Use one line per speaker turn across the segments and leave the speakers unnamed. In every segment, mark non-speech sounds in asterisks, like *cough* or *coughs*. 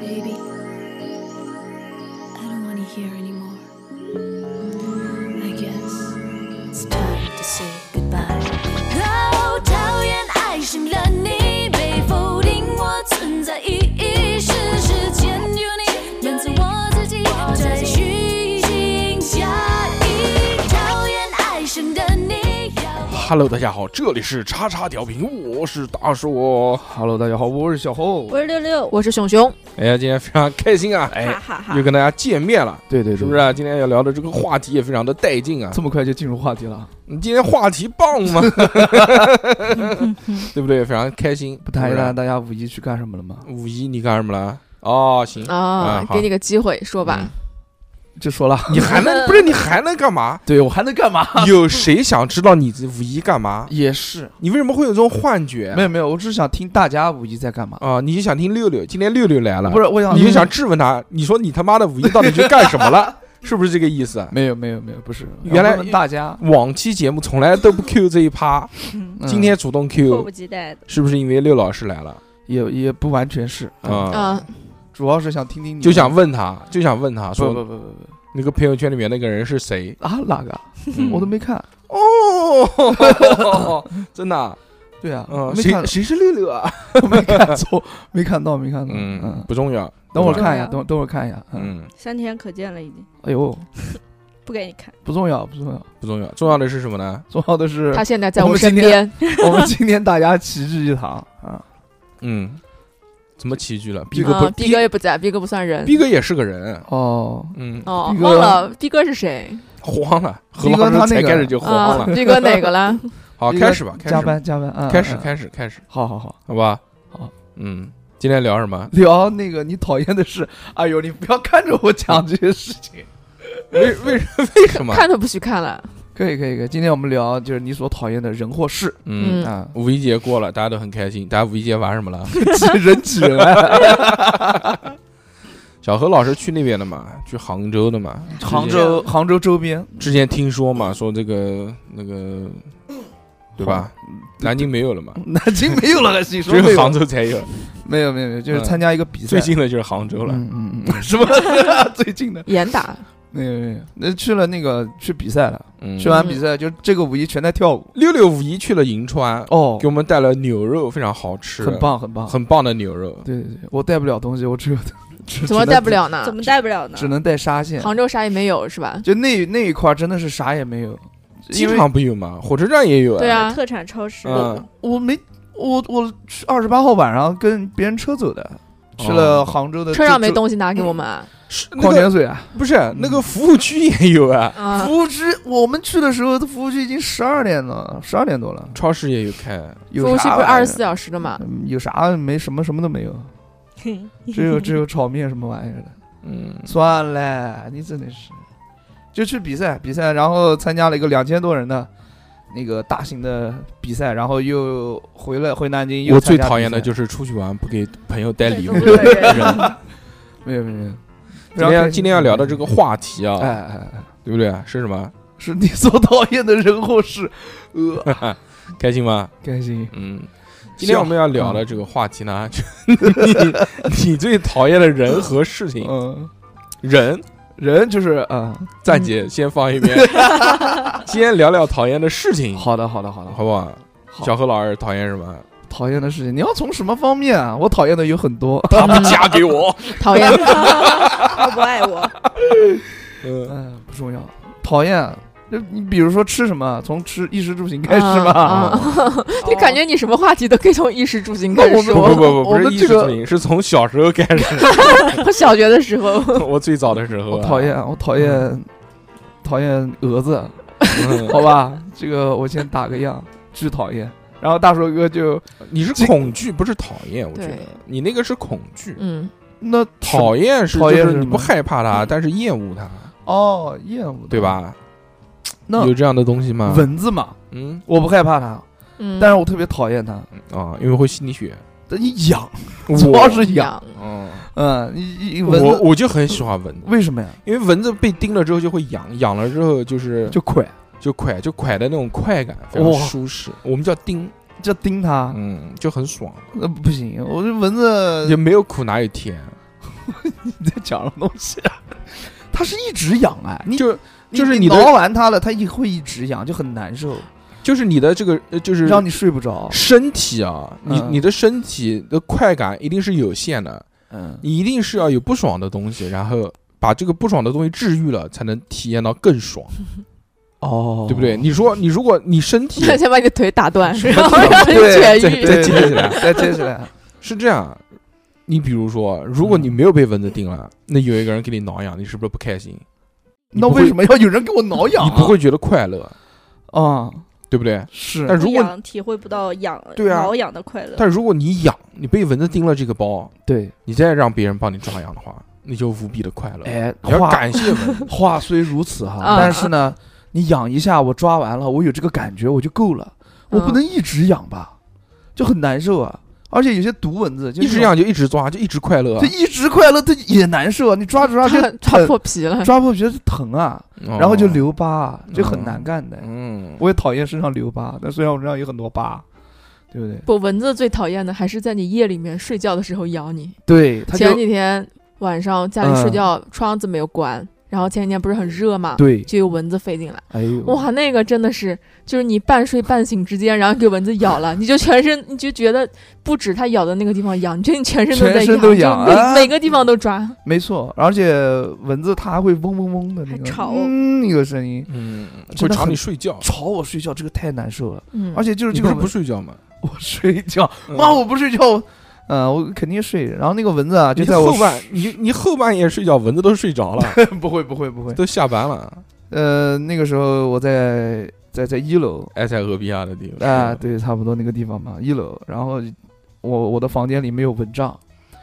Baby, I don't want to hear anymore. I guess it's time to say goodbye. 哦，讨厌，爱上了你，被否定我存在意义，事实迁就你，满足我自己，再虚情假意。讨厌，爱上的你，要
Hello，大家好，这里是叉叉调频，我是大硕。
Hello，大家好，我是小侯。
我是六六，
我是熊熊，
哎呀，今天非常开心啊，哎
哈，哈哈
又！跟大家见面了，
对对，
是不是？啊？今天要聊的这个话题也非常的带劲啊。
这么快就进入话题了？
嗯
你今天话题棒
*laughs*
吗？对不对？非常开心。
不谈一
是
谈
啊
大家五一去干什么了吗？
五一你干什么了？哦，行，
啊
啊，好
给你个机会说吧。
就说 *laughs* 了，
你还
呃
能不是你还能干
*laughs*
嘛？
对我还能干嘛？
有谁想知道你这五一干嘛？
也是，
你为什么会有这种幻觉
没？有没有，我只是想听大家五一在干嘛。
啊，你就想听六六，今天六六来了，
不啊是，我想
你就想质问他，你说你他妈的五一到底去干什么
*laughs*
了？是不是这个意思啊？
没有没有没有，不是，
原来
我问大家
往期节目从来都不 Q 这一趴，
嗯
今天主动
迫
Q，
不及待的，
是不是因为六老师来了
也也不完全是啊，
啊？
啊，
主要是想听听你，
就想问他，就想问他
嗯不不
说
不不不
那个朋友圈里面那个人是谁？
啊哪个？
嗯
我都没看。
哦， *laughs* 真的啊，
对啊，
嗯，
没
谁
看，
谁是六六啊？
*laughs* 没看错，没看到，没看到。
嗯
嗯，，
不重要，
等会儿
不重要
看一下，等等会儿看一下。嗯，
嗯，
三天可见了已经，
哎呦，
不给你看。
不重要，不重要，
不重要，重要的是什么呢？
重要的是
他现在在
我们
身
今天
边，啊
*laughs* 我们今天大家齐聚一堂啊！
嗯，怎么齐聚了？B 哥
啊
不
逼哥也不在，逼哥不算人。
，B 哥也是个人，
哦，
嗯，
哦
逼，哥
忘了逼哥是谁
慌了，何
B 哥
老师
他
才
那个
开始就慌
啊
了？。
逼哥哪个了？
好，
B 哥
开始吧，开
加
始吧，
班加班啊！
开始，
始，
开始，开始，
好好好，
好吧？
好，
嗯，今天聊什么？
聊那个你讨厌的事。哎呦，你不要看着我讲这些事情。
为为为什么？
哎看都不许看了。
*laughs* 可以可以可以，今天我们聊就是你所讨厌的人或事
嗯，，
嗯
*laughs* 啊
五一节过了，大家都很开心。大家五一节玩什么了？ *laughs*
挤人挤人 *laughs* 啊！
小何老师去那边的嘛，去杭州的嘛。
杭州杭州周边
之前听说嘛，说这个那个，对吧？南京没有了嘛，
南京没有了，还是你说
只
没
有
有
杭州才有。
没有没有没有，就是
嗯
参加一个比赛。
最近的就是杭州了。
嗯嗯嗯，什么 *laughs* 最近的？
严打，
没有没有没有，那去了那个去比赛了，
嗯，
去完比赛就这个五一全在跳舞
六六五一去了银川，
哦
给，我们带了牛肉，非常好吃，
很，棒很棒。
很棒的牛肉。
对对对，我带不了东西，我只有 *laughs* 只
怎么
只能
带不了
啊
呢
怎？么带不了呢？
只能带沙县。
杭州啥也没有是吧？
就那那一块儿真的是啥也没有，
机
因为
场不有吗？火车站也有。
对，啊，
特产超市，
嗯，
我没我我去二十八号晚上跟别人车走的，去了杭州的
车上没
动
东西拿给我们啊。
是那
哦矿
个
泉水啊。
不是那个服务区也有啊，
*laughs* 啊，
服务区我们去的时候，服务区已经十二点了，十二点多了。
超市也有开。
有
服务区
啥玩
不是
意
二
儿
十四小时的吗？
嗯有啥没什么什么都没有，
*laughs*
只有只有炒面什么玩意儿的。
嗯，
算了，你真的是，就去比赛比赛，然后参加了一个两千多人的那个大型的比赛，然后又回来回南京。又
我最
参加
讨
比
厌的
赛
就是出去玩不给朋友带礼物
对
的
都是
*laughs* 人。
*laughs* 没有没有没有。
今天今天要聊的这个话题
哎
啊，
哎哎，
对不对？是什么？ *laughs*
是你所讨厌的人或事，呃，
开心吗？
开心。
嗯，今天我们要聊的这个话题呢，就 *laughs* 你你最讨厌的人和事情，
嗯，
人
人就是啊，
暂且先放一
*laughs*
边，今天聊聊讨厌的事情，
好的好的好的，
好不好？
好
小何老师讨厌什么？
讨厌的事情，你要从什么方面啊？我讨厌的有很多。
他不嫁给我。
讨厌，
他不爱我，
嗯，
嗯，不重要。讨厌，啊就你比如说吃什么，从吃衣食住行开始吧。
啊 *laughs*
*laughs*
哦
就感觉你什么话题都可以从衣食住行开
那
始
我
不不
们
说。
不不，
我
不
们
是
这
意识
个
不灵，是从小时候开始。
我小学的时候，
*laughs* 我最早的时候
我
啊，
讨厌，我讨厌，讨厌蛾子，
嗯。
好吧？这个我先打个样，巨讨厌。然后大硕哥就
你是恐惧，不是讨厌。我觉得
对
你那个是恐惧，
嗯，
那
讨厌是
讨厌
就是是你嗯
什么
不害怕它，但是厌恶它，
哦厌恶，
对？吧？
那
有这样的东西吗？
蚊子嘛，
嗯
我不害怕它，
嗯，
但是我特别讨厌它。
啊，因为会心理学。
但你痒，
我
主要是痒。
痒，
嗯，
嗯，你你蚊
我
子
我就很喜欢蚊子，
为什么呀？
因为蚊子被叮了之后就会痒，痒了之后就是
就快，
就快就快的那种快感，非常
哇
舒适。我们叫叮，
就
啊
叮它。
嗯，就很爽，
呃，不行，我这蚊子
也没有苦哪有甜。
讲的东西，啊它是一直痒啊，你
就
你
就是
你
你的
挠完它了，它也会一直痒，就很难受，
就是你的这个呃就是
让你睡不着。
身体啊，你
嗯
你的身体的快感一定是有限的，
嗯，
你一定是要有不爽的东西，然后把这个不爽的东西治愈了，才能体验到更爽，
哦
对不 *laughs* 对？？你说你如果你身体
那 *laughs* 先把你的腿打断，
是
然后让你痊
对
愈。嗯
再接起来，
再接起来。
是这样，你比如说，如
嗯
果你没有被蚊子叮了，那有一个人给你挠痒，你是不是不开心？你
那
不会
为什么要有人给我挠痒
你
啊？
不会觉得快乐，
啊？
对不对？
是
但如果
痒体会不到痒，
对啊
挠痒的快乐。
但如果你痒，你被蚊子叮了这个包，
对，
你再让别人帮你抓痒的话，你就无比的快乐。
哎，
你要
话
感谢
*laughs*
蚊子
话虽如此哈，
啊
但是呢，你养一下，我抓完了，我有这个感觉我就够了，
嗯
我不能一直养吧，就很难受啊。而且有些毒蚊子，就
一直痒
养，
就一直抓，就一直快乐啊
它。一直快乐，它也难受啊。你抓着抓着
抓
就
抓
疼
破皮了，
抓破皮是疼啊，
然
然后就，留疤，啊就很
哦嗯
难干的。
嗯，
我也讨厌身上留疤，但虽然我身上有很多疤，对不对？
不，蚊子最讨厌的还是在你夜里面睡觉的时候咬你。
对，它
前
就嗯
几天晚上家里睡觉，窗子没有关，然后前几天不是很热嘛，
对，
就有蚊子飞进来。
哎呦，
哇，那个真的是，就是你半睡半醒之间，然后给蚊子咬了，你就全身，你就觉得不止它痒的那个地方痒，你觉得你全身都在
全
痒，
身都痒
就每、
啊
每个地方
*laughs*
都抓。
没错，而且蚊子它还会嗡嗡嗡的那
还
个，
吵
嗯，那个声音
嗯，会
真的
吵
很
你睡觉，
吵我睡觉，这个太难受了。
嗯，
而且就是
你
这
不
个
是不
蚊
睡觉嗯吗？
*laughs* 我睡觉，妈，我不睡觉，我呃，我肯定睡。然后那个蚊子啊，就
你
在我
后半，你你后半夜睡觉，蚊子都睡着了，
*laughs* 不会不会不会。
都下班了，
呃，那个时候我在在在一楼
埃塞俄比亚的地方
啊、对，差不多那个地方嘛，一楼。然后我我的房间里没有蚊帐，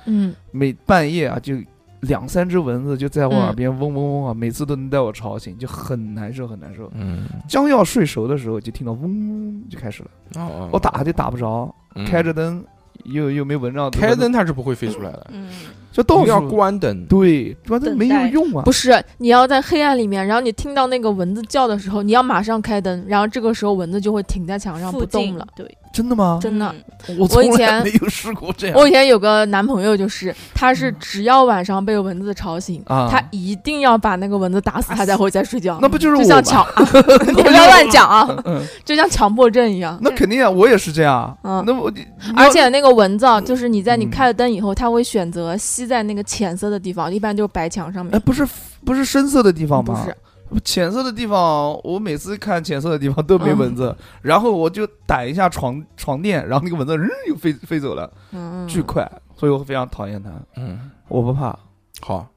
嗯，
每半夜啊就两三只蚊子就在我
嗯
耳边嗡嗡嗡啊，每次都能带我吵醒，就很难受很难受。
嗯，
将要睡熟的时候，就听到嗡嗡就开始了。
哦
嗯
嗯
我打就打不着，开着灯又又没蚊帐，
开灯它是不会飞出来的，
嗯，
就到
你要
处
关灯。
对，关灯
等
没有
待
用啊
不。是，你要在黑暗里面，然后你听到那个蚊子叫的时候，你要马上开灯，然后这个时候蚊子就会停在墙上
附
不
近
动了。，
对，
真的吗？
真的
嗯，
我
我以
从来
前
没有试过这样。
我以前有个男朋友，就是他是只要晚上被蚊子吵醒，
嗯啊
他一定要把那个蚊子打死，他才会再睡觉。
那不就是
就
我
像
吗？
强，
*laughs*
啊 *laughs* 你不要乱讲啊，
嗯，
就像强迫症一样。
那
*laughs*
肯定啊，我也是这样。
嗯
那我你
而且那个蚊子啊，就是你在你
嗯
开了灯以后，它会选择吸在那个浅色的地方，一般就是白墙上
哎，
面。
不是不是深色的地方
不
吗？
是，
浅色的地方，我每次看浅色的地方都
嗯
没蚊子，然后我就掸一下床床垫，然后那个蚊子嗯又飞飞走了，
嗯，
巨快，所以我非常讨厌它。
嗯，
我不怕，
好，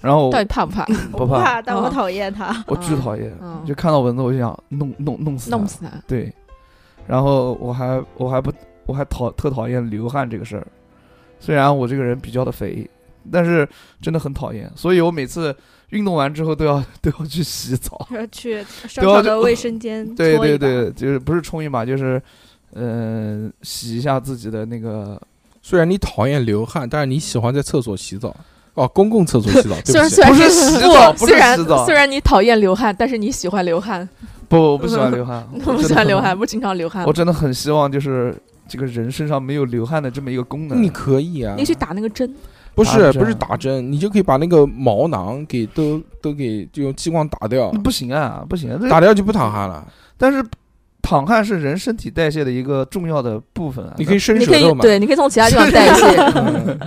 然后
到底怕不怕？
不
我
怕
怕，但我
嗯
讨厌它。
我巨讨厌，
嗯
就看到蚊子我就想弄弄弄死它
弄死它！
对，然后我还我还不我还讨特讨厌流汗这个事儿，虽然我这个人比较的肥，但是真的很讨厌，所以我每次运动完之后都要都要去洗澡。
要去商
对啊
场
就
的卫生间
对
搓
对
一把，
对，就是不是冲一把，就是嗯、呃洗一下自己的那个。
虽然你讨厌流汗，但是你喜欢在厕所洗澡，哦，公共厕所洗澡，对
虽然
不起
不
虽，然
是洗澡不是
不，虽然
洗澡
虽然你讨厌流汗，但是你喜欢流汗，，
不，我不喜欢流汗我
*laughs*
真
不喜
的
欢
很
流汗，，不经常流汗
我。真的很希望就是这个人身上没有流汗的这么一个功能。
你可以啊，
你去打那个针，
不
打
是
针
不是打针，你就可以把那个毛囊给都都给就用激光打掉，
不行啊，不行、啊，这
打掉就不淌汗了，
但是淌汗是人身体代谢的一个重要的部分啊。
你可以伸
你
舌
可以
头嘛，
对，你可以从其他地方代谢。
嗯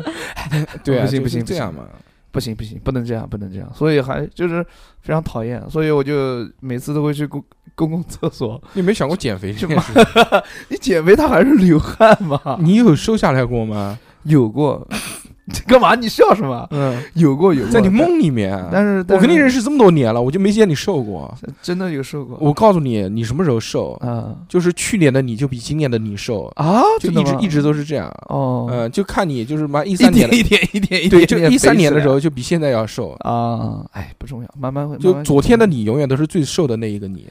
*laughs* 对啊，
不行
就
不
是
行
这样
不
嘛，
不行不行，不能这样，不能这样，所以还就是非常讨厌，所以我就每次都会去公公共 *laughs* 厕所。
你没想过减肥这
就
件事情？
你减肥，它还是流汗嘛？
你有瘦下来过吗？
有过， *laughs* 干嘛？你笑什么？
嗯，
有过有过，
在你梦里面，
但，但是
啊我跟你认
识，
识这么多年了，我就没见你瘦过。
真的有瘦过。
我告诉你，你什么时候瘦，
啊
就是去年的你就比今年的你瘦，
啊，
就
真的
一直
吗
一直都是这样。
哦，
嗯，就看你就是妈一
一
三年
点
的，
一点一点一
对，
点，
就
一点
一三
肥
年的
起
时
来
候就比现在要瘦。
啊，哎，不重要，慢慢会。慢
就
慢
昨天的
减
你永远都是最瘦的那一个你。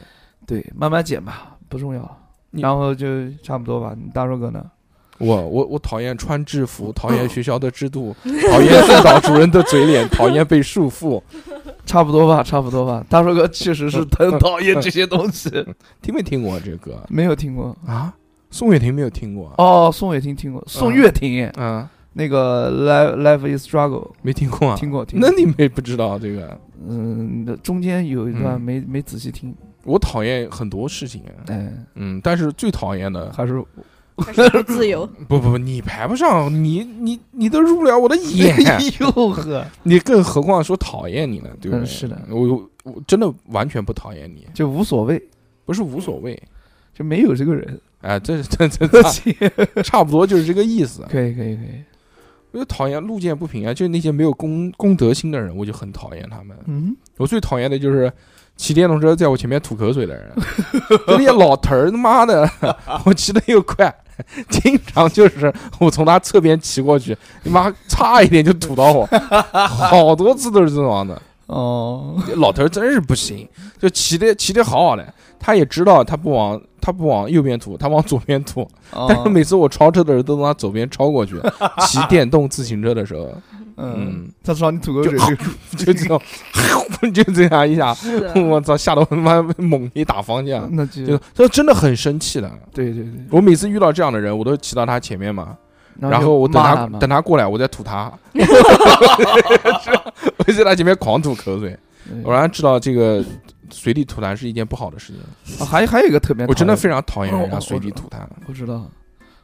对，慢慢减吧，不重要。
你
然后就差不多吧。你大硕哥呢？
我我我讨厌穿制服，讨
哦
厌学校的制度，讨厌训导主任的嘴脸，讨厌被束缚。
差不多吧，差不多吧。大硕哥确实是很讨厌这些
*laughs*
东西，
听没听过这歌
没有听过
啊？宋岳庭没有听过？
哦哦。宋岳庭听过，宋岳庭，
嗯，
那个 Life Life is Struggle，
*laughs* 没听过啊？
听过听
那
过。
你没不知道这个？
嗯，那中间有一段
嗯
没没仔细听，
我讨厌很多事情，
哎，
嗯，但是最讨厌的
还是
还是不自由，
不不不，你排不上，你你你都入不了我的眼，
*laughs* 哎呦呵，
你更何况说讨厌你呢，对不对？
嗯是的
我我我真的完全不讨厌你，
就无所谓，
不是无所谓，
就没有这个 *laughs* 人。啊
哎，这这这
*laughs*
差差不多就是这个意思。
可以可以可以，
我就讨厌路见不平啊，就是那些没有公公德心的人，我就很讨厌他们。
嗯，
我最讨厌的就是骑电动车在我前面吐口水的人，就那些老头儿，他妈的， *laughs* 我骑的又快，经常就是我从他侧边骑过去，你妈差一点就吐到我，好多次都是这样的。
哦，
老头儿真是不行，就骑的骑的好好的，他也知道他不往他不往右边吐，他往左边吐，
哦
但是每次我超车的时候都从他左边超过去，
*laughs*
骑电动自行车的时候，
嗯，
嗯，
他朝你吐口水， *laughs*
就这种， *laughs* 就这样一下，
是的，
我操，吓得我他妈猛一打方向，
那就
就这真的很生气的。
对对对，
我每次遇到这样的人，我都骑到他前面嘛，然后我等
骂
他
嘛
等他过来，我再吐
*laughs*
他，我就在他前面狂吐口水，
嗯
我让他知道这个随地吐痰是一件不好的事情。
啊还还有一个特别讨厌，
我真的非常讨厌人
哦
家
哦
随地吐痰，
我知道。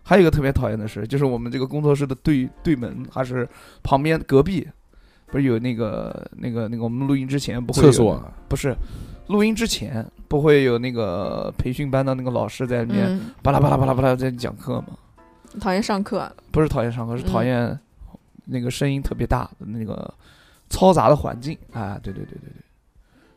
还有一个特别讨厌的事，就是我们这个工作室的对对门，还是旁边隔壁，不是有那个那个那个我们录音之前不会有
厕所啊
不是录音之前不会有那个培训班的那个老师在里面
嗯，
巴拉巴拉巴拉巴拉在讲课吗？
讨厌上课，
不是讨厌上课，是
嗯
讨厌那个声音特别大的那个嘈杂的环境啊！对对对对对，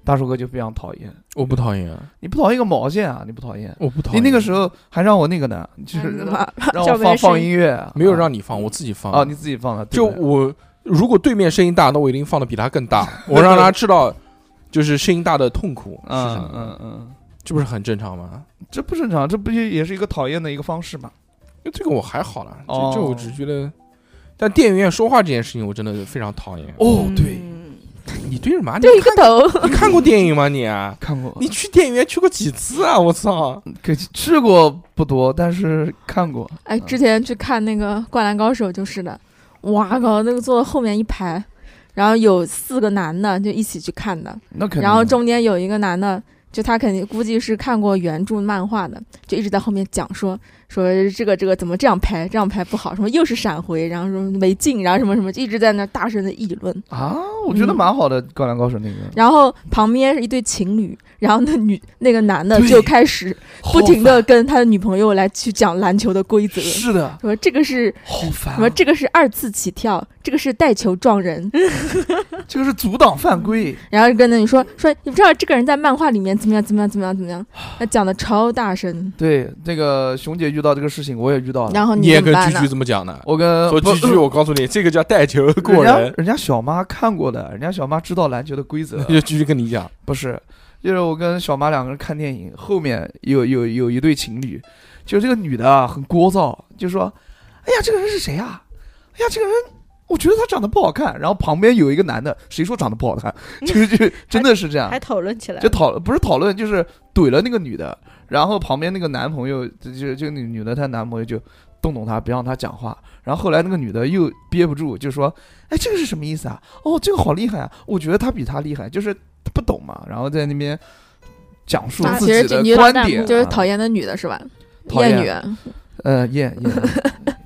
大叔哥就非常讨厌。
我不讨厌，
你不讨厌个毛线啊！你不讨厌？
我不讨
你
厌。
那个时候还让我那个呢，就
哎
是
你怎么
让
*laughs* 叫
我
别人
放放
声
音乐，
没有
啊
让你放，我自己放
哦，你自己放的，对
就
不对
我如果对面声音大，那我一定放的比他更大，
*laughs*
我让他知道就是声音大的痛苦是什
嗯
么，
嗯嗯，
这不是很正常吗？
这不正常，这不就也是一个讨厌的一个方式嘛？
那这个我还好啦，这
哦
这我只觉得，但电影院说话这件事情我真的非常讨厌。
哦，对，
嗯，
你对着嘛？你
对一个头，
你看过电影吗？你啊
*laughs* 看过，
你去电影院去过几次啊？我操！
可去过不多，但是看过，
*laughs* 哎，之前去看那个《灌篮高手》就是的，哇靠，那个坐后面一排，然后有四个男的就一起去看的，
那肯定的。
然后中间有一个男的，就他肯定估计是看过原著漫画的，就一直在后面讲说说这个这个怎么这样拍，这样拍不好，什么又是闪回，然后什么没进，然后什么什么，就一直在那大声的议论。
啊，我觉得
嗯
蛮好的，《灌篮高手》那个
然后旁边是一对情侣，然后那女那个男的
对
就开始不停
好
的跟他的女朋友来去讲篮球的规则
烦，，是的，
说这个是
好烦
什么？
啊，
这个是二次起跳，这个是带球撞人，
这个是阻挡犯规，
然后跟那你说说，你不知道这个人在漫画里面怎么样怎么样怎么样怎
*sighs*
么样，那讲的超大声，
对，那个熊姐遇到这个事情，我啊也遇到了，
然后
你也
怎么
跟
办
居
呢
居？这么讲的？
我跟
说
不呃
居居，我告诉你，这个叫带球过
人家
人。
人家小妈看过的，人家小妈知道篮球的规则
*laughs* 那，就继续跟你讲，
不是，就是我跟小妈两个人看电影，后面有有有一对情侣，就这个女的啊很聒噪，就说：“哎呀，这个人是谁啊？哎呀，这个人。”我觉得他长得不好看，然后旁边有一个男的，谁说长得不好看？ *laughs* 就是就真的是这样
还，讨论起来
啊就
了，
讨不是讨论，就是怼了那个女的，然后旁边那个男朋友，就就这个女女的她男朋友就动动她，别让她讲话。然后后来那个女的又憋不住，就说：“哎，这个是什么意思啊？哦，这个好厉害啊！我觉得他比他厉害，就是她不懂嘛。”然后在那边讲述
啊
自
其实
己的
就你就
观
当
点，
就是讨厌的女的是吧？
讨厌
厌女，
呃厌厌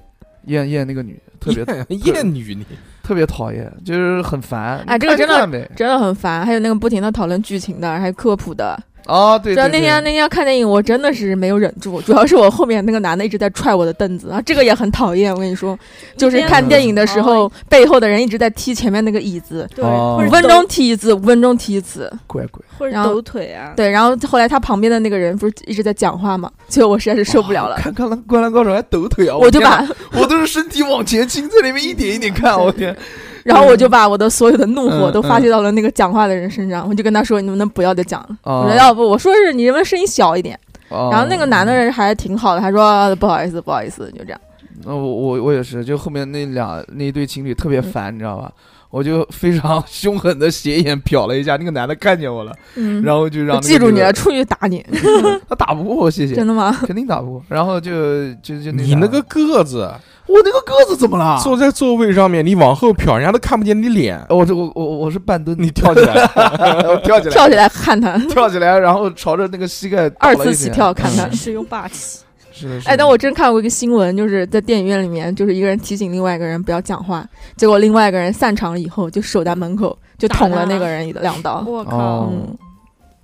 厌厌那个女，特别
厌厌哎女你，
特别讨厌，就是很烦。
哎
你
这个
看就
真的
看呗
真的很烦。还有那个不停的讨论剧情的，还有科普的。
啊，对
主要
对
那天
对，
那天看电影，我真的是没有忍住，主要是我后面那个男的一直在踹我的凳子啊，这个也很讨厌。我跟你说，就是看电影的时候，背后的人一直在踢前面那个椅子。
对，
哦
或者
五分
抖
钟踢一次，五分钟踢一次，
乖乖，
或者
然后
抖腿啊，
对。然后后来他旁边的那个人不是一直在讲话嘛，最后我实在是受不了了，
看看《灌篮高手》还抖腿啊！
我就
天哪
把，
*laughs* 我都是身体往前倾，在里面一点一点看，我天，
然后我就把我的所有的怒
嗯
火都发泄到了那个讲话的人身上，我就跟他说：“你能不能不要再讲了？”我说：“
啊，
要不我说是你
哦
啊能不能声音小一点？”然后那个男的人还挺好的，他说：“不好意思，不好意思，就这样。”
那我我我也是，就后面那俩那一对情侣特别烦，你知道吧？我就非常凶狠的斜眼瞟了一下，那个男的看见我了，
嗯，
然后就让
我
那个
记住
女
你
的
了，，出去打你，
*laughs* 他打不过我，谢谢
真，的吗？
肯定打不过。然后就就就
你那
那啊
个个子，
我那个个子怎么了？
坐在座位上面，你往后瞟，人家都看不见你脸，
我这我我我是半 *laughs* 蹲，
你跳起来了，
我跳起来，
跳起来看他，
跳起来，然后朝着那个膝盖
二
倒了
次
一嗯
起
点
跳看他。
使用霸
*laughs*
气，
是的，是的
哎，但我真看过一个新闻，就是在电影院里面，就是一个人提醒另外一个人不要讲话，结果另外一个人散场了以后，就守在门口就捅了那个人一两刀，
我靠！
哦
嗯，嗯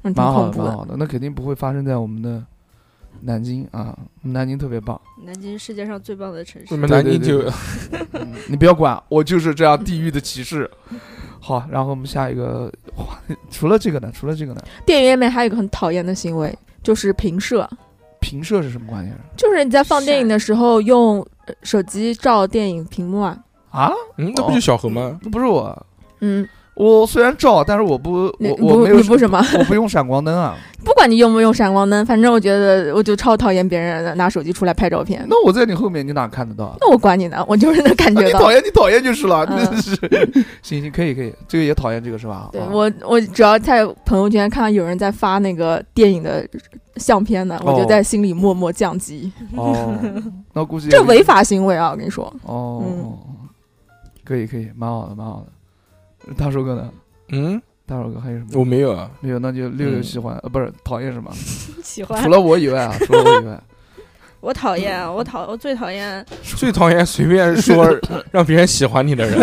挺
蛮好的，
恐怖
蛮
的。
好的，那肯定不会发生在我们的南京啊，我们南京特别棒。
南京世界上最棒的城
你
市，
们南京就
嗯你不要管，我就是这样地狱的骑士。好，然后我们下一个，哇除了这个呢，除了这个呢，
电影院里面还有一个很讨厌的行为，就是平射，
平射是什么玩啊意儿
就是你在放电影的时候用呃手机照电影屏幕啊，
啊？
嗯，那不就小何吗？
那不是我，
嗯，
我虽然照，但是我不，
你
我
你
我
不
没有，
你不什么，
我不用闪光灯
*laughs*
啊。
不管你用不用闪光灯，反正我觉得我就超讨厌别人拿手机出来拍照片。
那我在你后面，你哪看得到啊？
那我管你呢，我就是能感
啊
觉
你
到。
讨厌，你讨厌就是了。
嗯
真是，行行，可以可以，这个也讨厌这个是吧？
对
啊
我，我只要在朋友圈看到有人在发那个电影的相片呢，我
哦
就在心里默默降级。 *laughs*
哦，那估计
这违法行为啊！我跟你说，
哦
嗯
哦，可以可以，蛮好的蛮好的。大叔哥呢？
嗯，
大叔哥还有什么？
我没有 *laughs* 啊，
没有，那就六六
嗯
喜欢，呃，不是讨厌什么？
喜欢
除了我以外啊，除了我以外，
我讨厌，啊我讨我最讨厌，
最讨厌随便 *laughs* 说让别人喜欢你的人。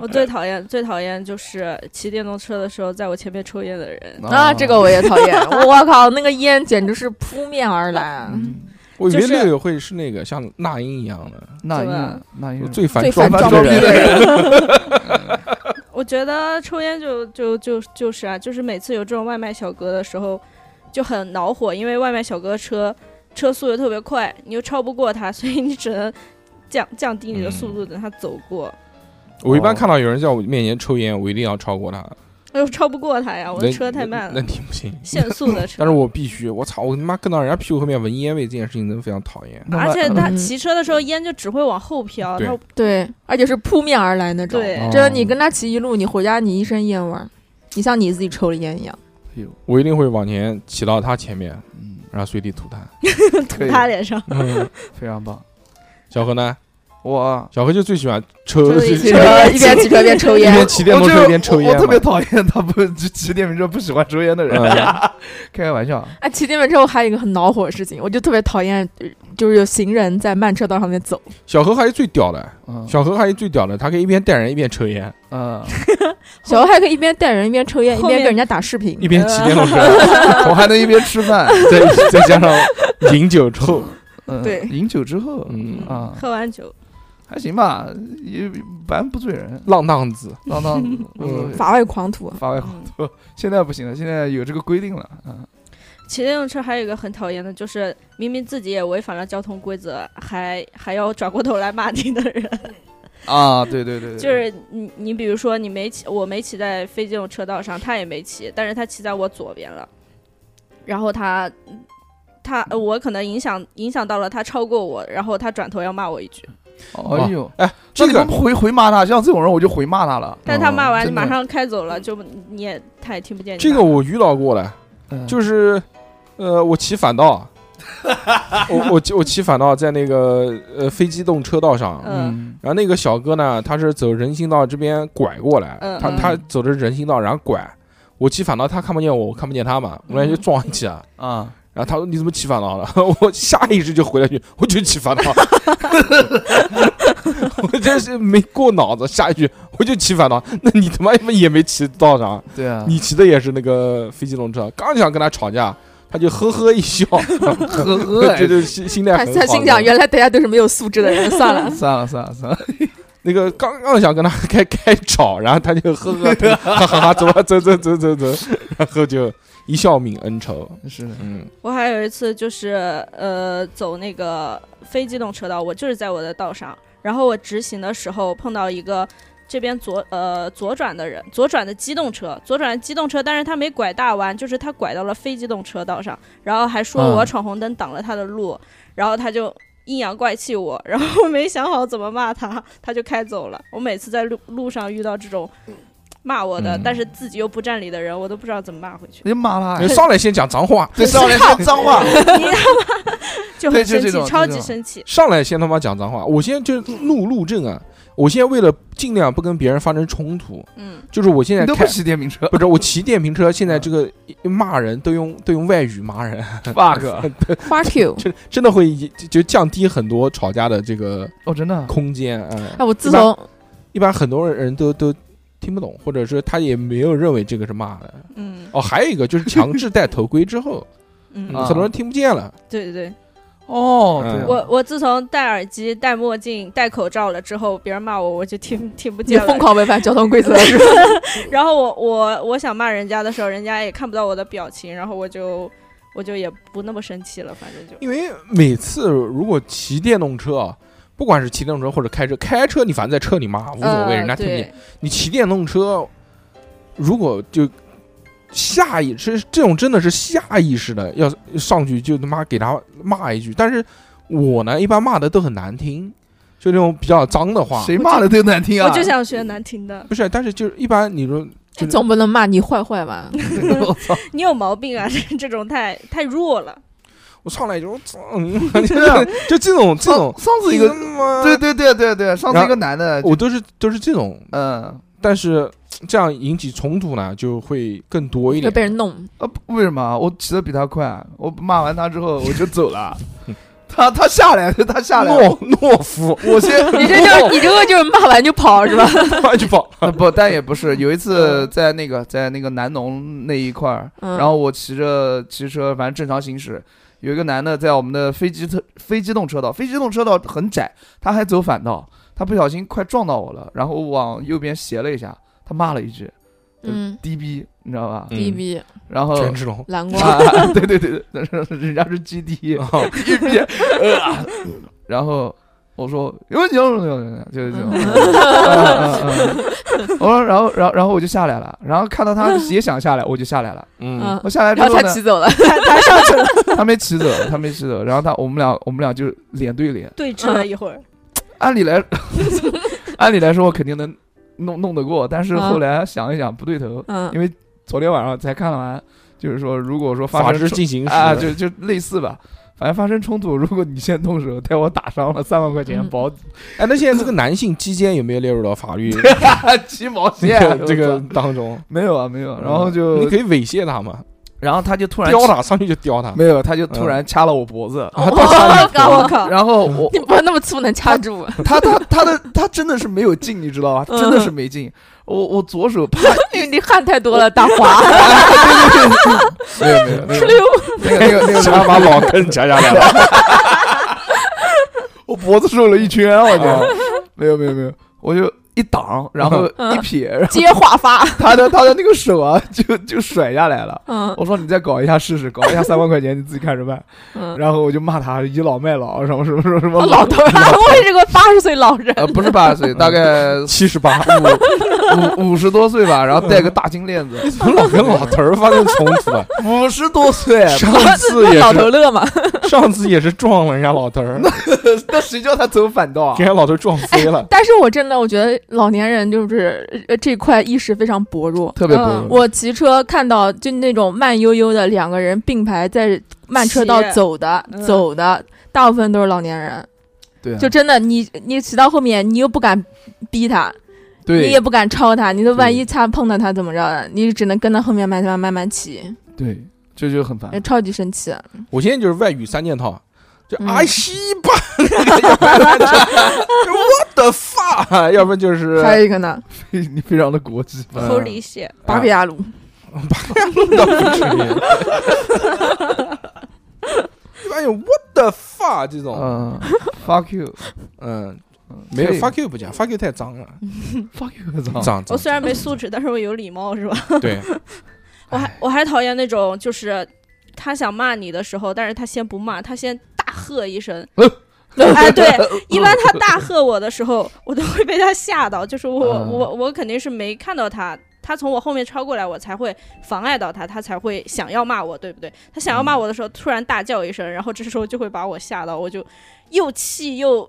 我最讨厌最讨厌就是骑电动车的时候在我前面抽烟的人。
啊，这个我也讨
*laughs*
厌。我我靠，那个烟简直是扑面而来，啊
嗯，
*laughs* 我以
就
为
是
六六会是那个像那英一样的，
那
怎么
英
了
那
我
英
最烦
最
装
烦
翻
装
逼的
逼
人。
的人。
我觉得抽烟就就就就是啊，就是每次有这种外卖小哥的时候就很恼火，因为外卖小哥车车速又特别快，你又超不过他， *laughs* 所以你只能降降低你的速度，等他走过。
*laughs* 我一
哦
般看到有人在我面前抽烟，我一定要超过他。
我又哎超不过他呀，我
那
的车太慢
那
了，
你不行。
限速
*laughs*
的车
但。是我必须，我操，我他妈跟到人家屁股后面闻烟味这件事情，真的非常讨厌。
那
而且
么
他
嗯
骑车的时候烟就只会往后飘，
对
他
对，而且是扑面而来那种。
对
哦
真的，你跟他骑一路，你回家你一身烟味儿，你像你自己抽了烟一样。
哎呦，
我一定会往前骑到他前面，
嗯，
然后随地吐痰。
可
吐
以
他脸上。
非常棒。
小何呢？*laughs*
我啊
小何就最喜欢
抽
抽，
一
一
抽
骑车一边骑车一边抽烟
边，骑电动
我
车
就
一边抽
我
烟
我特别
嘛。
讨厌他不骑骑电瓶车不喜欢抽烟的人，
嗯
*laughs* 开个玩笑啊。
哎，骑电瓶车我还有一个很恼火的事情，我就特别讨厌，呃就是有行人在慢车道上面走。
小何还是最屌的，
嗯
小何还是最屌的，他可以一边带人一边抽烟， *laughs*
嗯，
小孩还可以一边带人一边抽烟，一
后
边
面
跟人家打视频。
一边骑电动车，
我还能一边吃饭，
*laughs* 再再加上饮酒之后，
*laughs* 嗯，
对
饮酒之后，
嗯，
啊，
喝完酒，
还行吧，也反正不
*laughs*
醉人，
浪荡子，
当当
嗯
无所谓
法外狂徒，啊
发外好
嗯
多。现在不行了，现在有这个规定了，嗯，
骑电动车还有一个很讨厌的，就是明明自己也违反了交通规则，还还要转过头来骂你的人。
啊，对对对，
*laughs*
对
就是你你比如说你没骑，我没骑在非机动车道上，他也没骑，但是他骑在我左边了，然后他他呃我可能影响影响到了他超过我，然后他转头要骂我一句，
哎呦，
哎，
这
这
个
个
回回骂他，像这种人我就回骂他了。
但
哦
是他骂完、
真
你
的
马上开走了，就你也他也听不见你
啊这
骂。
个我遇到过了，
嗯
就是，呃，我骑反道，我我骑我骑反道在那个呃非机动车道上，
嗯
嗯，
然后那个小哥呢，他是走人行道这边拐过来，
嗯
他
嗯
他走着人行道，然后拐，我骑反道，他看不见我，我看不见他嘛，我们俩就撞一起啊。
啊，
然后他说：“你怎么骑反道了？”我下意识就回了一句：“我就骑反道。”我真是没过脑子，下一句我就骑反道。那你他妈也没骑道上，
对啊，
*laughs* 你骑的也是那个非机动车。刚想跟他吵架，他就呵呵一笑，
呵 *laughs* 呵，哎。
这 *laughs* 就是心心态
他
很好
他
的。
心想，原来大家都是没有素质的人，算了
算了算了算了，
那个刚刚想跟他开开吵，然后他就呵呵，他哈哈哈，走吧，走走走走走，然后就一笑泯恩仇。
是的，
嗯，
我还有一次就是呃走那个非机动车道，我就是在我的道上，然后我直行的时候碰到一个这边左呃左转的人，左转的机动车，左转的机动车，但是他没拐大弯，就是他拐到了非机动车道上，然后还说
嗯
我闯红灯挡了他的路，然后他就阴阳怪气我， *laughs* 然后没想好怎么骂他，他就开走了。我每次在路路上遇到这种骂我的，
嗯
但是自己又不占理的人，我都不知道怎么骂回去，
你骂他
你，
*laughs*
上来先讲脏话，
对，上来说脏话，
就
对
很
就
生
这
气，
种
超
就这
级
种
生气。
上来先他妈讲脏话。我现在就路路政啊，我现在为了尽量不跟别人发生冲突，
嗯，
就是我现
你
在
*laughs* 都
开
不骑电瓶车
不是我骑电瓶车，现在这个骂人都用都用外语骂人， *laughs*
，bug，
，fuck you！
真真的会就就降低很多吵架的这个
哦，真的，
空间啊、嗯
哎，我自
一般
从
一般很多人都都听不懂，或者是他也没有认为这个是骂的。
嗯
哦，还有一个就是强制戴头盔之
*laughs*
后，
嗯，
啊
啊
嗯很多人听不见了。
对对对，
哦，
嗯
对啊
我我自从戴耳机、戴墨镜、戴口罩了之后，别人骂我我就听听不
你
见了
疯。狂违反交通规则，是吧
然后我我我想骂人家的时候，人家也看不到我的表情，然后我就我就也不那么生气了，反正就
因为每次如果骑电动车啊，不管是骑电动车或者开车，开车你反正在车里骂无所谓，
呃
人家听不见。
对
你骑电动车，如果就下意识，这种真的是下意识的要上去就他妈给他骂一句。但是我呢，一般骂的都很难听，就那种比较脏的话。
谁骂的都难听啊，
我就想学难听
*laughs*
的，
不是，但是就是一般你说就是
总不能骂你坏坏吧？
我操，
你有毛病啊！ *laughs* 这这种太太弱了。
我上来就嗯，就就这种这种
上，上次一个，对
对，
对对对对，上次
哦然
一
后
个男的，
我都是都是这种，
嗯，
但是嗯这样引起冲突呢，就会更多一
会
点。
被人弄。
啊，不为什么啊？我骑的比他快，我骂完他之后我就走了，他他下来，他下来，
懦懦夫， *laughs*
我先
你这就是你这个就是骂完就跑是吧？
快去跑！
啊不，但也不是。有一次在那个在那个南农那一块儿，
嗯
然后我骑着骑车，反正正常行驶，有一个男的在我们的非机特非机动车道，非机动车道很窄，他还走反道，他不小心快撞到我了，然后我往右边斜了一下，他骂了一句
嗯
“低逼”，你知道吧？
嗯
，B B
然后。
权志龙，
蓝光，
啊， *laughs* 对对对， *laughs* 对人家是 GD，
哦
*laughs*
低逼，呃然后我说有没有就是这
嗯
种，我说然后然后然后我就下来了，然后看到他也想下来，我就下来了。
嗯
嗯，
我下来之
然后
后
他
呢
骑，走了，
*laughs* 他没骑走，他没骑走，然后他我们俩我们俩就脸对脸，
对峙了一会
嗯
儿，
按理来 *laughs* 按理来说我肯定能弄弄得过，但是后来想一想不对头，
嗯
因为昨天晚上才看完，就是说如果说发
法
生
制
冲
进行时
啊，就就类似吧。反正发生冲突，如果你先动手， *laughs* 带我打伤了，三万块钱
嗯
*laughs*
保
哎，那现在这个男性基间有没有列入到
*laughs*
法律
啊鸡毛
这
线啊 *laughs*
个这个当中？
没有啊，没有。然后
你
就，
可以猥亵他嘛，
然后他就突然
叼他上去就叼他，
没有，他
嗯
就突然掐了我脖子。
啊，到下面
靠
我靠！
然后 *laughs* 我
你不要那么粗能掐住，
他他他的他真的是没有劲，你知道吧？
嗯
真的是没劲。我我左手 *laughs* 啪，
你你汗太多了，打滑，
没有没有没有
哧溜，
那个那个那个
想
啥
把老根夹下来
*laughs*
了。
我脖子瘦了一圈，我
啊
操！没有没有没有，我就一挡，然后
嗯
一撇，然后
接话发，
他的他的那个手啊，就就甩下来了。
*laughs* 嗯
我说你再搞一下试试，搞一下三万块钱，你自己看着办。
嗯，
然后我就骂他倚老卖老，什么什么什么什么
我 *laughs* 老头儿，我也是个八十岁老人，
呃，不是八十岁，大概
七十八，
五五十多岁吧，然后戴个大金链子，
怎么老跟老头儿发生冲突
*laughs*
啊？
五十多岁
上次
那
也
老头
是，
乐嘛，
上次也是撞了人家老头儿，
那谁叫他走反道啊
给？人家老头儿撞飞了。
但是我真的我觉得老年人就是呃这块意识非常薄弱。
特别薄弱，
我骑车看到就那种慢悠悠的两个人并排在慢车道
骑
走的，
嗯
走的大部分都是老年人，
对啊
就真的你你骑到后面，你又不敢逼他，你也
对
不敢超他，你都万
对
一擦碰到他怎么着的，你只能跟到后面慢慢慢慢骑，哎
对，这就很烦。
超级啊生气。
我现在就是外语三件套，啊就
嗯
阿西吧，我的 fuck，要不然就是
还有一个呢，
*laughs* 你非常的国际化，
偷离血，
巴比亚鲁，
倒不至于。 *laughs* 一般有哎 what the fuck 这种，
嗯，fuck you，
嗯，
嗯
没有
可以嗯
fuck you 不讲，fuck you 太脏了，嗯
fuck you，脏
脏
我
脏。
虽然没素质，但是我有礼貌，是吧？
对，
我
哎
还我还讨厌那种就是他想骂你的时候，但是他先不骂，他先大喝一声。
嗯
*laughs* 哎，
*laughs*
对，一般他大喝我的时候，我都会被他吓到，就是我、
嗯
我我肯定是没看到他他从我后面超过来，我才会妨碍到他，他才会想要骂我，对不对？他想要
嗯
骂我的时候，突然大叫一声，然后这时候就会把我吓到，我就又气又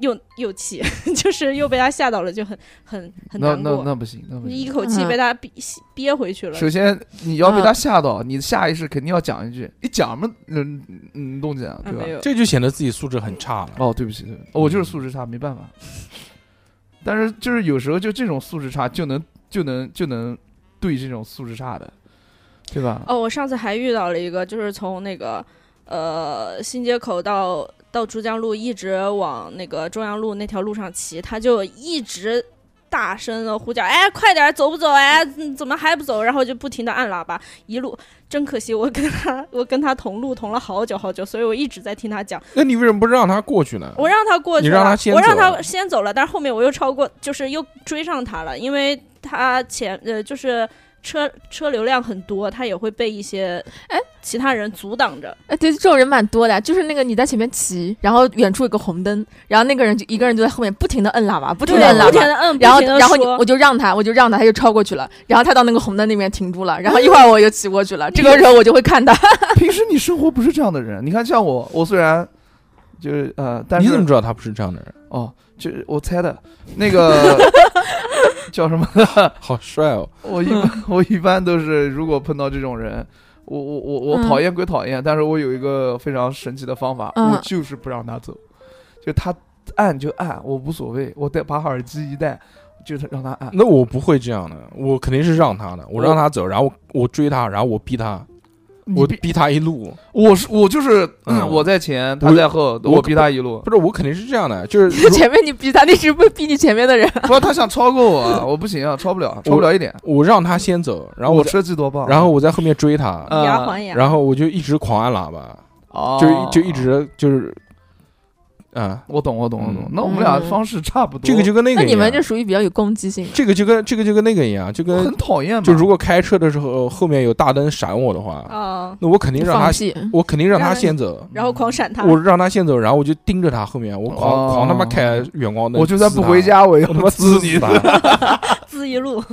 又又气， *laughs* 就是又被他吓到了，就很很很
那
难
那
过，
那不行，那不行。
一口气
嗯
被他憋憋回去了。
首先，你要
嗯
被他吓到，你下意识肯定要讲一句，你讲什么能能动静啊，
嗯
啊
对吧
没？有，
这就显得自己素质很差了。
哦，对不起，对不起，我就是素质差，
*laughs*
没办法。但是就是有时候就这种素质差就能就能就能对这种素质差的，
*laughs*
对吧？
哦，我上次还遇到了一个，就是从那个呃新街口到到珠江路，一直往那个中央路那条路上骑，他就一直大声的呼叫：“哎，快点儿，走不走？哎，嗯怎么还不走？”然后就不停的按喇叭，一路真可惜，我跟他我跟他同路同了好久好久，所以我一直在听他讲。
那你为什么不让他过去呢？
我让他过去
你
了，
让他先
我让
走
他先走了，但是后面我又超过，就是又追上他了，因为他前呃就是车车流量很多，他也会被一些
哎
其他人阻挡着。
哎，对，这种人蛮多的，就是那个你在前面骑，然后远处有个红灯，然后那个人就一个人就在后面不停的摁喇叭，不停
对
的摁，
不
喇
停
叭。
的摁，
然后，
不停地
然后你
说
我就让他，我就让他，他就超过去了。然后他到那个红灯那边停住了，然后一会儿我又骑过去了。这个时候我就会看 *laughs* 他，
啊平时你生活不是这样的人，你看像我，我虽然就是呃，但是
你怎么知道他不是这样的人？
哦，就是我猜的，
*laughs*
那个叫什么？
好帅哦！
我一
嗯
般我一般都是，如果碰到这种人，我我我我
嗯
讨厌归讨厌，但是我有一个非常神奇的方法，
嗯
我就是不让他走，就他按就按，我无所谓，我戴把耳机一戴，就是让他
嗯
按。
那我不会这样的，我肯定是让他的，我让他走，然后我我追他，然后我逼他，
你
我
逼
逼他一路。
我是我就是、
嗯
我在前，他
我
在后，
我
我逼他一
*laughs*
路。
不是，我肯定是这样的，
*laughs*
就是如
前面你逼他，那是不逼你前面的人。
不是他想超过我，我不行啊，超不了，超不了一点。
我让他先走，然后
我
我在
车技多棒，
然后我在后面追他，
嗯
以牙还牙。
然后我就一直狂按喇叭，
哦
就就一直就是，啊，
我懂我懂我懂
嗯。
那我们俩
嗯
方式差不多，
这个就跟
*laughs*
那个
那
一样，
你们这属于比较有攻击性的。
这个就跟这个就跟那个一样，就跟
很讨厌嘛。
就如果开车的时候后面有大灯闪我的话，
啊，
那我肯定让
哦放
他，
屁！
我肯定让
让
他
他
先走，
然后狂闪他，
我让他先走，然后我就盯着他后面，我狂、
哦
狂他妈开远光灯，
我就算不
撕他
回，家，我也要
我他妈
撕
撕
你
死。
*laughs*
他，
自一
呃
路。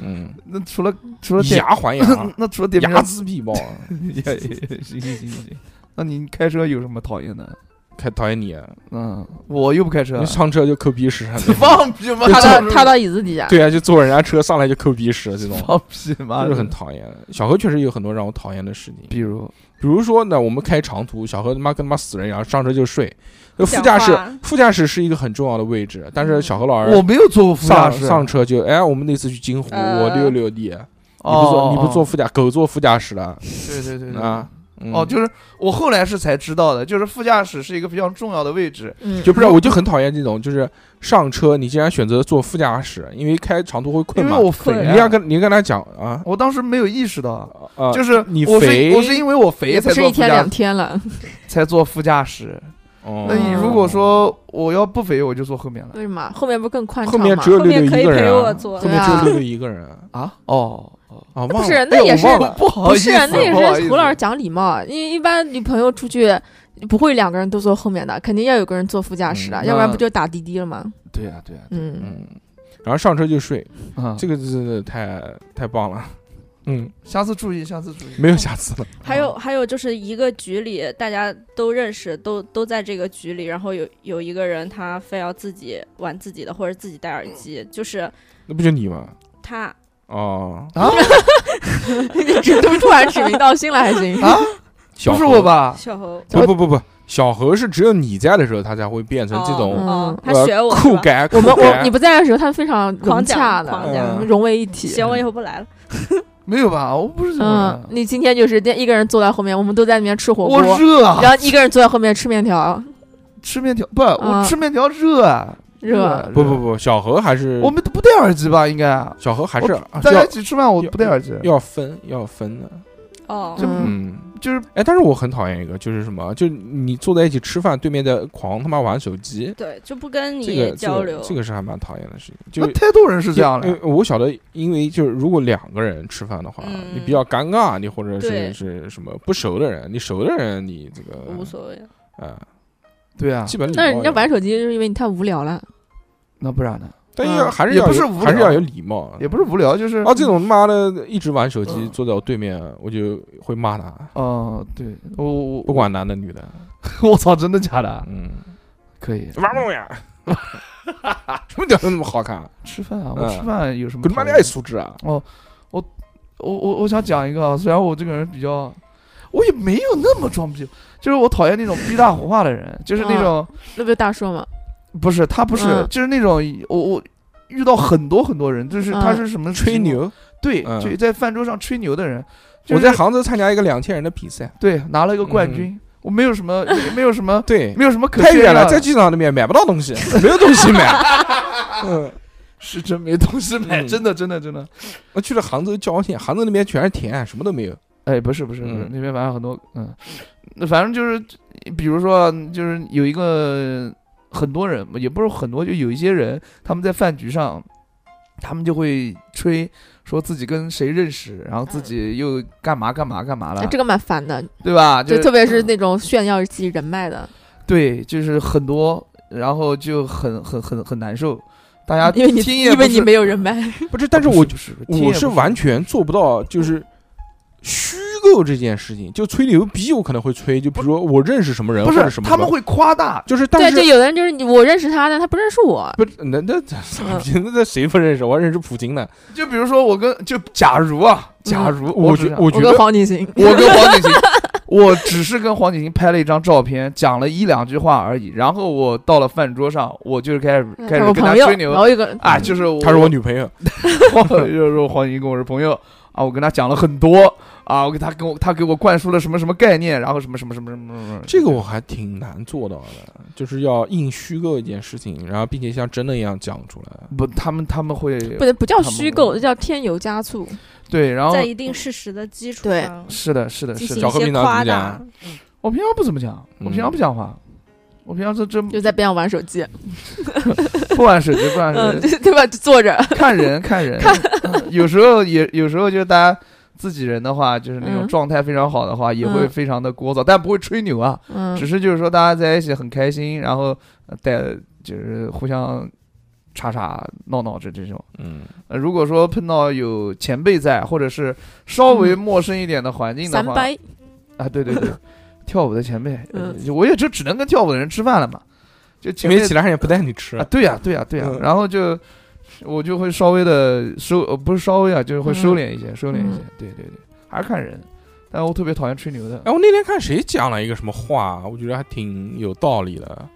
嗯，
那除了除了
以
点
牙还牙
*laughs* ，那除了点名
睚眦必报，啊 *laughs* 哎
也也行行行行。那你开车有什么讨厌的？
开讨厌你，啊
嗯，我又不开车
你，上车就抠鼻屎，
*laughs* 放屁吗？
踏到踏到椅子底下，
对啊，就坐人家车上来就抠鼻屎这种。
*laughs* 放屁吗？
就是很讨厌的，小何确实有很多让我讨厌的事情，
比如
比如说呢，我们开长途，小何他妈跟他妈死人一样，上车就睡。
*laughs*
就副
讲
驾驶
话，
副驾驶是一个很重要的位置，但是小何老
嗯我
师
没有坐过副驾
上
驶，
上车就哎，我们那次去金湖，
呃
我溜溜你，你
你
不坐
哦
你不坐副驾，狗坐副驾驶了
对对对对
啊。？嗯
哦，就是我后来是才知道的，就是副驾驶是一个非常重要的位置。
嗯，
就不知道，我就很讨厌这种，就是上车你竟然选择坐副驾驶，因为开长途会
因
困
为
嘛。
我肥啊，
你要跟你跟他讲啊
我当时没有意识到，
啊，
就是
你
我是
肥
我是因为我肥
也不
才
是
坐
一
副
天
驾
两天了。
才坐副驾驶。
哦
那你如果说我要不肥，我就坐后面了
为什么后面不是更宽
后
敞
面
吗
只？有
后
六六
面
一
可以
个
陪
人
我
啊，
坐
后，面只有六六一个人啊
啊？哦，哦
啊，
不
忘
是
了，
那
哎
也
我
是
忘了
不好
不
意思
是，
啊
那
不好
也
意
是
思
胡老师讲礼貌。啊因为一般女朋友出去不会两个人都坐后面的，肯定要有个人坐副驾驶的，
嗯
要不然
那
不就打滴滴了吗？
对呀，对呀，
嗯，
嗯，然后上车就睡，
啊，
这个真的太太棒了，嗯，
下次注意，下次注意。
没有瑕疵了，
还有还有就是一个局里大家都认识，都都在这个局里，然后有有一个人他非要自己玩自己的，或者自己戴耳机，就是
那不就你吗？
他
哦，
啊
*laughs* 这都突然指名道姓了还
*laughs*
行？
啊，
小
不是
何
我？吧？
小猴
不不不不，小何是只有你在的时候，他才会变成这种
嗯
哦，他
呃
学我是
酷
吧
改，
我
酷
们我
啊
改
你不在的时候，他们非常融
狂讲
洽的，
狂
讲
嗯融为一体。
行，我以后不来了。
没有吧？我不是这种
嗯，
人。
你今天就是一个人坐在后面，我们都在里面吃火锅
我，热啊！
然后一个人坐在后面吃面条，
吃面条不？我
嗯
吃面条热啊！
热。
不不，不，小何还是
我们都不戴耳机吧？应该
小何还是
我
啊
大家
要
一起吃饭，我不戴耳机，
要分要分的，
哦，
嗯，
嗯。
就是
哎，但是我很讨厌一个，就是什么，就是你坐在一起吃饭，对面在狂他妈玩手机，
对，就不跟
这
你
个这
交
个
流。
这个是还蛮讨厌的事情。就
那太多人是这样
因为呃
的。
我晓得，因为就是如果两个人吃饭的话，
嗯
你比较尴尬，你或者是
对
是什么不熟的人，你熟的人你这个
无所谓，
啊、
对啊，
基本礼貌
那人家
也
玩手机就是因为你太无聊了。
那不然呢？
但要
嗯
还是
也
要
不
有
是无
还是
聊啊
要有礼貌。
也不是嗯无聊，就是
啊，这种妈的一直玩手机，坐在我对面，我就会骂他，
哦，对我我
不管男的女的，
我 *laughs* 我操，真的假的？
嗯，
可以
玩梦呀， *laughs* 什么屌丝那么好看？
吃饭啊，
嗯
我吃饭有什么
滚
讨
他妈
厌？
的爱素质啊！
我我我想讲一个啊，虽然我这个人比较，我也没有那么装逼，就是我讨厌那种逼大胡话的人，就是
嗯
那种、
那不就大硕吗？
不是他不是，
嗯
就是那种我我遇到很多很多人，就是
嗯
他是什么
吹
情况，
牛！
对，
嗯
就在饭桌上吹牛的人，就
我
是
在杭州参加一个两千人的比赛，
对拿了一个冠军，我没有什么也没有什么
对，
没有什么可
太远
炫耀
了，
的
在机场那边买不到东 *laughs* 西，没有东西买。嗯，
是真没东西买，
嗯
真的真的真的，
我去了杭州郊县，杭州那边全是田，什么都没有。
哎，不是不是不是
嗯，
那边反正很多，嗯，那反正就是，比如说就是有一个很多人，也不是很多，就有一些人他们在饭局上，他们就会吹说自己跟谁认识，然后自己又干嘛干嘛干嘛了
嗯哎，这个蛮烦的，
对吧？
就
就
特别是那种炫耀自己人脉的，
对，就是很多，然后就很很很很难受，大家
因为你
听也
因为
不
你
是
没有人脉，
不是，但是我
不是不是听也
我
不
是完全做不到，就是虚构这件事情，就吹牛逼，我可能会吹，就比如说我认识什么人
不
或者
是
什么，
他们，会夸大，
就是
对，
但
就是有的人就是你我认识他，但他不认识我，
不是那那 *laughs* 这傻逼，那那谁不认识？我认识普京呢。
就比如说我跟就假如啊，假如
嗯我
只
觉
想
我
我
觉
跟
得
黄景行，
我跟黄景行，我只是跟黄景行拍了一张照片，讲了一两句话而已。然后我到了饭桌上，我就是开始开
是
始
我
跟他
朋友，
吹
然
牛，
后有个
哎，就是我
她是我女朋友，
黄， *laughs* 就是说黄景行跟我是朋友啊，我跟他讲了很多啊，我给他跟我他给我灌输了什么什么概念，然后什么什么什么什么什么什么，
这个我还挺难做到的，就是要硬虚构一件事情，然后并且像真的一样讲出来。
不，他们他们会
不不叫
他们
虚构，这叫添油加醋。
对，然后
在一定事实的基础
对
上
是的，是的，
进
是
行
小
的
一
何
些
平常怎么
夸大
讲。
我平常不怎么讲，
嗯
我平常不讲话，我平常这这
就在边上玩手机，
不玩手机，不玩手
嗯，
机，
对对吧？就坐着，
看人看人，嗯有时候也有时候就是大家自己人的话，就是那种
嗯
状态非常好的话，也会
嗯
非常的聒噪，但不会吹牛啊，
*laughs* 嗯
只，是就是说大家在一起很开心，然后呃带就是互相吵吵闹闹这这种。
嗯，
呃如果说碰到有前辈在，或者是稍微陌生一点的环境的
三
话，
掰，
啊，对
*laughs*
对对，跳舞的前辈，呃
嗯
我也就只能跟跳舞的人吃饭了嘛，就
因
前
为
辈
其他人也不带你吃
啊，。对呀、对呀、对呀、
嗯
然后就我就会稍微的收，呃，不是稍微啊，就是会收敛一些，收敛一些。
嗯
对对对，还是看人，但我特别讨厌吹牛的。
哎，我那天看谁讲了一个什么话，我觉得还挺有道理的。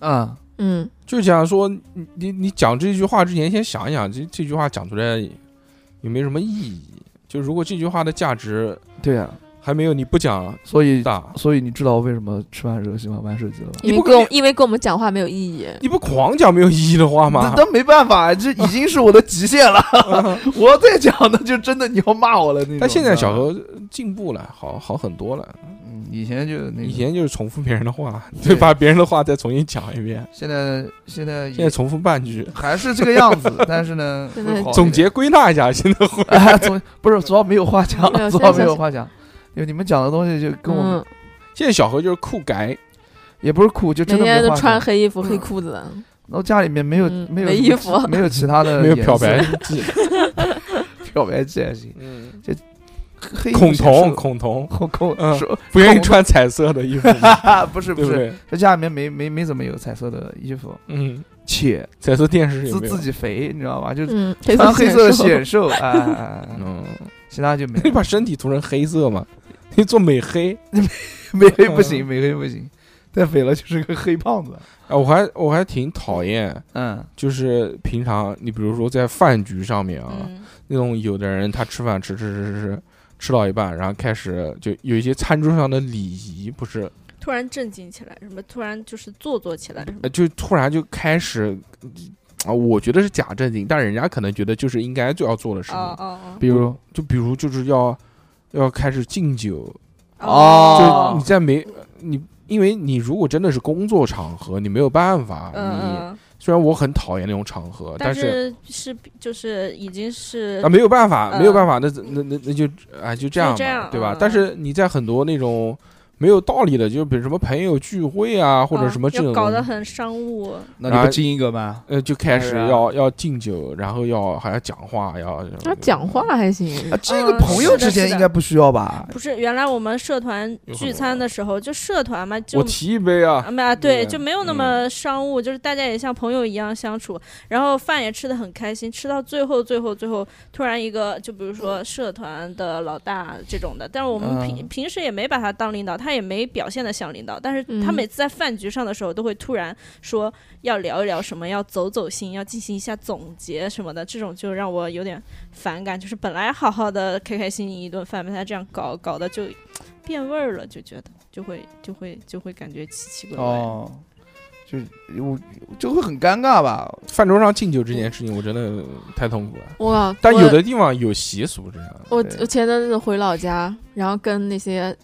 啊、
嗯，
就讲说，你你你讲这句话之前，先想一想，这这句话讲出来有没有什么意义？就如果这句话的价值
对呀、
还没有你不讲
所以
大，
所以你知道我为什么吃饭的时候喜欢玩手机了吧？
因
你
为
不
跟我
可
因为跟我们讲话没有意义，
你不狂讲没有意义的话吗
那？但没办法，啊这已经是我的极限
*laughs*
了。我再讲那就真的你要骂我了那种。
但现在小
何，
何进步了，好好很多了。
嗯，以前就那个
以，前就是重复别人的话，
*laughs* 对
就把别人的话再重新讲一遍，
现在现在
现在
也
重复半句，
还是这个样
*laughs*
子，但是呢，
现
会
在
好一
总
点
结归纳一下，现在会
啊， *laughs* 总不是主要没有话讲
没，
*laughs*
有
主要
现在
没有
想
话讲，因为你们讲的东西就跟我们、
嗯，
现在小何就是酷改，
也不是酷，就
每
真的没
天
有
都
话
穿
讲。嗯
黑衣服、黑裤子，
然后家里面没有、
嗯
没有
没
什么
衣服
其没有其他的
没有
颜
漂
色
白 *laughs* 剂，
漂白剂还行，
嗯，
黑衣服
孔
显
彤
瘦
孔彤
孔孔
嗯
说
不愿意穿彩色的衣
*laughs*
服，
啊，不是
对
不
不
是，
对？
这家里面没没没怎么有彩色的衣服，
嗯，
且
彩色电视有
自
没有
自？己肥，你知道吧？就
嗯，
穿黑色
的
的显瘦啊啊，啊
*laughs*
啊
嗯，
其
*laughs*
他就没
你
了，
把身体涂成黑色嘛？你做美黑
美黑
嗯
不行，美黑不行，再肥了就是个黑胖子。
啊？我还我还挺讨厌，
嗯
就是平常你比如说在饭局上面啊，
嗯，
那种有的人他吃饭吃吃吃吃吃吃到一半，然后开始就有一些餐桌上的礼仪，不是，
突然震惊起来，什么突然就是做作起来，什么
呃就突然就开始啊，我觉得是假正经，但人家可能觉得就是应该就要做的事
哦
情，
哦
比如
就比如就是要要开始敬酒，
哦
就是
哦
你在没你。因为你如果真的是工作场合，你没有办法。
嗯
你
嗯，
虽然我很讨厌那种场合，但
但是是就是已经是
啊，没有办法，
嗯
没有办法，那那那那就啊，就这样吧，
就这样
对吧
嗯？
但是你在很多那种没有道理的，就比如什么朋友聚会啊，或者
啊
什么这
要
种
搞得
东西，
很商务，
那你不进一个吗？
呃，就开始
哎呀
要要敬酒，然后要还要讲话，要
那啊讲话还行，
啊，这
嗯
嗯
个朋友之间应该不需要吧？
不是原来我们社团
有很
聚餐的时候，就社团嘛，就
我提一杯啊
啊，没啊，对，
对
就没有那么商务，就是大家也像朋友一样相处，然后饭也吃的很开心，吃到最后最后最后，突然一个就比如说社团的老大这种的，但是我们平、
嗯
平时也没把他当领导，他也没表现的像领导，但是他
嗯
每次在饭局上的时候，都会突然说要聊一聊什么，要走走心，要进行一下总结什么的，这种就让我有点反感，就是本来好好的开开心心一顿饭，被他这样搞搞的就变味儿了，就觉得就会就会就会感觉奇奇怪怪。
哦，就我就会很尴尬吧？
饭桌上敬酒这件事情，我真的太痛苦了。
哇，
但
我
有的地方有习俗这样，
我
对
我前阵子回老家，然后跟那些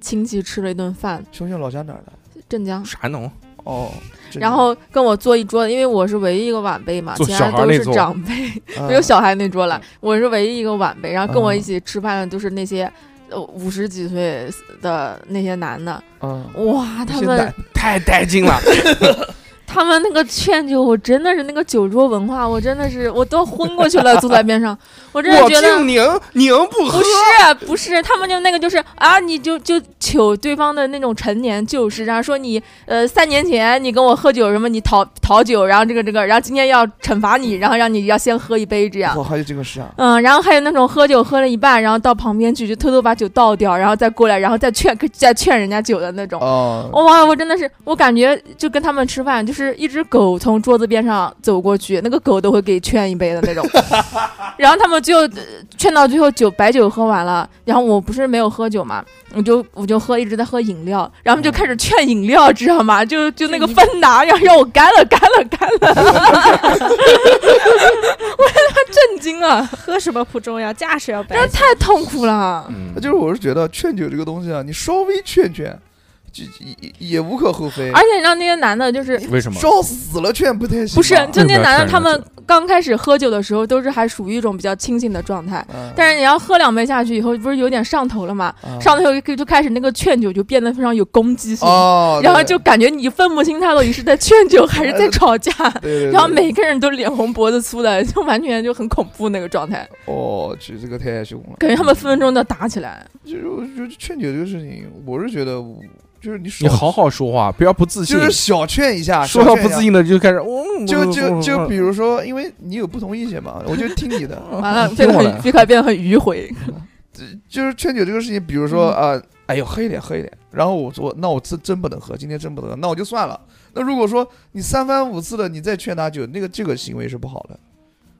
亲戚吃了一顿饭，
熊熊老家哪儿的？
镇江，
山农
哦，真的
然后跟我坐一桌，因为我是唯一一个晚辈嘛，
坐
其他
小孩
都
那
是
桌
长辈，
啊
没有小孩那桌了，我是唯一一个晚辈。然后跟我
嗯
一起吃饭的都是那些呃五十几岁的那些男的，
嗯，
哇，他
现
们
在
太带劲了，
他们那个劝酒，我真的是那个酒桌文化，我真的是我都昏过去了，坐在边上，我真的
我
觉得
敬您，您不喝
不，是不是，他们就那个就是啊，你就就求对方的那种陈年旧事，然后说你呃三年前你跟我喝酒什么，你讨讨酒，然后这个这个，然后今天要惩罚你，然后让你要先喝一杯这样。
我还有这个事啊。
嗯，然后还有那种喝酒喝了一半，然后到旁边去就偷偷把酒倒掉，然后再过来，然后再劝再劝人家酒的那种。
哦，
哇，我真的是，我感觉就跟他们吃饭，就是一只狗从桌子边上走过去，那个狗都会给劝一杯的那种。然后他们就呃劝到最后酒白酒喝完了，然后我不是没有喝酒嘛，我就我就喝一直在喝饮料，然后他们就开始劝饮料，知道吗？就就那个芬达，然后让我干了干了干了， *laughs* 我他妈震惊了，
喝什么不重要，架势要
*laughs*
摆起。
太痛苦了。
嗯
那就是我是觉得劝酒这个东西啊，你稍微劝劝，就也也也无可厚非。
而且让那些男的就是
为什么？
照死了劝不太行吧。啊嗯
不是，就
为什么
那
要
男的，
劝人
他
家
们刚开始喝酒的时候都是还属于一种比较清醒的状态，
嗯
但是你要喝两杯下去以后，不是有点上头了嘛？
嗯
啊
上头就就开始那个劝酒就变得非常有攻击性，
哦，
然后
对
就感觉你分不清他到底是在劝酒还是在吵架，
*laughs* 对对，
然后
对
每个人都脸红脖子粗的，就完全就很恐怖那个状态，
哦，去这个太凶了。
感觉他们分分钟就打起来。
就是我觉得劝酒这个事情，我是觉得我就是你少
你好好说话，不要不自信
就。是小劝一下，
说
小
到
劝
不
一下
自信的就开始，嗯
就就就比如说，因为你有不同意见嘛，我就哦听
*laughs*
你的。
完了，
听
变得
我的
很，最快变得很迂回。
就是劝酒这个事情，比如说
嗯
啊、呃哎呦喝一点喝一点，然后我说那我真真不能喝，今天真不能喝，那我就算了。那如果说你三番五次的你再劝他酒，那个这个行为是不好的。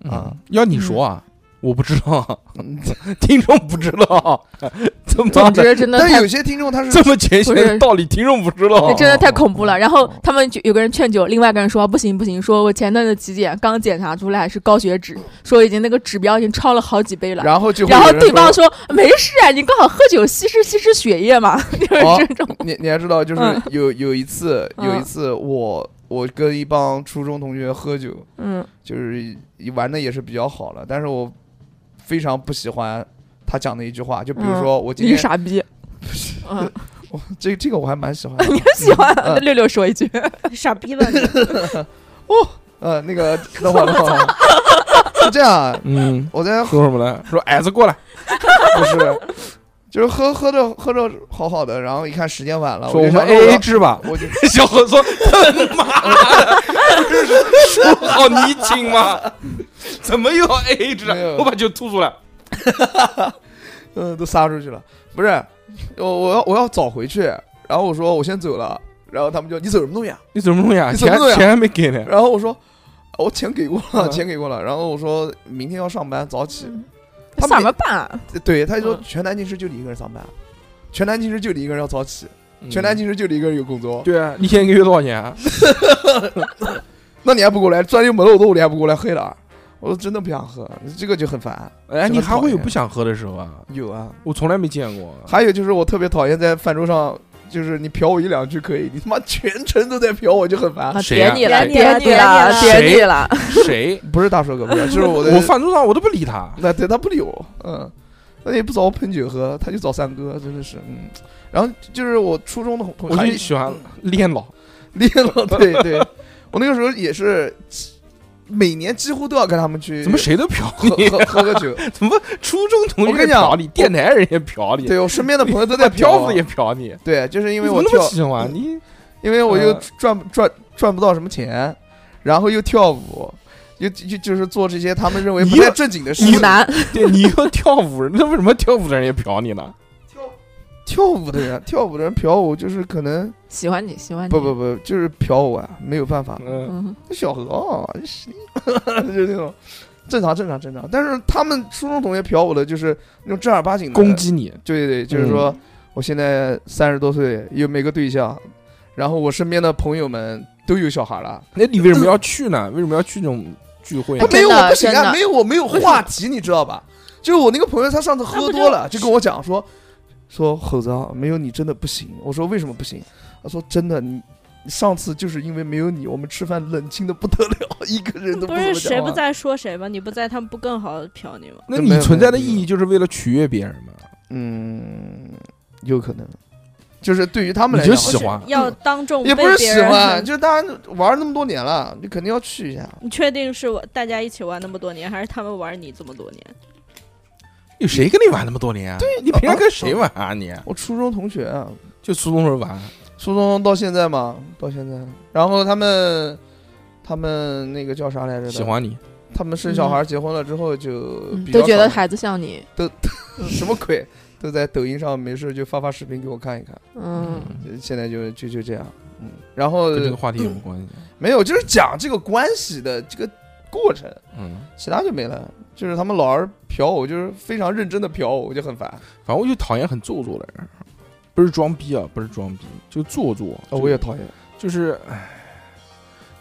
嗯要你说啊，我不知道， *laughs*
嗯
听众不知道， *laughs* 怎么
总之，真的
哦但
太
有些听众他是
啊这么浅显
不
的
是
道理，听众不知
那
道。啊
真的太恐怖
哦
了。然后
哦
他们就有个人劝酒，另外一个人说不行不行，说我前段的体检刚检查出来是高血脂，说已经那个指标已经超了好几倍了。
然后就会
然后
有人
对方
说，
说没事啊，你刚好喝酒稀释稀释血液嘛， *laughs* 就是
哦
这种。
你你还知道，就是
嗯
有有一次有一
嗯
次我我跟一帮初中同学喝酒，
嗯，
就是玩的也是比较好了，但是我非常不喜欢他讲的一句话，就比
嗯
如说我今
你是
天、*laughs*
傻逼。嗯， *laughs*
我这这个我还蛮喜欢的
你很喜欢
嗯
六六说一句，
傻逼吧你！
呃，那个等会儿等会儿，是这样啊，
嗯，
我在
说什么呢？
*laughs*
说矮子过来，
不是，就是喝喝着喝着好好的，然后一看时间晚了，
说
我
我
就
们
想
A A
说
制
*laughs*
吧。
我我就
小何说：“他妈的，说好你请吗？怎么又要 A A 制
没有
了？我把酒吐出来。
嗯都撒出去了，不是，我我要我要早回去，然后我说我先走了，然后他们就你走什么东西啊？
你怎么弄呀？
你怎么啊
钱
弄呀
钱还没给呢。
然后我说我钱给过了，
嗯
钱给过了，然后我说明天要上班早起，他们
怎么办啊？
对，他就说
嗯
全南京市就你一个人上班，全南京市就你一个人要早起，
嗯
全南京市就你一个人有工作，
对啊，你现在一个月多少钱
*laughs*
啊？
那你还不过来钻牛门漏洞，你还不过来黑了？啊我说真的不想喝，这个就很烦。
哎，你
这个
还会有
讨厌
不想喝的时候啊？
有啊，
我从来没见过。啊
还有就是我特别讨厌在饭桌上，就是你瞟我一两句可以，你他妈全程都在瞟我就很烦。
谁呀
点你啊了，
点你了
点你了，
点
点
你了
你了！
谁？ *laughs*
不是大帅哥，不是，就是我的。
我饭桌上我都不理他。
那对他不理我，嗯，他也不找我喷酒喝，他就找三哥，真的是，嗯。然后就是我初中的同，
我
还有
就
一
喜欢练老，
练了， *laughs* 对对，我那个时候也是每年几乎都要跟他们去，
怎么啊谁都嫖
喝
你？
喝喝个酒？
怎么初中同
我跟
学
你讲
嫖你，电台人也嫖 *laughs* 你，
对我身边的朋友都在
那彪
嫖
子，也嫖你，
对，就是因为
你
我
怎么那
跳
么，喜欢你，
因为我又
呃
赚赚赚不到什么钱，然后又跳舞。又就就是做这些他们认为不
你又
太正经的事
舞
情， *laughs*
男，
对你又跳舞，那为什么跳舞的人也嫖你呢？
跳舞的人，跳舞的人嫖我就是可能
嗯
喜欢你，喜欢你。
不不，不，就是嫖我啊，没有办法。
嗯，
嗯，
小何哦，是就是那种正常正常正常。但是他们初中同学嫖我的就是那种正儿八经的
攻，击嗯你，
对对，对就是说、我现在三十多岁，又没个对象，然后我身边的朋友们都有小孩了，
那你为什么要去呢？为什么要去这种聚会呢
他？没有
真的
我不行
真
啊，
的
没有我
*laughs*
没有话题，你知道吧？就是我那个朋友，他上次喝多了，就跟我讲说，说猴子啊，没有你真的不行。我说为什么不行？他说真的，你上次就是因为没有你，我们吃饭冷清的不得了，一个人都
不
怎
是
么
谁
讲
不
话。
在说谁吗？你不在，他们不更好嫖你吗？
那你存在的意义就是为了取悦别人吗？
嗯，有可能，就是对于他们
你
来
就喜
讲，嗯 *laughs*
欢，
要当众
也
被
不是
别
喜
人
欢，就是大家玩了那么多年了，你肯定要去一下。
你确定是我大家一起玩那么多年，还是他们玩你这么多年？
有谁跟你玩那么多年啊？对你平常跟谁玩啊？你
我初中同学啊，
就初中时候玩，
初中到现在嘛，到现在，然后他们他们那个叫啥来着的？
喜欢你，
他们生小孩结婚了之后就
嗯
比较
都觉得
少
孩子像你。
什么鬼，都在抖音上没事就发发视频给我看一看。
嗯，
呃现在就就就这样，嗯，然后
跟这个话题有
嗯
什么关系？
没有就是讲这个关系的这个过程，
嗯，
其他就没了。就是他们老是嫖我，就是非常认真的嫖我，我就很烦。
反正我就讨厌很做作的人，不是装逼啊，不是装逼，就做作。
哦我也讨厌。
就是，唉，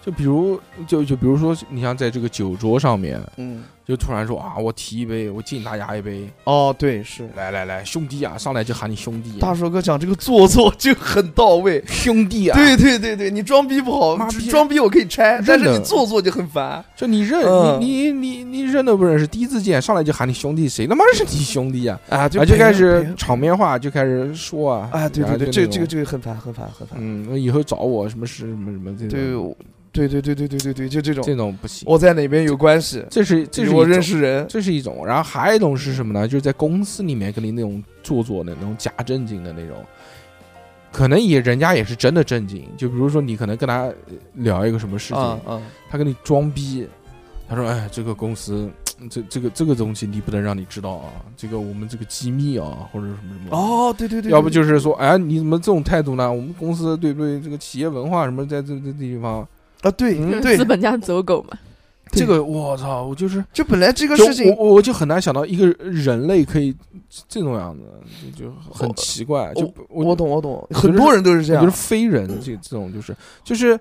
就比如就就比如说，你像在这个酒桌上面，
嗯，
就突然说啊，我提一杯，我敬大家一杯，
哦，对，是
来来来，兄弟啊，上来就喊你兄弟，
大硕哥讲这个做作就很到位。
兄弟啊，
对对对对，你装逼不好
妈，
只
逼
装逼我可以拆，
认
但是
得
你做作就很烦。
就你认、
嗯
你你你你认都不认识，第一次见上来就喊你兄弟，谁他妈是你兄弟啊？
啊，
啊，就开始场面话，就开始说啊
啊，对对对，
这
这个这个这个很烦，很烦，很烦。
嗯，那以后找我什么事什么什么这
对
种，
对对对对对对对，就这种，
这种不行，
我在哪边有关系，
这是这
与
是
我
一种
认识人。
这是一种，然后还有一种是什么呢？就是在公司里面跟你那种做作的那种假正经的那种，可能也人家也是真的正经。就比如说你可能跟他呃聊一个什么事情，
啊啊，
他跟你装逼，他说：“哎，这个公司，这这个这个东西你不能让你知道啊，这个我们这个机密啊，或者什么什么。”
哦，对对对，
要不
对
就是说，哎，你怎么这种态度呢？我们公司对不对？这个企业文化什么，在这这地方，
啊，对
嗯
对
*laughs* 资，本家走狗嘛。
对
这个我操，我就是
就本来这个
就
事情，
我我我就很难想到一个人类可以这种样子，就就很奇怪。就不
我
我
懂我懂，
觉得
很多人都是
我
这
觉得
样，
非人这这种就是就是，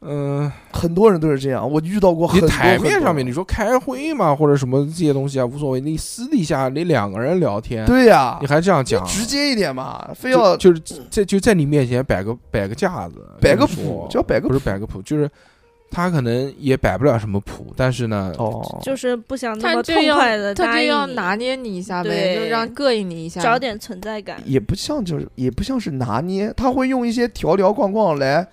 嗯，
很多人都是这样，我遇到过
你
很多。
台面
很多
上面你说开会嘛或者什么这些东西啊无所谓，你私底下你两个人聊天，
对呀
你，还这样
就
讲，
直接一点嘛，非
就
要
就是在就在你面前摆个摆个架子，
摆个
这么
谱
说，
就要摆个
不是摆个谱，就是他可能也摆不了什么谱，但是呢，
哦，
就是不想那
他
么
就
痛快
要
的
他
答
就
应
要
你
拿捏你一下呗，
对
就让膈应你一下。
找点存在感。
也不像就是也不像是拿捏，他会用一些条条框框来，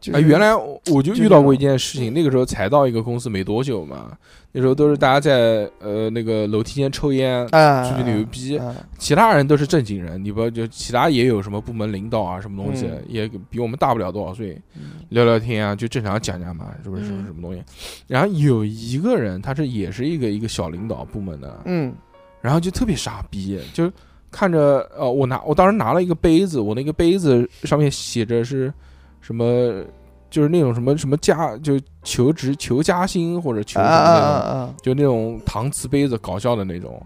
就是
哎，原来我我就遇到过一件事
就
情，那个时候才到一个公司没多久嘛，那时候都是大家在呃那个楼梯间抽烟，
哎
出去牛逼，
哎
其他人都是正经人，你不就其他也有什么部门领导啊，什么东西
嗯
也比我们大不了多少岁，
嗯
聊聊天啊，就正常讲讲嘛，是不是什么
嗯
什么东西？然后有一个人，他是也是一个一个小领导部门的，
嗯
然后就特别傻逼，就看着呃，我拿我当时拿了一个杯子，我那个杯子上面写着是什么，就是那种什么什么加，就求职求加薪或者求
啊
什么
啊啊
那种，
啊啊！
就那种搪瓷杯子，搞笑的那种。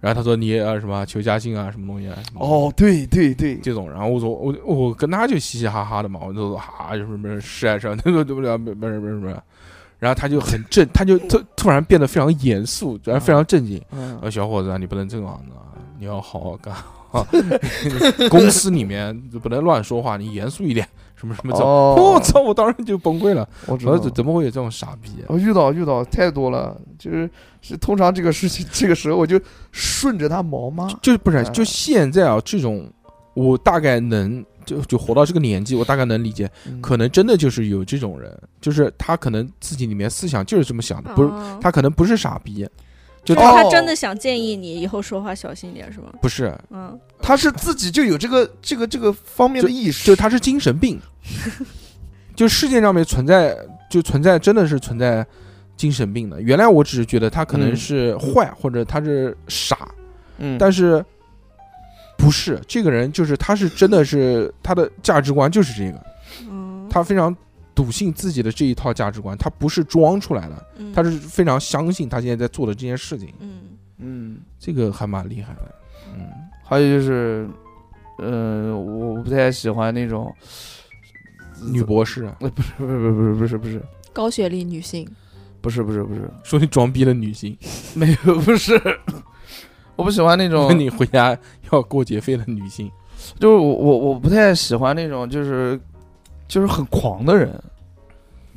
然后他说你呃什么求加薪啊，什么东西啊？什么东西
哦，对对对，
这种，然后我说我我跟他就嘻嘻哈哈的嘛，我就说哈什么什么 *laughs* 是啊是啊，那个对不了，没没没什么，然后他就很正，他就突突然变得非常严肃，然后非常正经，
嗯
呃，小伙子啊，你不能这样子啊，你 *laughs* 要好好干。啊公司里面就不能乱说话，你严肃一点，什么什么造。 *laughs* 我
哦，
操！我当时就崩溃了，
我知道
我
了
说。怎么会有这种傻逼？啊
我遇到遇到太多了，就是是通常这个
*laughs*
事情，这个时候我就顺着他毛妈，
就不是
嗯
就现在啊，这种我大概能就就活到这个年纪，我大概能理解，
嗯
可能真的就是有这种人，就是他可能自己里面思想就是这么想的，不是
哦
他可能不是傻逼，
就
就
是
他
他
哦
真的想建议你以后说话小心一点，是吗？
不是，
嗯，
他是自己就有这个这个这个方面的意识，
就他是精神病，就世界上面存在就存在真的是存在精神病的。原来我只是觉得他可能
嗯
是坏或者他是傻，
嗯，
但是不是这个人就是他是真的是他的价值观就是这个，
嗯
他非常笃信自己的这一套价值观，他不是装出来的，
嗯
他是非常相信他现在在做的这件事情，
嗯
嗯，
这个还蛮厉害的。嗯，
还有就是，呃，我不太喜欢那种
女博士啊 *laughs*
不是不是不是不是
高学历女性，
不是不是不是
说你装逼的女性，
*laughs* 没有不是，我不喜欢那种
问你回家要过节费的女性。
*laughs* 就是我我我不太喜欢那种就是就是很狂的人，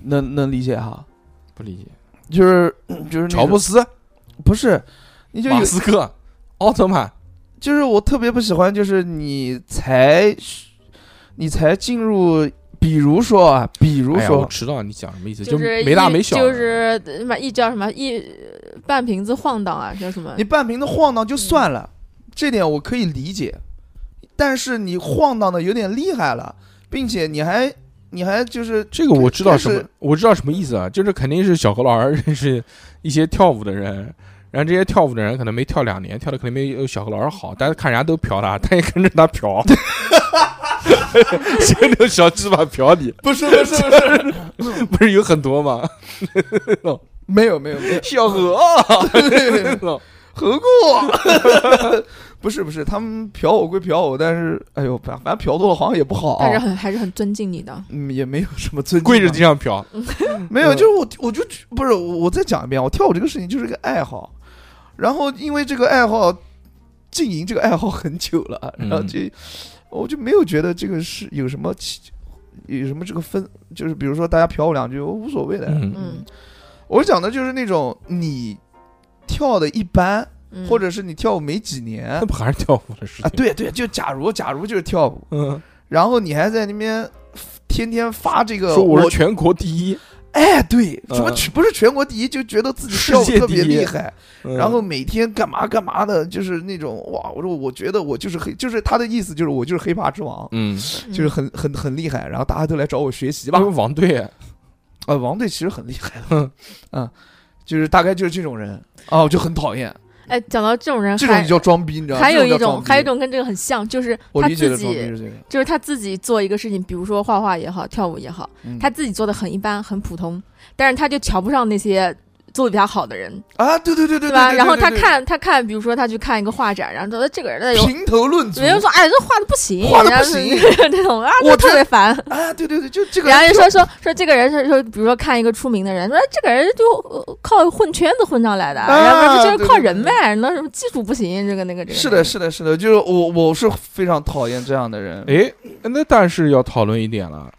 能能理解哈？
不理解，
就是就是那种
乔布斯、
不是，你就有
马斯克、奥特曼，
就是我特别不喜欢，就是你才你才进入，比如说啊，比如
哎呀，我
说，
知道你讲什么意思，
是
没大没小，
就是什么一叫什么一半瓶子晃荡啊，叫什么
你？半瓶子晃荡就算了，这点我可以理解，但是你晃荡的有点厉害了，并且你还你还就是
这个我知道什
就
么
是，
我知道什么意思啊，就是肯定是小何老师认识一些跳舞的人，然后这些跳舞的人可能没跳两年，跳的肯定没有小何老师好，但是看人家都嫖他，他也跟着他
*laughs*
嫖，就那种小鸡巴嫖你，
不是不是不
*laughs*
是
不是有很多吗？
没有没有 *laughs* 哦没有
小何，
对，哦 *laughs* 何故？不是不是，他们嫖我归嫖我，但是哎呦，反反正嫖多了好像也不好、
但是
啊，
很还是很尊敬你的，
嗯，也没有什么尊敬
*laughs*
啊、
跪着地上嫖，
*laughs* 没有，
嗯
就是我我就不是我我再讲一遍，我跳舞这个事情就是个爱好，然后因为这个爱好经营这个爱好很久了，
嗯
然后就、我就没有觉得这个是有什么起有什么这个分，就是比如说大家瞟我两句，我无所谓的。
嗯，
嗯
我讲的就是那种你跳的一般，
嗯，
或者是你跳舞没几年
那不还是跳舞的事
啊，
情？，
对对，就假如假如就是跳舞，
嗯，
然后你还在那边天天发这个
说我是全国第一，
哎，对，什么
嗯
全不是全国第一，就觉得自己
世
跳舞
界
特
第
别
一
厉害，
嗯
然后每天干嘛干嘛的，就是那种哇，我说我觉得我就是黑，就是他的意思就是我就是黑怕之王，
嗯，
就是很很很厉害，然后大家都来找我学习
那
吧
个。王队，
啊，王队其实很厉害
哼
的，嗯，就是大概就是这种人啊，我就很讨厌
哎，讲到这种人，
这种，
还
你叫装逼，你知道吗？
还有一
这叫
种，
装逼
还有一，种跟这个很像，就是
我
他
理解的
自
装逼
己
是这个，
就是他自己做一个事情，比如说画画也好，跳舞也好，
嗯
他自己做的很一般，很普通，但是他就瞧不上那些做的比他好的人，
啊，对对对对
对吧？
对
然后
对
他
对
看他看，比如说他去看一个画展，然后觉得这个人哎呦，
评头论足
有人说哎这画的不行，
画得
然后
不
是
行
那种啊，
我
就特
觉得
*laughs* 别烦。
啊，对对对，就这个
然
人
后就
就
说说说这个人是说，比如说看一个出名的人，说哎这个人就呃靠混圈子混上来的，
啊
然后不就是靠
对对
人呗，那什么技术不行，这个那个这个。
是
那
的，
个
是的，是的，就是我，我是非常讨厌这样的人。
哎，那但是要讨论一点了，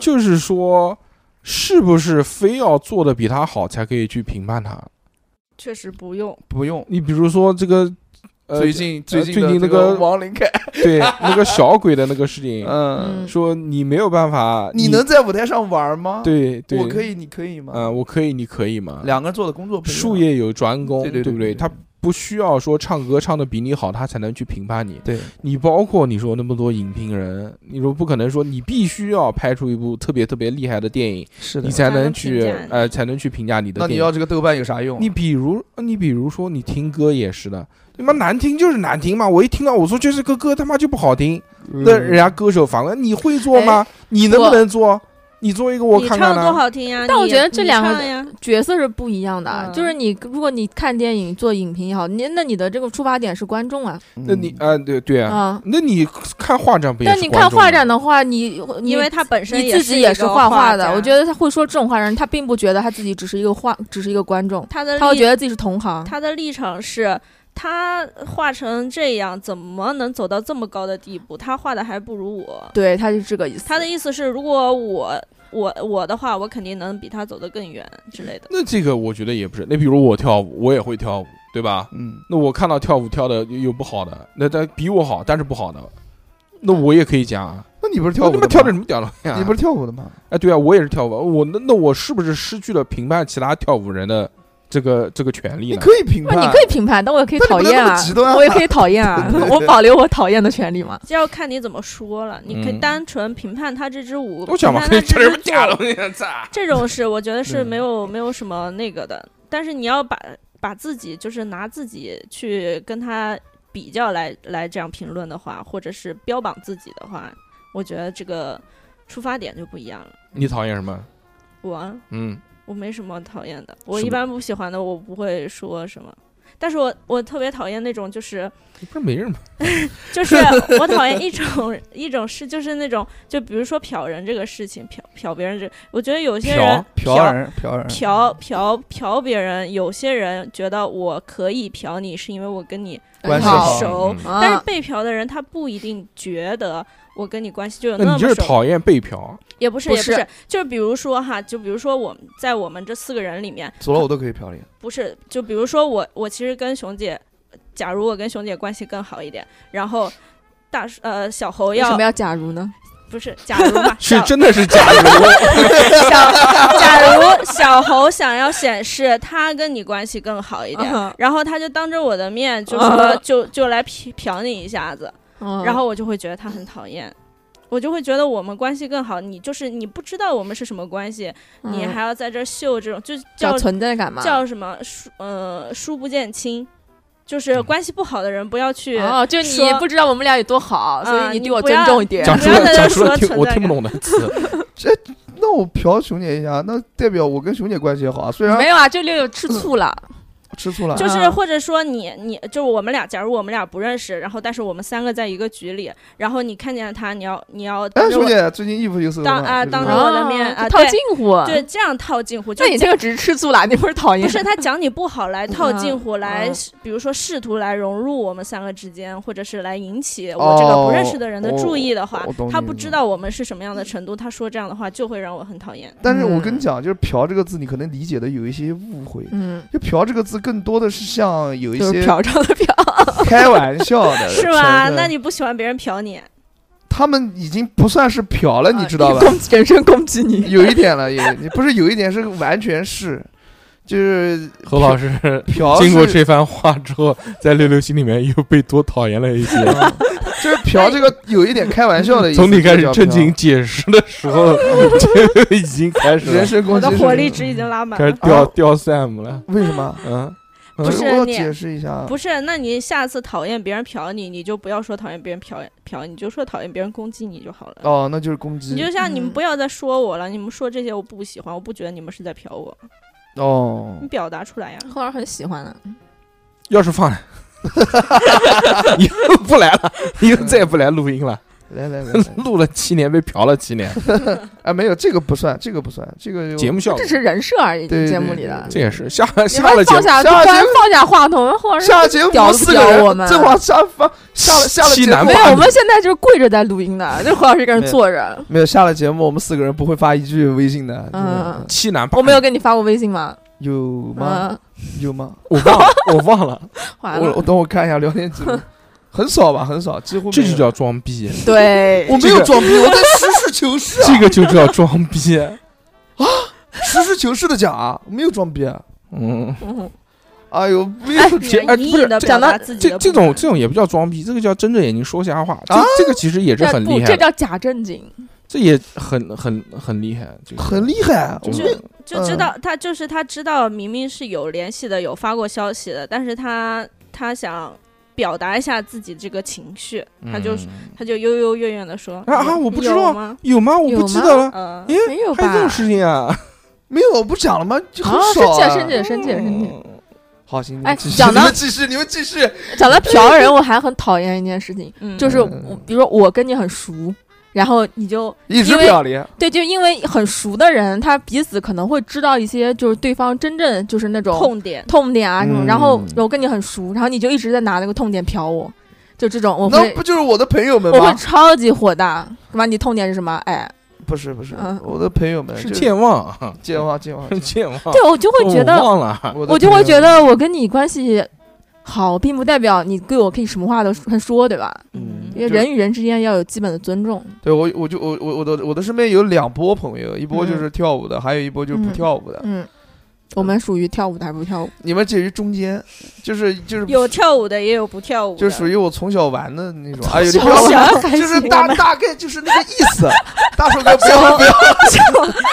就是说，是不是非要做的比他好才可以去评判他？
确实不用。
不用，
你比如说这个，呃，
最近最近
最近
的
那
这个
个
王林凯，
*laughs* 对那个小鬼的那个事情，
嗯，
说你没有办法，
你呃能在舞台上玩吗？，
对对，
我可
以，
以，你可以吗？
嗯，我可以，你可以吗？
两个人做的工作不一样
术业有专攻，
对对
不
对
对？他不需要说唱歌唱的比你好，他才能去评判你。
对，
你包括你说那么多影评人，你说不可能说你必须要拍出一部特别特别厉害的电影，
是
你
才
才
能
能
评
去
价
呃才能去评价你的
那
电
你
影。
要这个豆瓣有啥用？啊
你比如你比如说你听歌也是的，你妈难听就是难听嘛。我一听到我说这是个歌他妈就不好听，
嗯
那人家歌手反问你会做吗？你能不能做？你做一个我
哎你
看
唱
看
的多
呢。
好听呀！
但我
你
觉得这
你
两个
唱呀，
角色是不一样的，
嗯
就是你如果你看电影做影评也好，你那你的这个出发点是观众啊，
嗯
那你啊对对
嗯
啊，
啊。
那你看画展不也
但
是
你
观
看
众吗？
画展的话，你你
因为他本身
你自己
也
也
是一
是
个
画
画
的，
家
我觉得他会说这种话的人，他并不觉得他自己只是一个画，只是一个观众，
他的
他会
立
觉得自己是同行。
他的立场是。他画成这样，怎么能走到这么高的地步？他画的还不如我。
对，他就是这个意思。
他的意思是，如果我我我的话，我肯定能比他走得更远之类的。
那这个我觉得也不是。那比如我跳舞，我也会跳舞，对吧？
嗯，
那我看到跳舞跳的有有不好的，那他比我好，但是不好的，那我也可以讲啊。
那你不是跳
那他妈
舞的吗？
跳的什么屌了呀？ *laughs*
你不是跳舞的吗？
哎，对啊，我也是跳舞，我那那我是不是失去了评判其他跳舞人的这个这个权利
你
呢？
可以评
不是，
判，
你可以评判，但我也可以
但你
讨
啊不能
厌
那么
啊
极端，啊
我也可以讨厌啊
*laughs* 对对，
我
对
保留我讨厌的权利嘛。
这要看你怎么说了。你可以
嗯
单纯评判他这支舞，
我想
评
嘛，
判他
*laughs* 可以
这
跳什么
支
屌了
作，
呀？操！
这种是我觉得是
嗯
没有没有什么那个的。但是你要把把自己就是拿自己去跟他比较来来这样评论的话，或者是标榜自己的话，我觉得这个出发点就不一样了。
你讨厌什么？
我啊
嗯，
我没什么讨厌的，我一
是吗
般不喜欢的我不会说什么，但是我我特别讨厌那种就是
你不是没人吗？
就是我讨厌一种一种事，就是那种就比如说瞟人这个事情，瞟瞟别人这，我觉得有些人
嫖人，嫖
嗯
人，
瞟瞟瞟别人，有些人觉得我可以瞟你是因为我跟你
*laughs* 关系
好
很
好，
熟，
嗯
但是
啊，
被瞟的人他不一定觉得我跟你关系就有
那
么
你就是
熟。
讨厌被嫖，
也不是
不
也不
是
是，就是比如说哈，就比如说我们在我们这四个人里面，
左了我都可以嫖你。
不是，就比如说我，我其实跟熊姐，假如我跟熊姐关系更好一点，然后大叔呃小猴
为什
要
么要假如呢？
不是假如嘛，
*laughs* 是
小
真的是
*laughs*
假的。
小假如小猴想要显示他跟你关系更好一
*laughs*
点，
嗯
然后他就当着我的面就说
嗯
就就来瞟瞟你一下子，
嗯
然后我就会觉得他很讨厌。我就会觉得我们关系更好，你就是你不知道我们是什么关系，你
嗯
还要在这儿秀这种，就叫
找存在感嘛？
叫什么疏呃疏不见亲，就是关系不好的人不要去。
嗯哦，就你
说
不知道我们俩有多好，所以
啊
你
你
对我
不
尊
要
重一点。
讲
不
出
要
了
在这
讲出
说
了听
存
我
在
听不懂的
*laughs*
词，
那我嫖熊姐一下，那代表我跟熊姐关系也好啊。虽然
没有啊，就六六吃醋了，
吃醋了，
就是
嗯
或者说你你就是我们俩，假如我们俩不认识，然后但是我们三个在一个局里，然后你看见他，你要你要
哎
当，着
熊
我
姐最近衣服又色了
当啊
就是
当着
啊
我的面啊
就套
对
近乎。
对，这样套近乎，就
那你这个只是吃醋啦，你不是讨厌？
不是他讲你不好来套近乎来
嗯，
比如说试图来融入我们三个之间，或者是来引起我这个不认识的人的注意的话
哦我懂，你
他
意
不
思
知道我们是什么样的程度，他说这样的话就会让我很讨厌。
但是
嗯
我跟你讲，就是“嫖”这个字，你可能理解的有一些误会。
嗯，
就“嫖”这个字，更多的是像有一
就是
些
嫖娼的嫖。
开玩笑
*laughs*
的成分，
是吧？那你不喜欢别人瞟你？
他们已经不算是嫖
啊
了，你知道吧？
*laughs* 攻击人身攻击
*laughs*
*laughs*
你，
有一点了，也你不是有一点是完全是，就是
何老师 *laughs*
嫖
经过
是
这番话之后，在六六心里面又被多讨厌了一些。
就是嫖这个有嗯一点开玩笑的意思，
从你开始
就叫
正经
嫖，
解释的时
*laughs*
候，就已经开始了
人身
我
攻击
的
是
火力值已经拉满
开始
了。
掉
啊
掉 Sam 了。
为什么？
嗯，嗯
不是
我要
你
解释一下，
不是，那你下次讨厌别人瞟你，你就不要说讨厌别人瞟瞟，你就说讨厌别人攻击你就好了。
哦，那就是攻
你
击
就像你们
嗯
不要再说我了，你们说这些我不喜欢，我不觉得你们是在瞟我，
哦
你。表达出来呀。
后来很喜欢啊的。
钥匙放了， *laughs* 又不来了，又再也不来录音了。
来
*laughs*
来来，来
录了七年，被嫖了七年，
啊，没有这个不算，这个不算，这个
节
目
目效果
这只是人设而已，
对对
节目里的
对。
这也是下
你
下
们
了节
放
目，
下，
下了
突然
节目
放下话筒，后来
下节
屌
目
都不
四个
屌
人，
我们
这会儿下放下了下了
西
节
南
目
没有，
话
我们现在就是跪着在录音的，就何老师一个人
没有
坐着。
没有下了节目，我们四个人不会发一句微信的，真
嗯
的
七男八
我没有给你发过微信吗？
有吗？
嗯，
有吗？
我忘了，我忘
*laughs*
了，
完
我我
了，
等我看一下聊天
*laughs*
记录，很少吧，很少，几乎没
这就
有
叫装逼，
对，
我没
这
有
个
装逼，我在实事求是啊，
这个就叫装
*laughs*
逼。
实事求是的讲啊，我没有装逼啊，
嗯，
嗯
哎呦，没有
你
这
这哎
要
不
隐
是
隐的
讲
表
到
达自己
这
的
这
不满
种这种也不叫装逼，这个叫睁着眼睛说瞎话。这
啊
这个其实也是
这
很
不
厉害
这
的，
叫假正经。
这也很很很厉害，这个
很厉害啊，我
就
没
是
就知道他就是他知道明明是有联系的，有发过消息的，但是他他想表达一下自己这个情绪，他就
嗯
他就悠悠怨怨的说
啊啊
有
我不知
有
道
吗？
有吗？我不
有
记
吗
得了，
呃
哎，
没有
还有这
吧？
种事情啊？
没有，我不讲了吗？就很
啊，生
少
气
啊
了，生气了，生气了，生气
哦
了。
嗯
好，行，你
哎
们继续，
讲
你
到
们继续，你们继续，
讲到嫖人，我还很讨厌一件事情，
嗯，
就是
嗯
我，比如说我跟你很熟，然后你就
一直
因
不
为
要脸，
对，就因为很熟的人，他彼此可能会知道一些就是对方真正就是那种
痛点。
痛点啊什么。
嗯
然后我跟你很熟，然后你就一直在拿那个痛点瞟我，就这种我
那
会
不就是我的朋友们
我会
吗？
超级火大。什么？你痛点是什么？哎，
不是不是
嗯，
我的朋友们
呃是
就
健忘，
健忘啊健忘，
是 *laughs* 健忘。
对我就会
哦
觉
我
得，
忘了， *laughs*
我的
我就会
朋友
觉得我跟你关系好，并不代表你对我可以什么话都说说，对吧？
嗯
因为
就
人与人之间要有基本的尊重。
对我我就我我我的我的身边有两波朋友，一波就是跳舞的，还有一波就是不
嗯
跳舞的。
嗯，我们属于跳舞的还不跳舞？
你们介于中间，就是就是
有跳舞的，也有不跳舞的，
就属于我从小玩的那种。哎呦，你
小
不要
玩
玩，
还
就是
行
大
我们
大概就是那个意思。大叔哥不要不要，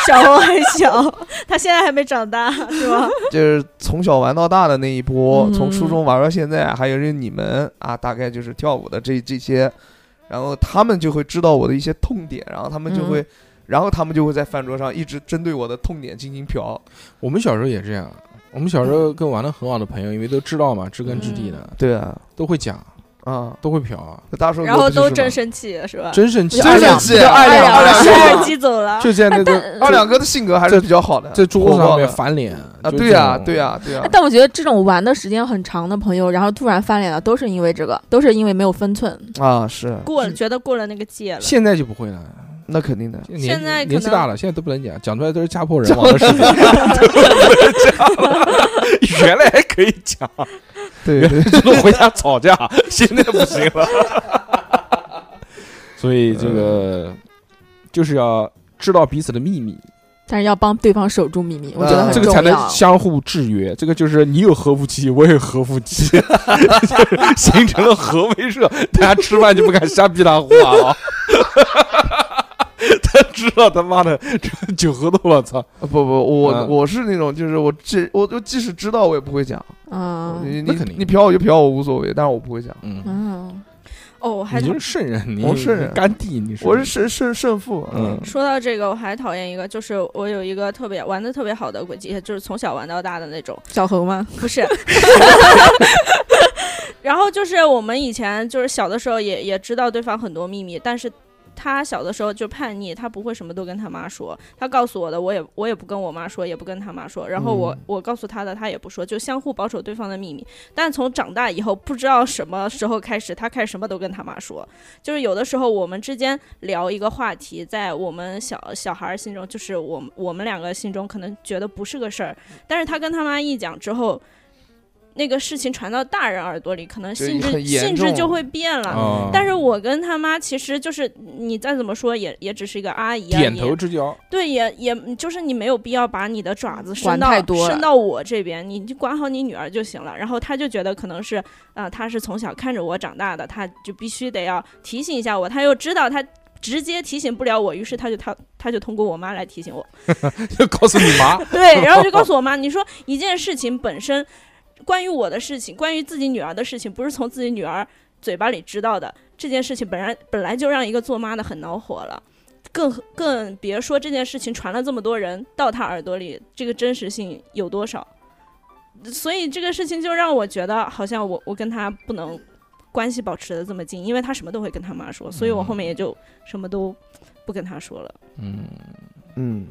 小红还小，他现在还没长大，是吧？
就是从小玩到大的那一波，
嗯
从初中玩到现在，还有就是你们啊，大概就是跳舞的这这些，然后他们就会知道我的一些痛点，然后他们就
嗯
会，然后他们就会在饭桌上一直针对我的痛点进行嫖。
我们小时候也这样。我们小时候跟玩的很好的朋友，因为都知道嘛，知根知
嗯
底的，
对啊，
都会讲，
啊，
都会嫖，
大叔哥
然后
不就
都
是
真
吗
生气，是吧？
真生气，
二两
生气
就二两，
二两
摔
二
耳
两
机走了，
就在那
啊
个
二两哥的性格还是比较好的，
在桌子
火
上
爆的
面翻脸
啊，
就
对
这
呀，
种
对呀，对呀，
*laughs* 但我觉得这种玩的时间很长的朋友，然后突然翻脸了，都是因为这个，都是因为没有分寸。
啊，是，
过了，觉得过了那个界了。
现在就不会了，
那肯定的，
年纪
现在可
年纪
能
大了，现在都不能讲，讲出来都是家破 *laughs* 人亡的事情，都不能讲了。原来还可以讲， *laughs*
对对， *laughs*
就是回家吵架，现在不行了。 *laughs* 嗯所以这个就是要知道彼此的秘密，
但是要帮对方守住秘密，我觉得
啊
很
呃这
重
个
要。
才能相互制约。这个就是你有核武器，我有核武器， *laughs* 就是形成了核威慑。大家吃饭就不敢瞎逼他话了。 *laughs* 他知道他妈的这酒喝多了，操！
啊不不，我
嗯
我是那种，就是我这我我即使知道我也不会讲，
嗯
你
那
你
肯定
你嫖我就嫖我无所谓，但是我不会讲，
嗯，
嗯，
哦，我还
你就是圣人，你
我圣人
甘地，你
我是胜胜胜负，嗯
嗯，
说到这个，我还讨厌一个，就是我有一个特别玩的特别好的轨迹，就是从小玩到大的那种，
小猴吗？
不是。 *laughs* 然后就是我们以前就是小的时候也也知道对方很多秘密，但是他小的时候就叛逆，他不会什么都跟他妈说，他告诉我的我也我也不跟我妈说，也不跟他妈说，然后我、
嗯
我告诉他的他也不说，就相互保守对方的秘密。但从长大以后，不知道什么时候开始，他开始什么都跟他妈说，就是有的时候我们之间聊一个话题，在我们小小孩儿心中，就是我们我们两个心中可能觉得不是个事儿，但是他跟他妈一讲之后，那个事情传到大人耳朵里，可能
就
性质
很严
性质
重
就会变了。
啊，
但是我跟他妈其实就是你再怎么说也也只是一个阿姨啊，
点
你
头之交， *laughs*
对，也也就是你没有必要把你的爪子伸
管
到
太多
伸
了
到我这边，你就管好你女儿就行了。然后他就觉得可能是啊、呃他是从小看着我长大的，他就必须得要提醒一下我。他又知道他直接提醒不了我，于是他就他他就通过我妈来提醒我。
就告诉你妈， *laughs*
对，然后就告诉我妈，你说一件事情本身，关于我的事情，关于自己女儿的事情，不是从自己女儿嘴巴里知道的，这件事情本来本来就让一个做妈的很恼火了。更更别说这件事情传了这么多人到她耳朵里，这个真实性有多少？所以这个事情就让我觉得，好像我我跟她不能关系保持的这么近，因为她什么都会跟她妈说，所以我后面也就什么都不跟她说了。
嗯，
嗯，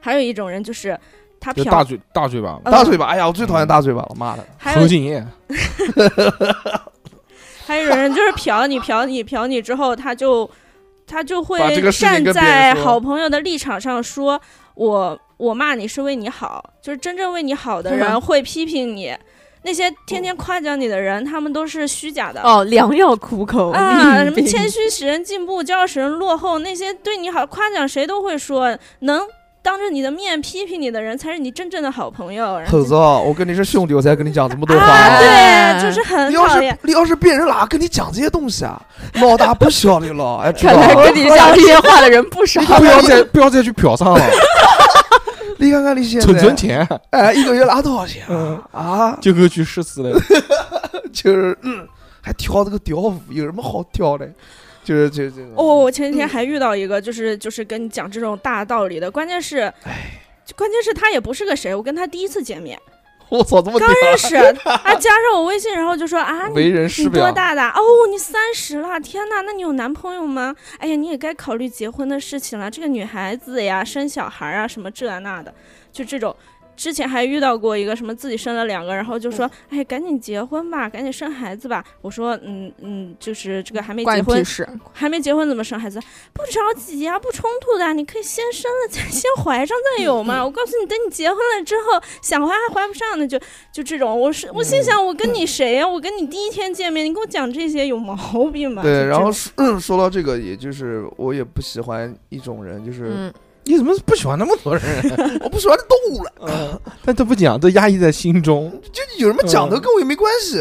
还有一种人就是她
就
嫖
大嘴大嘴巴，
嗯
大嘴巴，哎呀，我最讨厌大嘴巴了，妈的，
还有
侯景烨，
还有人就是嫖你、嫖你、嫖你之后，他就他就会
把这个事情
站
跟别人
在
说
好朋友的立场上说，我我骂你是为你好，就是真正为你好的
是吗
人会批评你，那些天天夸奖你的人，他们都是虚假的。
哦，嗯良药苦口
啊，什么谦
虚？
虚使人进步，骄傲使人落后，那些对你好夸奖谁都会说，能当着你的面批评你的人才是你真正的好朋友。然后
*laughs* 猴
就
子，哦我跟你是兄弟，我才跟你讲这么多
啊，
话。
对，就是很
你要
讨厌
是。你要是别人哪跟你讲这些东西啊，老大不小的了，哎，知
看
道
来
吧？
跟你讲这些话的人不 *laughs* 少。
不要再不要再去嫖娼了，
*laughs* 你看看你现在，
存存，钱
哎，一个月拿多少钱
嗯
啊？啊，
就够去试试了。
就是嗯，还跳这个跳舞，有什么好跳的？就是就是这种。
哦，我前几天还遇到一个，就是就是跟你讲这种大道理的，关键是，就关键是他也不是个谁，我跟他第一次见面，
我操，这么屌
刚！认识啊，加上我微信，然后就说啊，
为
你
人
你
师
多
表，
大的？哦，你三十了，天哪，那你有男朋友吗？哎呀，你也该考虑结婚的事情了。这个女孩子呀，生小孩啊，什么这啊那的，就这种。之前还遇到过一个什么自己生了两个，然后就说，哎，赶紧结婚吧，赶紧生孩子吧。我说，嗯嗯，就是这个还没
关
结
你
婚
屁，事！
还没结婚怎么生孩子？不着急呀、不冲突的，你可以先生了再先怀上再有
嗯
嘛。我告诉你，等你结婚了之后，想怀还怀不上呢，就就这种。我是我心
嗯
想，我跟你谁呀、我跟你第一天见面，你给我讲这些有毛病吧？就
对，
这
然后
种
说嗯说到这个，也就是我也不喜欢一种人，就是
*laughs*
嗯，
你怎么不喜欢那么多人？
我不喜欢动物了，
*laughs* 但都不讲，都压抑在心中。
就有什么讲的
嗯
跟我也没关系，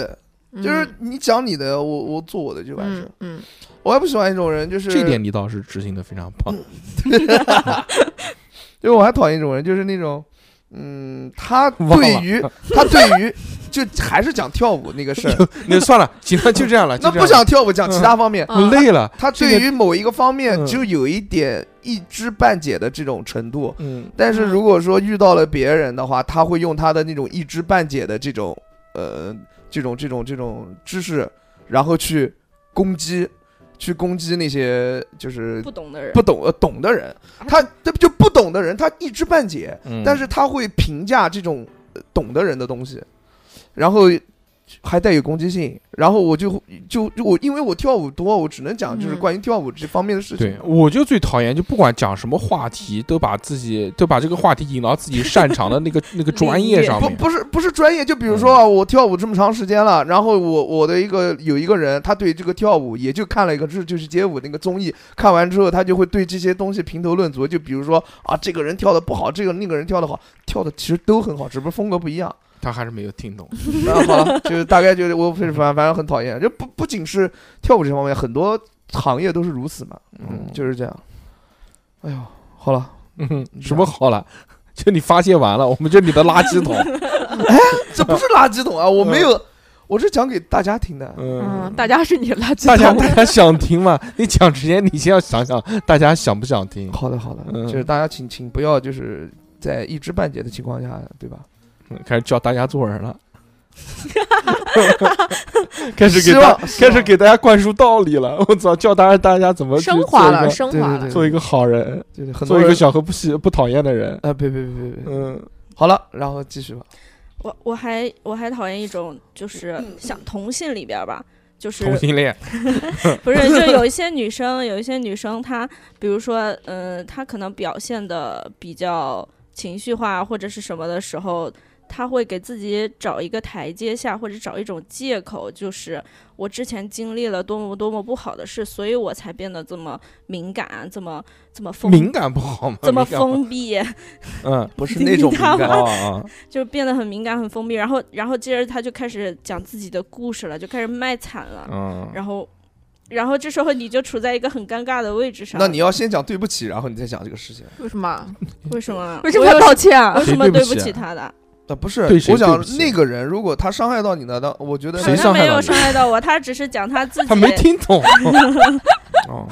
嗯
就是你讲你的，我我做我的就完事。
嗯嗯，
我还不喜欢一种人，就是嗯
这点你倒是执行的非常棒。
就是我还讨厌一种人，就是那种，嗯，他
忘
对
了
于他对于就还是讲跳舞那个事儿，
那算了，行了，就这样了。
那
就这样
不
了，
讲跳舞，讲其他方面，
我累了。
他
这
对
个
于某一个方面
嗯
就有一点一知半解的这种程度。
嗯，
但是如果说遇到了别人的话，他会用他的那种一知半解的这种呃这种这种这种知识，然后去攻击，去攻击那些就是
不懂的人，
不懂呃懂的人，他这就不懂的人，他一知半解，
嗯
但是他会评价这种呃懂的人的东西，然后还带有攻击性。然后我就就就我因为我跳舞多，我只能讲就是
嗯
关于跳舞这方面的事情
对。，我就最讨厌，就不管讲什么话题，都把自己都把这个话题引到自己擅长的那
*laughs*
个那个专业上
不
面。嗯
不是不是专业，就比如说啊，我跳舞这么长时间了，然后我我的一个有一个人，他对这个跳舞也就看了一个就是就是街舞那个综艺，看完之后他就会对这些东西评头论足，就比如说啊，这个人跳的不好，这个那个人跳的好，跳的其实都很好，只不过风格不一样。
他还是没有听懂。
*laughs* 那啊好了，就是大概就是我反反反正很讨厌，就不不仅是跳舞这方面，很多行业都是如此嘛。嗯，
嗯
就是这样。哎呦，好了，
嗯，什么好了？就你发泄完了，我们就你的垃圾
*laughs*
桶。
这不是垃圾 *laughs* 桶啊，我没有，我是讲给大家听的。
嗯
嗯，，大家是你的垃
*laughs*
圾
大家
*laughs* 桶
大家想听吗？你讲之前，你先要想想大家想不想听。
好的好的，
嗯
就是大家请请不要就是在一知半解的情况下，对吧？
嗯开始教大家做人
*laughs*
了，开始
希
给大
望希
*laughs* 开始
望
给大家灌输道理了。 *laughs* 我操，教大家大家怎么去
升华
做一
了，
个
升华
对对
了
对。
做一个好人，
对对，很多
做一个
人
小和不喜不讨厌的人。
啊，别别别别别，
嗯，
好了，然后继续吧。
我我还我还讨厌一种，就是
嗯
像同性里边儿吧，就是
同性恋，
*laughs* 不是，就有一
*laughs*
些女生，有一些女生，她比如说，嗯、她可能表现的比较情绪化或者是什么的时候，她会给自己找一个台阶下，或者找一种借口，就是我之前经历了多么多么不好的事，所以我才变得这么敏感，啊这么这么封，
敏感不好吗？
这么
敏感不好
封闭， *laughs*
嗯，
不是
你
那种敏
知道
感
啊
吗
啊，
啊，
就变得很敏感、很封闭。然后，然后接着她就开始讲自己的故事了，就开始卖惨了。
嗯，
然后，然后这时候你就处在一个很尴尬的位置上。
那你要先讲对不起，然后你再讲这个事情。
为什么？
*laughs* 为什么？
*laughs* 为什么
我有
要道歉啊
我？有
谁
什么
对不
对
起啊
起他的？
啊，不是
对谁，
我
对
讲
不起
那个人，如果他伤害到你了，那我觉得
谁
他
伤害
没
到
有
你
伤害到我，他只是讲他自己。
*laughs* 他没听懂。
哦，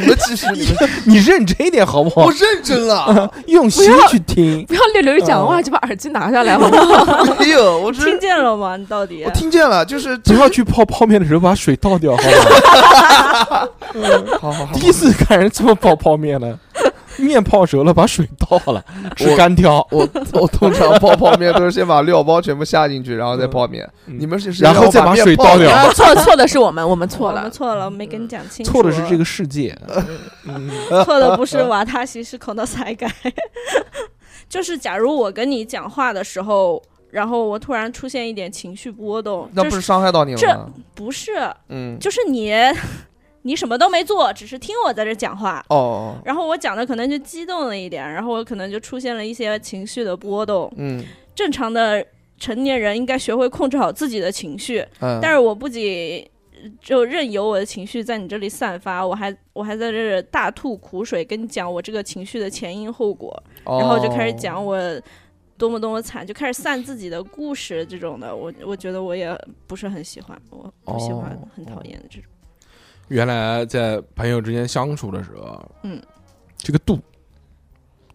你们继续，你们
你认真一点好
哦
不好
我？认真了， *laughs*
用心去听。
不要溜
嗯
溜讲话就把耳机拿
*laughs*
下来好不好？
没有，哎我
听
是
见了吗？你到底
我？听见了，
*laughs*
就是
不要去泡泡面的时候把水倒掉，好
*laughs*
吧？
好好好
第一次看人这么泡泡面呢，面泡熟了把水倒了，吃干挑，
我我通常泡泡面都是先把料包全部下进去，然后再泡面。
嗯
你们是
然后再把水倒掉。
错错的是我哦们，我们错
我们
了。
错了，没跟你讲清楚。
嗯错的是这个，世界，
错的不是
*laughs*
瓦塔西，是口头塞改。 *laughs* 就是假如我跟你讲话的时候，然后我突然出现一点情绪波动，
那
这
不是伤害到你了吗？
不是？
嗯，
就是你，你什么都没做，只是听我在这讲话。
哦哦，
然后我讲的可能就激动了一点，然后我可能就出现了一些情绪的波动。
嗯
正常的成年人应该学会控制好自己的情绪，
嗯，
但是我不仅就任由我的情绪在你这里散发，我还我还在这儿大吐苦水，跟你讲我这个情绪的前因后果，
然
哦
然后就开始讲我多么多么惨，就开始散自己的故事这种的，我我觉得我也不是很喜欢，我不喜欢，
哦
很讨厌这种。
原来在朋友之间相处的时候，
嗯，
这个度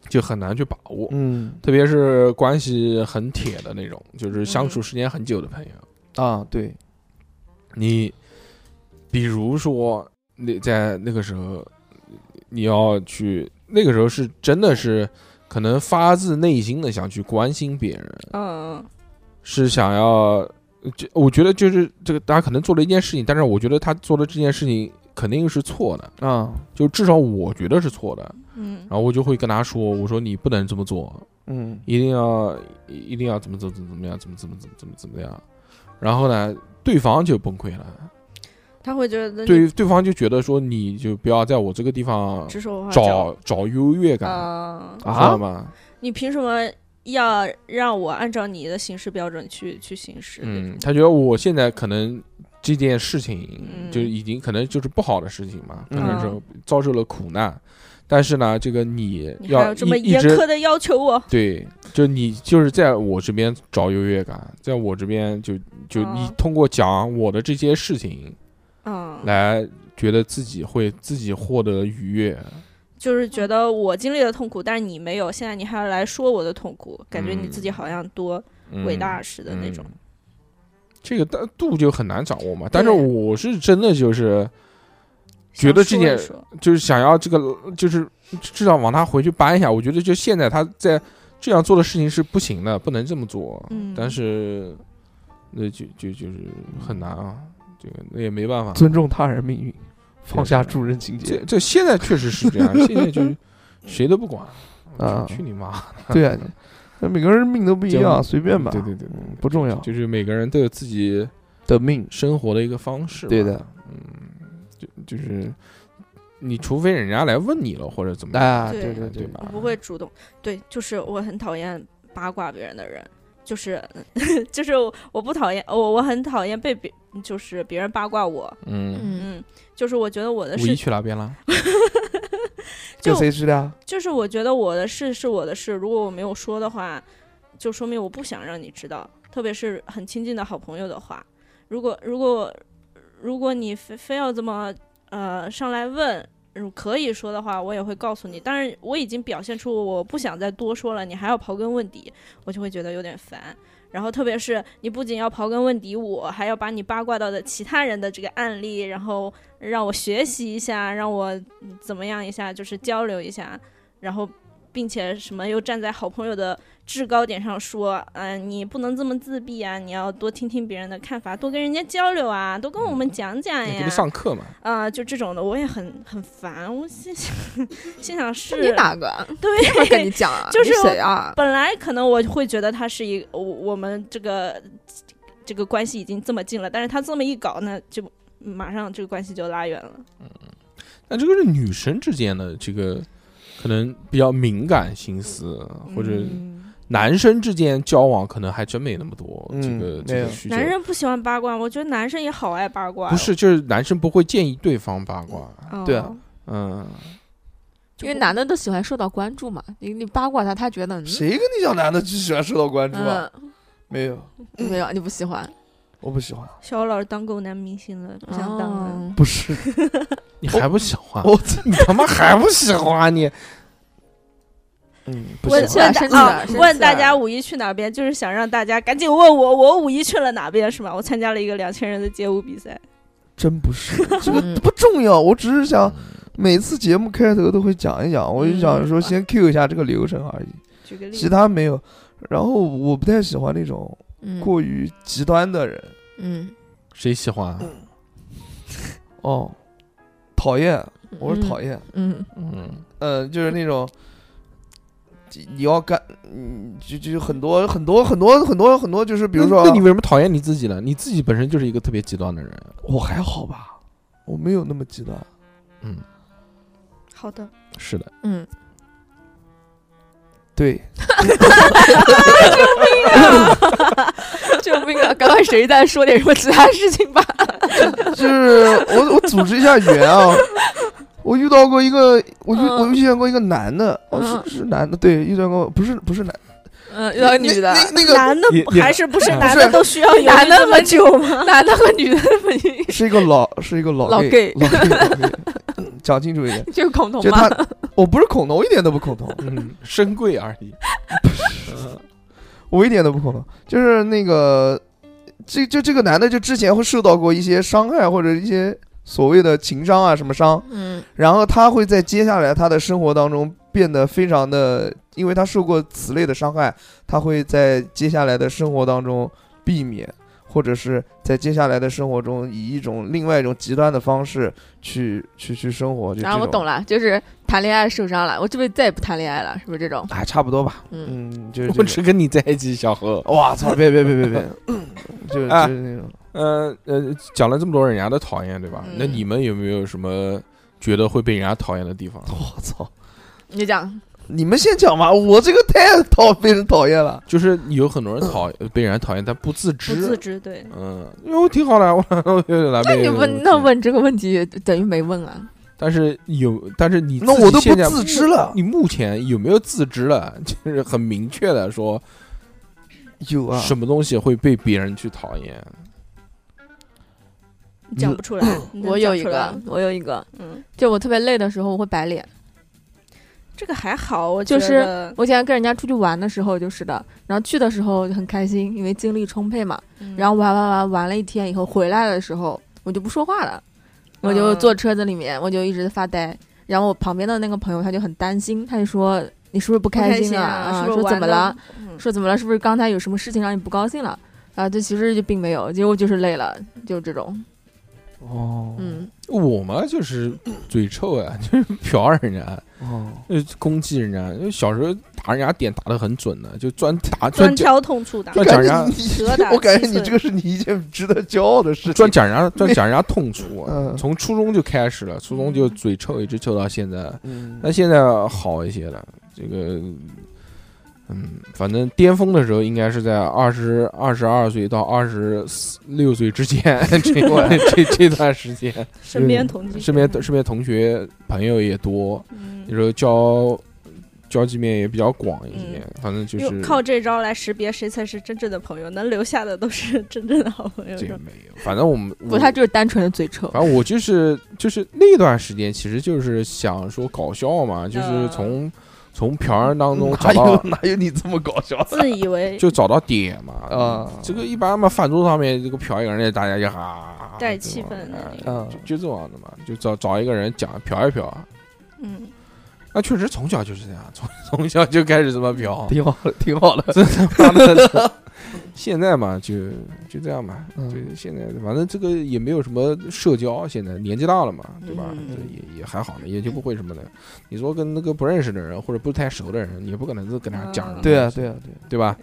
就很难去把握，
嗯
特别是关系很铁的那种，就是相处时间很久的朋友，
啊，对，
你比如说那在那个时候，你要去那个时候是真的是可能发自内心的想去关心别人，
嗯，
是想要，就我觉得就是这个大家可能做了一件事情，但是我觉得他做的这件事情肯定是错的，
啊，
就至少我觉得是错的，
嗯
然，后我就会跟他说，我说你不能这么做，
嗯
一定要一定要怎么怎么怎么怎么样，怎么怎么怎么怎么怎么样，然后呢，对方就崩溃了，
他会觉得你
对于对方就觉得说你就不要在我这个地方
指手画脚
找找优越感，
啊、
知道
啊，
吗？
你凭什么要让我按照你的行事标准去去行事？
嗯，他觉得我现在可能这件事情
嗯
就已经可能就是不好的事情嘛，可
嗯
能是遭受了苦难，但是呢，这个你
你还
要
有这么
一一
严
直
苛的要求我？
对，就你就是在我这边找优越感，在我这边就就你
嗯
通过讲我的这些事情
嗯，
来觉得自己会自己获得愉悦，
就是觉得我经历的痛苦，但是你没有，现在你还要来说我的痛苦，感觉你自己好像多
嗯
伟大似的那种。
嗯这个但度就很难掌握嘛，但是
对
我是真的就是觉
想
得这
说一
件
说
就是想要这个，就是至少往他回去扳一下。我觉得就现在他在这样做的事情是不行的，不能这么做。
嗯
但是那就就就是很难啊，这个那也没办法。
尊重他人命运，放下助人情
这
节，
这现在确实是这样，现在就
*laughs*
谁都不管
啊
去去你妈！
对啊，那每个人命都不一
这
样，随便吧，
对对对对
嗯
对，
不重要
就是每个人都有自己
的命，
生活的一个方式。
对的，
嗯，就就是你除非人家来问你了或者怎么样，
啊，
对
对对
对
对，
吧
我？不会主动，对，就是我很讨厌八卦别人的人，就是 *laughs* 就是我我不讨厌我我很讨厌被别就是别人八卦我，
嗯，
嗯，
嗯，就是我觉得我的
五一
事
去哪边了？
跟
就
谁去的啊？
就是我觉得我的事是我的事，如果我没有说的话，就说明我不想让你知道，特别是很亲近的好朋友的话，如果如果如果你非非要这么呃上来问。嗯可以说的话，我也会告诉你。但是我已经表现出我不想再多说了，你还要刨根问底，我就会觉得有点烦。然后，特别是你不仅要刨根问底我，还要把你八卦到的其他人的这个案例，然后让我学习一下，让我嗯怎么样一下，就是交流一下。然后并且什么又站在好朋友的制高点上说，嗯、你不能这么自闭啊，你要多听听别人的看法，多跟人家交流啊，多跟我们讲讲
你给
哎呀
你。上课嘛？
啊、就这种的我也很很烦，我心想 *laughs* 心想
是你
是。
哪 *laughs* 个啊？干嘛跟你
对，
讲 *laughs* 啊？
就是
你谁啊？
本来可能我会觉得他是一我我们这个这个关系已经这么近了，但是他这么一搞，那就马上这个关系就拉远了。
那这个是女生之间的这个可能比较敏感心思，或者
嗯
嗯
男生之间交往可能还真没那么多、
嗯
这个这
没
个
有
需求。
男人不喜欢八卦，我觉得男生也好爱八卦。
不，是，就是男生不会建议对方八卦，
哦、
对啊，
嗯，
因为男的都喜欢受到关注嘛，你你八卦他，他觉得嗯
谁跟你讲男的就喜欢受到关注啊？
嗯，
没有，
没有，你不喜欢，
我不喜欢，
小欧老师当够男明星了，不想当
*laughs*
了。
哦
不是，
你还不喜欢，
我
你他妈还不喜欢你？
啊嗯，不
我
问
喜欢
去。
问
生气
大
了
啊
生气
问大
了
家五一去哪边，就是想让大家赶紧问我，我五一去了哪边是吗？我参加了一个两千人的街舞比赛，
真不 *laughs* 是，这
嗯
个不重要。我只是想，每次节目开头都会讲一讲，
嗯
我就想说先 Q 一下这个流程而已，
举个例
其
子，
他没有。然后我不太喜欢那种
嗯
过于极端的人，
嗯，
谁喜欢？
哦，讨厌，我是讨
厌，
厌，
嗯
嗯，
嗯，就是那种。你要干，嗯，就就很多很多很多很多很多，就是比如说，
那，那你为什么讨厌你自己呢？你自己本身就是一个特别极端的人，
我还好吧，我没有那么极端。
嗯，
好的，
是的，
嗯，
对，
救命啊！ *laughs* 赶快谁再说点什么其他事情吧。
就是我我组织一下语言 *laughs* 啊。我遇到过一个，我遇、
嗯
我遇见过一个男的，哦
嗯
是是男的，对，遇见过不是不是男，
嗯，遇到女的，
那那那
*laughs*
个
男的
也也嗯
还是不是
不
男
是
的都需要有
男的
这么久吗？
男的和女的的婚姻，
是一个老是一个老
老
gay，
gay
老 gay，老 gay，嗯讲清楚一
*laughs*
点，
就是恐同
就
嘛
他。，我不是恐同，一点都不恐同，
嗯， *laughs* 深贵而已。
*laughs* 我一点都不恐同，就是那个，这就这个男的就之前会受到过一些伤害或者一些所谓的情伤啊什么伤，
嗯，
然后他会在接下来他的生活当中变得非常的，因为他受过此类的伤害，他会在接下来的生活当中避免，或者是在接下来的生活中以一种另外一种极端的方式去去去生活。就
然后啊我懂
了，
了，就是谈恋爱受伤了，我这辈子再也不谈恋爱了，是不是这种？
哎，差不多吧，
嗯，
嗯，就是
我
这
只跟你在一起，小何。
种。哇操！别别别别别，就就是
哎
那种。
呃呃，讲了这么多人家的讨厌，对吧？
嗯
那你们有没有什么觉得会被人家讨厌的地方？
*laughs* 我操！
你就讲，
你们先讲吧，我这个太讨被人讨厌了。
就是有很多人 *coughs* 讨被人家讨厌，但不自
不
知。
自知，对，
嗯，因为我挺好的，我我 *laughs* 有点来
那
被
你
人
问
欺
那哎问这个问题等于没问啊？
但是有，但是你
那
自己
我都不
现在
自知了
你目前有没有自知了？ *laughs* 就是很明确的说，
有啊，
什么东西会被别人去讨厌？
你讲不出来。
嗯
你能
我有
讲
一
出来
个
吗，
我有一个，
嗯，
就我特别累的时候，我会摆脸。
这个还好，我
就
觉
是
得
我以前跟人家出去玩的时候就是的，然后去的时候就很开心，因为精力充沛嘛。
嗯
然后玩玩玩玩了一天以后，回来的时候我就不说话了，我就
嗯
坐车子里面，我就一直发呆。然后我旁边的那个朋友他就很担心，他就说：“你是不是不
不开
心啊？
啊，
啊
是不是
说怎
玩得
么了？？
嗯
说怎么了？是不是刚才有什么事情让你不高兴了？”啊，这其实就并没有，结果就是累了，就这种，
哦，
嗯，
我嘛，就是嘴臭啊， *laughs* 就是瞟人家，
哦，
呃，攻击人家。因为小时候打人家点打的很准的，就专打专
专
讲
挑痛处打，
专讲
感觉
人家
你
蛇打
我感觉 *laughs*
七
你
寸
这个是你一件值得骄傲的事情。
专讲人家专讲人家痛处。啊
嗯
从初中就开始了，初中就嘴臭，一直臭到现在。
嗯
但现在好一些了，这个，嗯，反正巅峰的时候应该是在二十二十二岁到二十六岁之间， *laughs* 这这这段时间，
身边同济，
嗯身边身边同学朋友也多，
嗯
有时候交交际面也比较广一些，反正就
用
是
靠这招来识别谁才是真正的朋友，能留下的都是真正的好朋友。
这
是
个
吧
没有，反正我们
不，
我
他就是单纯的嘴臭，
嗯
反正我就是就是那段时间，其实就是想说搞笑嘛，就是从、从嫖儿当中找
嗯哪有
到
哪有你这么搞笑的？
自以为
就找到点嘛
嗯
嗯
啊
这个一般嘛，饭桌上面这个嫖一个人，大家就哈
带
这
气
种
氛的
哎
那
种
就就这样的嘛，就找找一个人讲嫖一嫖。
嗯，
那确实从小就是这样，从 *laughs* 从小就开始这么嫖，
嗯
挺好的，挺好的。
真他妈的。现在嘛，就就这样嘛，
嗯
就现在反正这个也没有什么社交，现在年纪大了嘛，对吧？
嗯
这也也还好呢，也就不会什么的。你说跟那个不认识的人或者不太熟的人，也不可能是跟他讲什么
嗯
对
东
啊，
西
对啊，对啊。
对吧？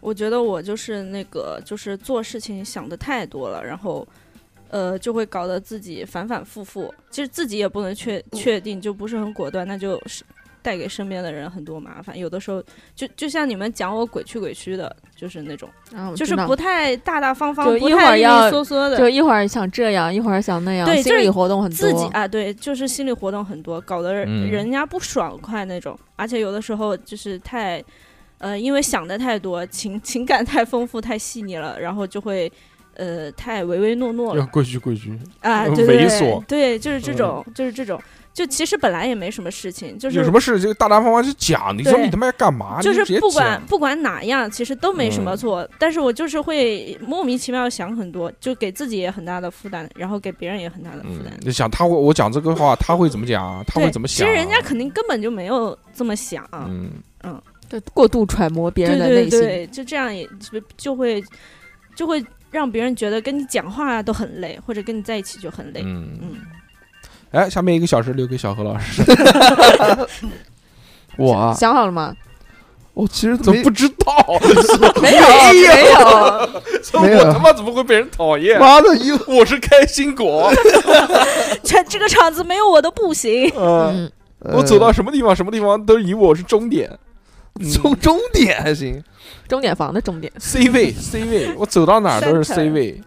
我觉得我就是那个，就是做事情想的太多了，然后，呃，就会搞得自己反反复复。其实自己也不能确
嗯
确定，就不是很果断，那就是带给身边的人很多麻烦。有的时候，就就像你们讲我鬼去鬼去的，就是那种，
啊，我
就是
知道
不太大大方方，
就
不
一会
太
儿
利
要
利索索的，
就一会儿想这样，一会儿想那样，
对
心
就
理
是
活动很多，
自己啊，对，就是心理活动很多，搞得人
嗯
人家不爽快那种，而且有的时候就是太，呃，因为想的太多，情情感太丰富、太细腻了，然后就会，呃，太唯唯诺诺
要
了
规矩规矩，
啊，
嗯
对对
猥
对
琐，嗯
对，就是这种，就是这种，就其实本来也没什么事情，就是
有什么事就大大方方去讲。你说
对
你他妈要干嘛？
就
你直
是
接
不管
讲
不管哪样，其实都没
嗯
什么错，但是我就是会莫名其妙想很多，就给自己也很大的负担，然后给别人也很大的负担
嗯，。你想他会我讲这个话，他会怎么讲？啊他
对，
会怎么想？
其实人家肯定根本就没有这么想，
嗯，
就过度揣摩别人的内
对对
心。
对，就这样也就就会就会让别人觉得跟你讲话都很累，或者跟你在一起就很累。
嗯
嗯
哎，下面一个小时留给小何老 *laughs* 师，
我啊，
想好了吗？
我其实哦
怎么不知道？ *laughs*
*laughs* 没有，没有。
没有
我他妈怎么会被人讨厌？
妈的又
我是开心果，
*laughs* 这这个场子没有我都不行。
*laughs* 嗯，
嗯，
我走
呃
到什么地方，什么地方都以我是终点，
终终点还行。
钟点房的钟点，
C *laughs* 位 C 位，我走到哪儿都是 C 位，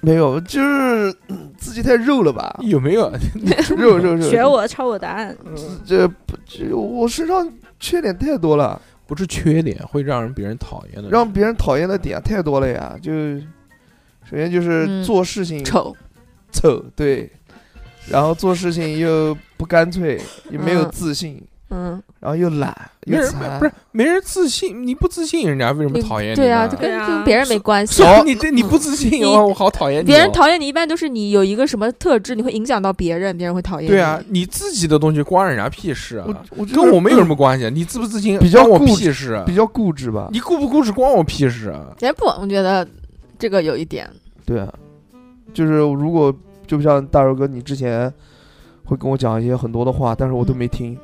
没有，就是嗯自己太肉了吧？
有没有？
肉肉肉，
学我抄我答案，
嗯
这不这我身上缺点太多了，
*laughs* 不是缺点，会让人别人讨厌的。
让别人讨厌的点太多了呀。就首先就是
嗯
做事情
丑，
丑，对，然后做事情又不干脆，也没有
嗯
自信，
嗯，
然后又懒
没
又
人
馋，
不是没人自信，你不自信，人家为什么讨厌你呢？
对啊，这
对
跟
啊
跟别人没关系
是。啊你这你不自信
你
哦，我好讨厌你哦。
别人讨厌你一般都是你有一个什么特质，你会影响到别人，别人会讨厌你。
对啊，你自己的东西关人家屁事啊，
我我觉得
跟我们有什么关系？你自不自信
比较
关我
固
屁事啊，
比较固执吧？
你固不固执关我屁事啊。
哎不，我觉得这个有一点，
对啊，就是如果就不像大柔哥，你之前会跟我讲一些很多的话，但是我都
嗯
没听。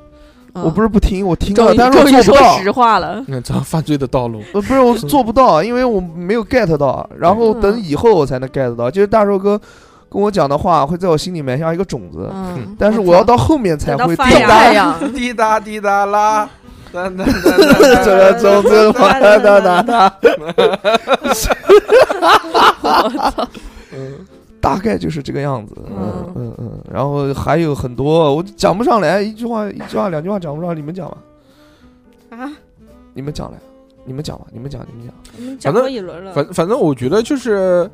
嗯、
我不是不听，我听
终
了，
于
但是我
终于
做不
说
到。
实话了。
那走犯罪的道路，
呃，不是我做不到，因为我没有 get 到，然后等
嗯
以后我才能 get 到。就是大寿哥跟我讲的话，会在我心里埋下一个种子，
嗯，哎
但是我要到后面才
等到
会
发
掉
芽
太
*laughs*
阳，
滴答滴答啦，哒哒
这
哒
个种子哒哒哒哒哒， *laughs* 大概就是这个样子。嗯
嗯
嗯嗯，然后还有很多我讲不上来，一句话一句话两句话讲不上，你们讲吧，
啊，
你们讲来，你们讲吧，你们讲你们讲。
我们
反
讲
正
过一轮了，
*laughs* 反反正我觉得就是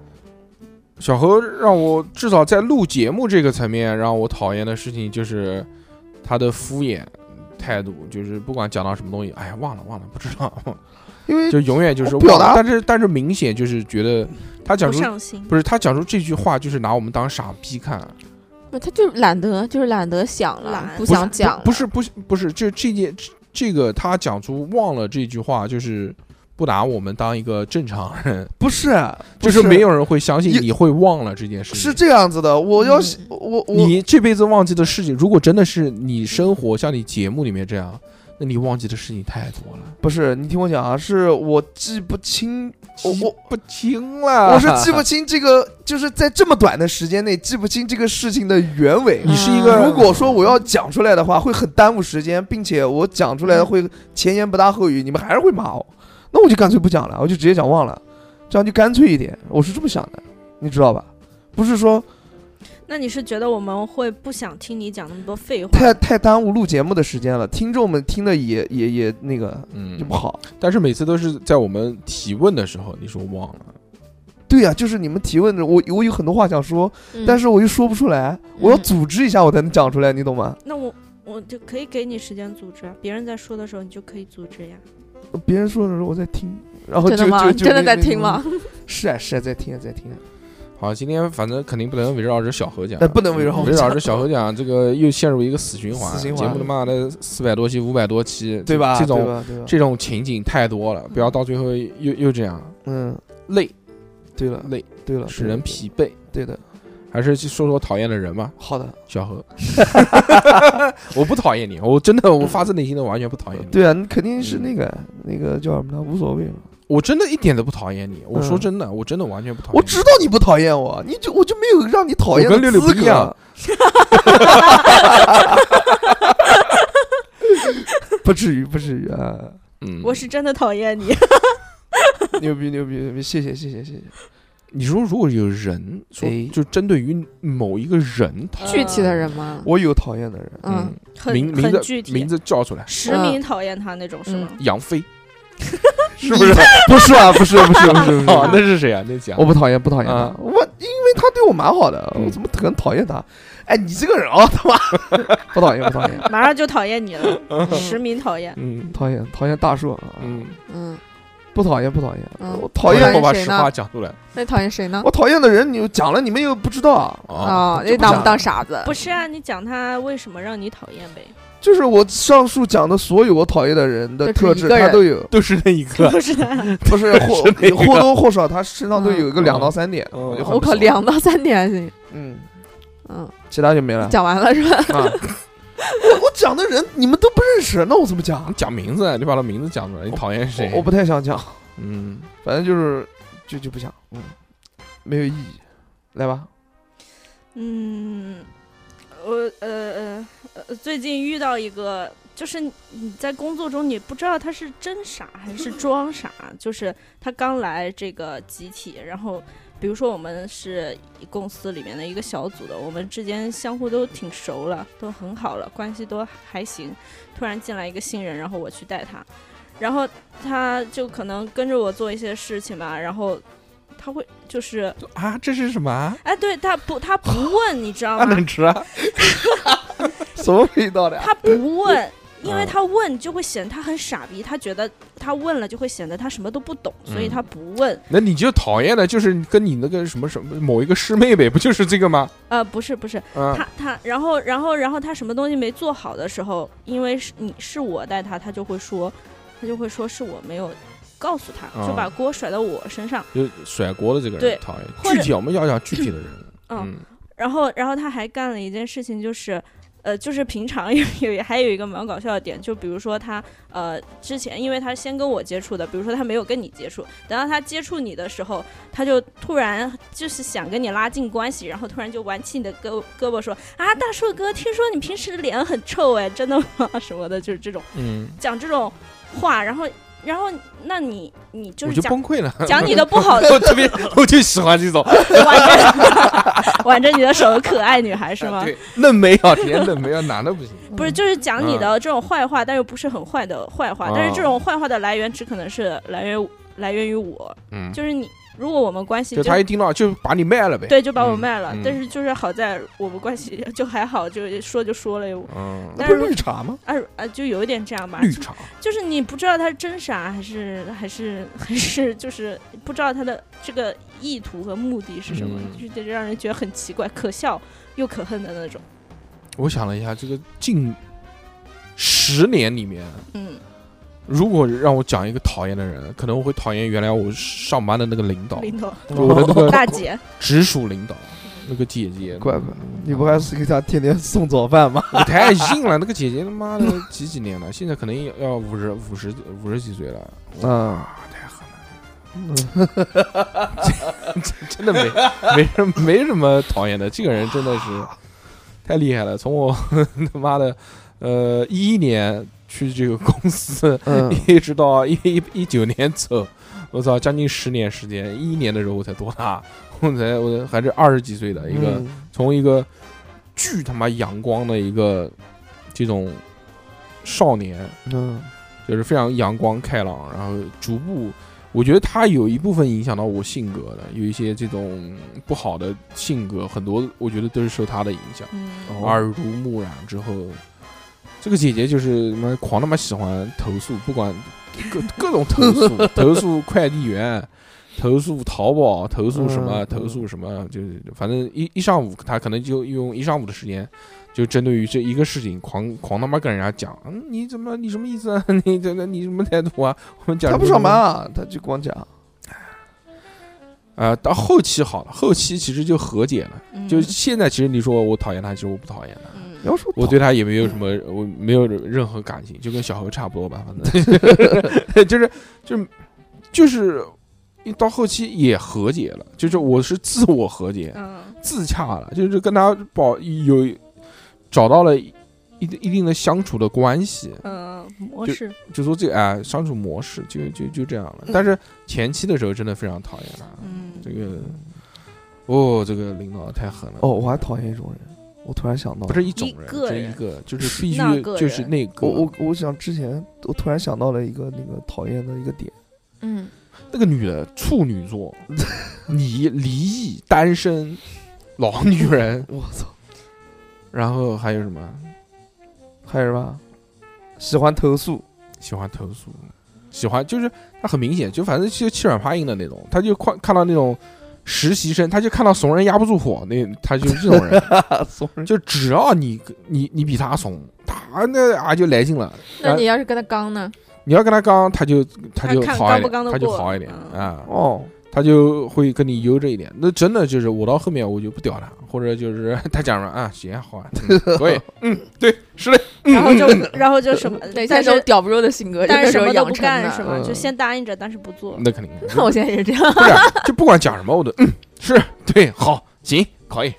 小何让我至少在录节目这个层面让我讨厌的事情就是他的敷衍态度，就是不管讲到什么东西，哎呀忘了忘了不知道，
因为
就永远就是
嗯我表达
忘了但是但是明显就是觉得他讲
不
出
上心，
不是他讲出这句话就是拿我们当傻逼看，
不他就是懒得，就是懒得想了
懒，
不
不是
想讲了
不是不是不是，就这件这个他讲出忘了这句话就是。不拿我们当一个正常人，
不是，啊
就
不
是
是
没有人会相信
一
你会忘了这件事情。
是这样子的。我要
嗯
是我我
你这辈子忘记的事情，如果真的是你生活像你节目里面这样，那你忘记的事情太多了，
不是你听我讲啊，是我记不清我
记
我
不清了。
我是
*laughs*
记不清这个，就是在这么短的时间内记不清这个事情的原委。啊
你是一个
嗯
如果说我要讲出来的话，会很耽误时间，并且我讲出
嗯
来会前言不搭后语，你们还是会骂我。那我就干脆不讲了，我就直接讲忘了，这样就干脆一点。我是这么想的，你知道吧？不是说
那你是觉得我们会不想听你讲那么多废话？
太太耽误录节目的时间了，听众们听的也也也那个就
嗯
不，好。
但是每次都是在我们提问的时候，你说忘了，
对呀、啊就是你们提问的，我我有很多话想说，
嗯
但是我又说不出来，我要
嗯
组织一下我才能讲出来，你懂吗？
那我我就可以给你时间组织啊，别人在说的时候你就可以组织呀。
嗯
别人说的时候我在听，然后就
真的吗？
就就
真的
那
在
那
听吗？
是啊是啊，在听啊在听啊。
好，今天反正肯定不能围绕着小何讲
哎，不能围绕我
围绕
讲
着小何讲，这个又陷入一个死循环。
死循
节
环
目他妈的四百多期、五百多期，
对吧？
这
对
种
吧？嗯对吧？
这种情景太多了，不要到最后又又这样，
嗯，
累
对了
累，
对了，
使
对了
人，疲惫。
对的，
还是去说说讨厌的人吧，
好的，
小
*laughs*
何。 *laughs* 我不讨厌你，我真的我发自内心的完全不讨厌你，
对啊，你肯定
嗯
是那个那个叫什么呢？无所谓嘛。
我真的一点都不讨厌你。我说
嗯
真的，我真的完全不讨厌你。
我知道你不讨厌我，你就我就没有让你讨厌
我跟六
的
六
资
不一样 *laughs*
*laughs* 格。不至于，不至于啊！
嗯，
我是真的讨厌你，
牛逼，牛逼，牛逼！谢谢，谢 *laughs* 谢，谢谢。
你说如果有人说
哎
就针对于某一个人讨
*laughs* 具体的人吗？
我有讨厌的人，
嗯，
很
名名
很
字
具体，
名字嗯叫出来，
实名讨厌他那种
嗯
是吗？
杨飞是
*laughs*
不是？
不是啊，不是，不是，不是，不嗯是。
哦，那是谁 *laughs* 啊？那讲
我不讨厌，不讨厌他，
啊
我因为他对我蛮好的，
嗯
我怎么可能讨厌他？哎，你这个人啊， *laughs* 他妈不讨厌，不讨厌，
*laughs* 马上就讨厌你了，
*laughs* 嗯
实名讨厌。
嗯
讨厌讨厌大硕啊，
嗯，
嗯，
不讨厌不讨厌，
嗯
我讨
讨
我
厌
厌
把
谁
实
呢
话讲出来
那讨厌谁呢？
我讨厌的人，你讲了你们又不知道啊，
啊。
哦，
就不讲
那当我
了
们当傻子？
不是啊，你讲他为什么让你讨厌呗？
就是我上述讲的所有我讨厌的人的特
就只
质，
一个
他
人
都 *laughs* 有，
都是那一
*laughs*
个，
不是啊的，
不是或
是那个
或多或少，他身上都有一个
嗯
两到三点，
嗯
我就很
我
不
靠，
爽，
两到三点还行。
嗯，
嗯，
其他就没了。
讲完了是吧？
啊 *laughs* 我我讲的人你们都不认识，那我怎么讲
你？讲名字，啊你把他名字讲出来，你讨厌谁？
我我不太想讲。
嗯，
反正就是就就不想，嗯，没有意义。来吧，
嗯，我呃呃呃，最近遇到一个，就是你你在工作中你不知道他是真傻还是装傻，就是他刚来这个集体，然后比如说我们是公司里面的一个小组的，我们之间相互都挺熟了，都很好了，关系都还行。突然进来一个新人，然后我去带他，然后他就可能跟着我做一些事情吧，然后他会就是
啊，这是什么啊？
哎，对他不他不问，你知道
那
吗？
能吃啊？
*laughs* 什么味道的呀？
他不问，因为
嗯
他问就会显得他很傻逼，他觉得他问了就会显得他什么都不懂，
嗯
所以他不问。
那你就讨厌的就是跟你那个什么什么某一个师妹呗，不就是这个吗？
呃，不是不是，
嗯，
他他然后然后然后他什么东西没做好的时候，因为是你是我带他，他就会说，他就会说是我没有告诉他，就
哦
把锅甩到我身上。
就甩锅的这个
对
人讨厌。
或者
具体我们要讲具体的人，
嗯
嗯，
然后，然后他还干了一件事情，就是，呃，就是平常 *laughs* 有有还有一个蛮搞笑的点，就比如说他呃之前因为他先跟我接触的，比如说他没有跟你接触，等到他接触你的时候，他就突然就是想跟你拉近关系，然后突然就挽起你的胳胳膊说啊，大树哥，听说你平时脸很臭哎，真的吗？ *laughs* 什么的，就是这种
嗯，
讲这种话，然后然后那你你就
我
是
就
讲
崩溃了。
讲你的不好的，
*laughs* 我特别，我就喜欢这种， *laughs*
挽着 *laughs* 挽着你的手的可爱女孩是吗？
对，嫩梅啊，天嫩梅啊，男的不行。
不是，
嗯
就是讲你的这种坏话，但又不是很坏的坏话。
嗯哦
但是这种坏话的来源只可能是来源来源于我，
嗯，
就是你。如果我们关系
就他一听到就把你卖了呗。，
对，就把我卖了。
嗯嗯
但是就是好在我们关系就还好，就说就说了又，
嗯，
那
但
不
是
是绿茶吗？
啊啊，就有一点这样吧。
绿茶，
就是你不知道他是真傻还是还是还是就是不知道他的这个意图和目的是什么，
嗯
就是让人觉得很奇怪、可笑又可恨的那种。
我想了一下，这个近十年里面，
嗯
如果让我讲一个讨厌的人，可能我会讨厌原来我上班的那个领导，
领导
就
哦
我的那个
大姐，
直属领导，那个姐姐，
怪不得你不还是给他天天送早饭吗？
我太硬了。那个姐姐他妈的几几年的，现在可能要要五十五十五十几岁了，
啊，
太狠嗯了，真的没没 *laughs* 什么没什么讨厌的，这个人真的是太厉害了。从我 *laughs* 他妈的呃一一年去这个公司，
嗯，
*laughs* 一直到一一一九年走，我操，将近十年时间。一一年的时候我才多大？我才我还是二十几岁的一个，
嗯
从一个巨他妈阳光的一个这种少年，
嗯，
就是非常阳光开朗，然后逐步，我觉得他有一部分影响到我性格的，有一些这种不好的性格，很多我觉得都是受他的影响，
嗯，
哦
耳濡目染之后，这个姐姐就是他妈狂他妈喜欢投诉，不管各各种投
*laughs*
诉，投诉快递员。投诉淘宝，投诉什么？
嗯
投诉什么？就是反正一一上午，他可能就用一上午的时间，就针对于这一个事情狂狂他妈跟人家讲，嗯，你怎么你什么意思 *laughs* 啊？你这个你什么态度啊？我们讲
他不
什么
上班啊，他就光讲，
啊，到后期好了，后期其实就和解了。
嗯
就现在，其实你说我讨厌他，其实我不讨厌他，
嗯
要说
我对他也没有什么，我没有任何感情，就跟小何差不多吧，反
*laughs*
正就是就是就是一到后期也和解了，就是我是自我和解，
嗯
自洽了，就是跟他保有找到了一一定的相处的关系，
嗯模
就
式。
就说这个哎相处模式就就就这样了。但是前期的时候真的非常讨厌他，
嗯
这个哦，这个领导太狠了。
哦，我还讨厌一种人，我突然想到
不，是一种
一
人，
个
这
人
一个就是必须
那个
就是
人
那个
我我我想之前我突然想到了一个那个讨厌的一个点，
嗯，
那个女的处女座， *laughs* 你离异单身老女人，
我操，
然后还有什么
还有什么？喜欢投诉，
喜欢投诉，喜欢就是他很明显，就反正就欺软怕硬的那种，他就看看到那种实习生，他就看到怂人压不住火，那他就是这种人，
啊，怂人
就只要你你你比他怂，他那啊就来劲了。
那
然
你要是跟他刚呢？
你要跟他刚，他就他
他
就
看
好
刚
一
不
点，
刚得
他就
过
好一点
嗯
啊，
哦，
他就会跟你悠着一点。那真的就是我到后面我就不屌他，或者就是 *laughs* 他讲什么啊行好啊，嗯可以，嗯对是的，
然后就然后就什么，
对，像
但
这种
是
屌不肉的性格，
但
是
是什么都
养
不
成
干
的
是吗？
嗯
就先答应着，但是不做。
那肯定
*laughs*
啊
那我现在也是这样， *laughs*
不是就不管讲什么我都嗯是对好行可以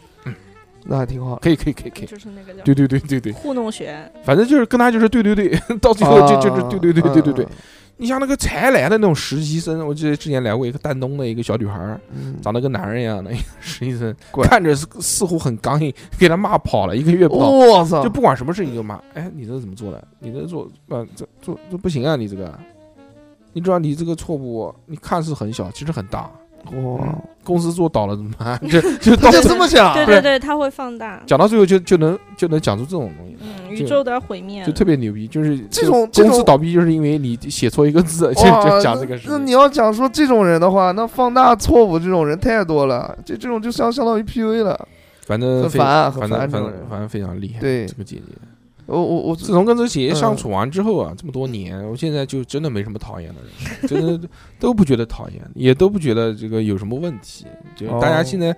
那还挺好。
可以可以可以可以，
就是那个叫
对对对对对，
糊弄学，
反正就是跟他就是对对对， *laughs* 到最后 *laughs* 就就是对对对对对对。
啊，
你像那个才来的那种实习生，我记得之前来过一个丹东的一个小女孩儿，
嗯
长得跟男人一样的一个实习生，
怪
看着似似乎很刚硬，给他骂跑了一个月不到，
我操，
就不管什么事情就骂，哎，你这怎么做的？你这做呃这做这不行啊，你这个，你知道你这个错误，你看似很小，其实很大，
哇，
公司做倒了怎么办？ *laughs* 就就到
他就
最
这么想，
对对对，它会放大，
讲到最后就就能就能讲出这种东西，
嗯，宇
就
宙都要毁灭
就
了。
特别牛逼。就是
这种这
公
种
司倒闭，就是因为你写错一个字， *laughs* *laughs* 就
哇
就讲这个事
那
情
你。要讲说这种人的话，那放大错误这种人太多了，这这种就相相当于 PUA 了，
反正
很
呃非
烦啊，很
反正反
烦这种
正
人。
反正非常厉害。
对
这个姐姐，
我我我
自从跟这姐姐
嗯
相处完之后啊，这么多年，我现在就真的没什么讨厌的人，真的都不觉得讨厌，也都不觉得这个有什么问题。就
哦
大家现在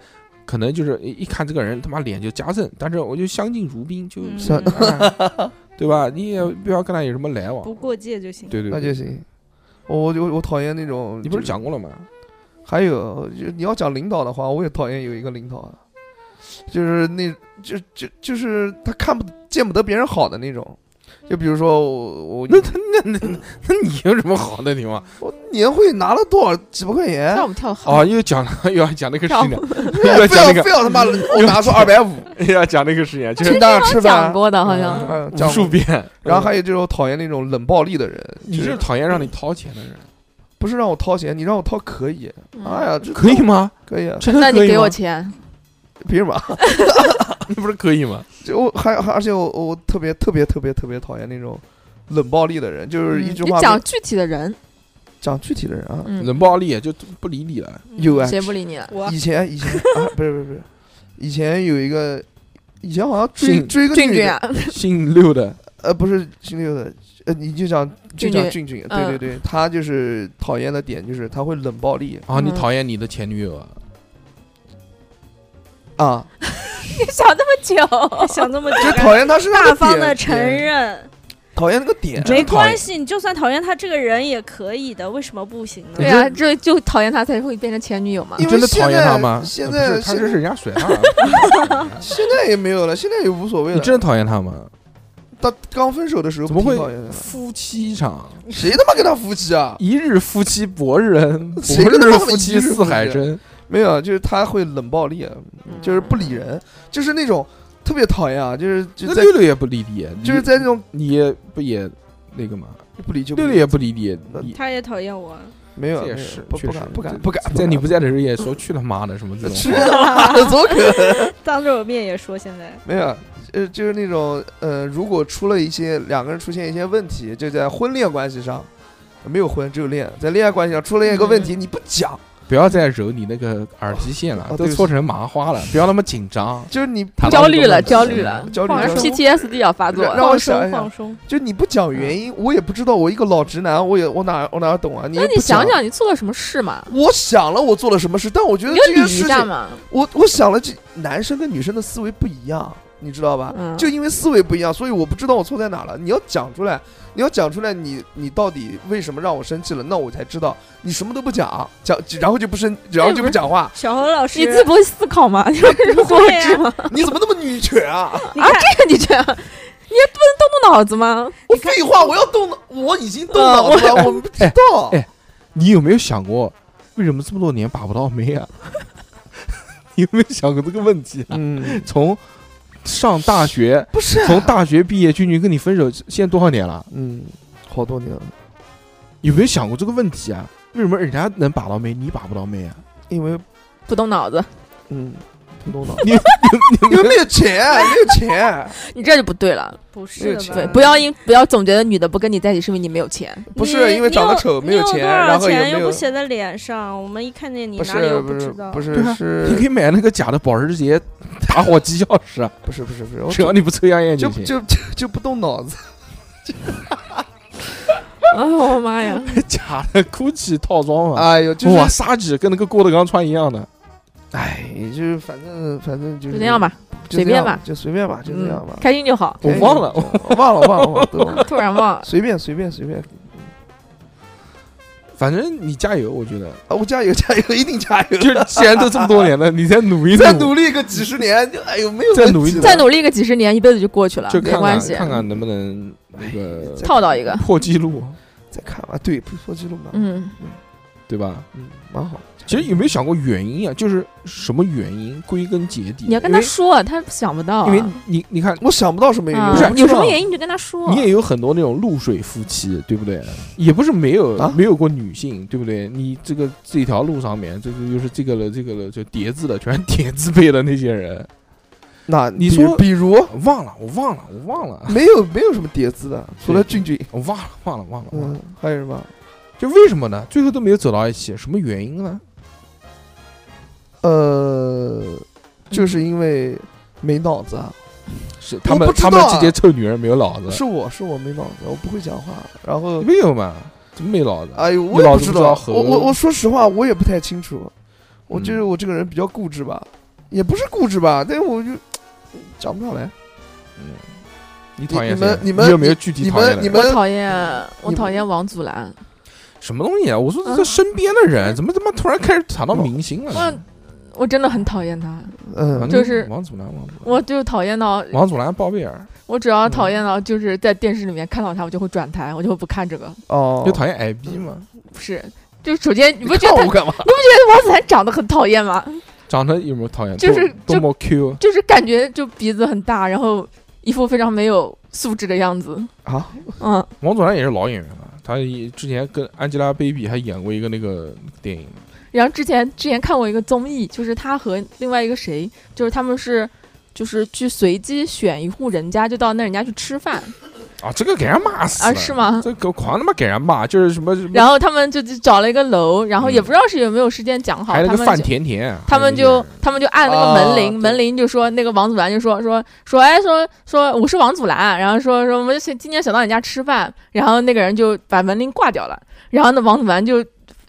可能就是一一看这个人，他妈脸就加深，但是我就相敬如宾，就
嗯
像
哎对吧？你也不要跟他有什么来往
不，过界就行。
对对，
那
对
就。行。我我我我讨厌那种，
你不是
就
讲过了吗？ *laughs*
还有，就你要讲领导的话，我也讨厌有一个领导啊，就是那就就就是他看不见不得别人好的那种。就比如说我我
那他那那那那你有什么好的地方？
我年会拿了多少几百块钱
让，我们跳好，
哦，又讲了，又要讲那个事情了，
*laughs*
非
又要
要
讲那个
非，要他妈我拿出二百五，
又要讲那个事情，就
请
是
这
大家
刚
吃
讲
饭，啊
过的，好像
嗯
无
讲
数
过。
遍。
然后还有这种讨厌那种冷暴力的人，
你
就是
讨厌让你掏钱的人，
不是让我掏钱，你让我掏可以，哎呀，这
可以吗？
可以啊，
真
嗯那
的可
你
以
给
吗
我？钱，
凭什么？
你不是可以 *laughs* 吗？
*laughs* 就我还还而且我我特别特别特别特别讨厌那种冷暴力的人，就是一
嗯
句
你
话
讲
没
具体的人，
讲具体的人啊，
嗯，
冷暴力就不理你
*laughs*
了。
有啊
谁不理你了？
嗯
*laughs*
我
以前以前啊，不是不是不是，以前有一个，以前好像追
俊
追一个
俊
女
俊
的，
啊，
*laughs*
姓六的，
呃，不是星期六的，呃，你就讲就
俊
讲
俊
俊俊，对
嗯
对对，他就是讨厌的点就是他会冷暴力
啊，你
嗯
讨厌你的前女友啊？
啊，
你想那么久，
想这么久
就
干嘛，
讨厌他是那个
大方的
点
承，
点
认，
讨厌那个点，
真
没
的讨厌
关系，你就算讨厌他这个人也可以的，为什么不行呢
*laughs* 对？啊，这就讨厌他才会变成前女友嘛
你。
因为
真的讨厌他吗？
现
啊
在
不是，他
现
这
在
是人家甩啊他
*laughs*
了。
现在也没有了，现在也无所谓
你
了。
真的讨厌他吗？
他刚分手的时候
怎么
挺
会
讨厌的
夫妻一场，
谁他妈跟他夫妻啊？
一日夫妻百日恩，
谁
百
跟他
日
妈
夫
一
妻
日
似
夫妻
海深。
没有，啊就是他会冷暴力，啊
嗯
就是不理人，就是那种特别讨厌啊，就是就
那
在
六六也不理你，你
就是在那种
你不也那个吗？
不理就不
六
理
六也不理你，
那
你
他也讨厌我，
没有，
这也
没有
是
不
确
不
实
敢不敢
这
不敢，
在你
不
不在的时候也说去他妈的什么这
敢
种
*laughs*
*laughs*
是
话。
啊，怎么可能？
当着我面也说现在。
*laughs* 没有，呃，就是那种呃，如果出了一些两个人出现一些问题，就在婚恋关系上。没有婚，只有恋。在恋爱关系上出了一个问
嗯
题，你不讲，
不要再揉你那个耳机线了
哦，对
都
不起
搓成麻花 *laughs* 了，不要那么紧张。
就是你
谈到这
焦
个
虑了，
问题
焦虑了，
焦虑
好像
焦虑
PTSD 要发作
让
了。
让我
放
想一
松
想
放，松，
就你不讲原因，我也不知道。我一个老直男，我也我哪我哪懂啊？你
那
也
你
不讲
想，想，你做了什么事嘛？
我想了，我做了什么事，但我觉得
你就
这
理
个
一
事
下
情，
嘛。
我我想了，这男生跟女生的思维不一样，你知道吧？
嗯
就因为思维不一样，所以我不知道我错在哪了。你要讲出来，你要讲出来你，你到底为什么让我生气了？那我才知道。你什么都不讲，讲然后就不生，然后就不讲话，
小侯老师，
你自己不会思考吗？ *laughs* 你不
不
弱
会
智
啊
吗？
你怎么那么女权啊？
你看
看 *laughs* 你这样，你也不能动动脑子吗？
我废话，我要动脑，我已经动脑子了，我不知道
哎。你有没有想过，为什么这么多年把不到妹啊？ *laughs* 你有没有想过这个问题啊？
嗯，
从上大 *laughs* 学，
*laughs* 不是啊
从大学毕业，君君跟你分手，现在多少年了？
嗯，好多年了，
有没有想过这个问题啊？为什么人家能把到妹，你把不到妹啊？
因为
不动脑子，
嗯，不动脑，
你
*laughs*
你
因为
你
没有钱，没有钱，
你这就不对了。
不是
没有
的
对，
吧？
不要因不要总觉得女的不跟你在一起是因为你没有钱。
不
你
是因为
你
长得丑，
你
没有
多
钱，然
少
后也
钱
没
又
有
不，写在脸上，我们一看见你
不
哪里
是
又
不
知
是
道，
不是
对啊
是，
你可以买那个假的保时捷打火机钥匙 *laughs* 啊，
不是不是不是，我
只要你不抽香烟
就
行。
就就就不动脑子，
哎呦我妈呀！
假的 GUCCI 套装啊 *laughs* 嘛，
哎呦，就是
哇，沙棘跟那个郭德纲穿一样的，
哎，就是反正反正就是
*laughs* 就那样，吧，
就
随
这
便
样
吧，
就随便吧，就这
嗯
样吧，哎
开心就好。
我忘了，
我忘了
*laughs*
忘了忘了都忘了，
突然
*laughs*
忘了，
随便随便随便，
反正你加油，我觉得，
啊，我加油加油，一定加
*laughs*
油，
就是既然都这么多年了，你再努一
再努力个几十年，就哎呦没有
再
问
努一
题
努
的
再努力个几十年，一辈子就过去了，
就
没
看
关
看
系。哎
看看能不能那个
再
套到一个，
破纪录。
再看吧，对，不破纪录嘛，
嗯，
对吧？
嗯，蛮好。
其实有没有想过原因啊？就是什么原因？归根结底，
你要跟他说，他想不到、啊。
因为，因为你你看，
我想不到什么原因，
啊、
我不知
有什
道
么原因你就跟他说。啊
你也有很多那种露水夫妻，对不对？也不是没有、
啊
没有过女性，对不对？你这个这条路上面，这就又是这个了，这个了，就叠字的，全是叠字辈的那些人，
那
你
比如
说
比如
忘了，我忘了，我忘了，
没有没有什么叠字的，除了俊俊，
我忘了，忘了，忘了，忘了。
嗯，还有什么？
就为什么呢？最后都没有走到一起，什么原因呢？
呃，就是
嗯
因为没脑子啊，
是他们、
不知道
他
啊
们这些臭女人没有脑子，
是我是我没脑子，我不会讲话，然后
没有嘛？怎么没脑子？
哎呦，我
你
也
脑
不
子
知
不知道
道，
合
我我我说实话，我也不太清楚。我就是
嗯
我这个人比较固执吧，也不是固执吧，但是我就讲不上来。
你讨厌
你
谁
们你们
有没有具体
你
讨厌的
们
人
你们
我讨厌，我
你
讨厌王祖蓝。
什么东西啊？我说这
嗯
身边的人、怎么他妈突然开始谈到明星啊了呢？
我我真的很讨厌他，
啊
嗯，
就是
王祖蓝，王祖蓝
我就讨厌到
王祖蓝、包贝尔，
我只要讨厌到就是在电视里面看到他，我就会转台，我就会不看这个。
哦，
就讨厌矮逼嘛，
不是，就首先你不觉得
看
他
我干嘛？
王子涵长得很讨厌吗？
长得有没有讨厌？
就是
多
就
多么 Q，
就是感觉就鼻子很大，然后一副非常没有素质的
*laughs*
样子。
啊，
嗯，
王祖蓝也是老演员了，他也之前跟 Angelababy 还演过一个那个电影，
然后之前之前看过一个综艺，就是他和另外一个谁，就是他们是就是去随机选一户人家，就到那人家去吃饭
啊，这个给人骂死
啊，
了，
是？吗？
这个狂他妈给人骂，就是什么什么，
然后他们就就找了一个楼，然后也不知道是有没有时间讲好，
嗯还有
他
那个
们
范
就
甜甜，啊
他们就他们就按那个门铃，
啊
门铃就说那个王祖蓝就说说说哎说说我是王祖蓝，然后说说我们今天想到你家吃饭，然后那个人就把门铃挂掉了，然后那王祖蓝就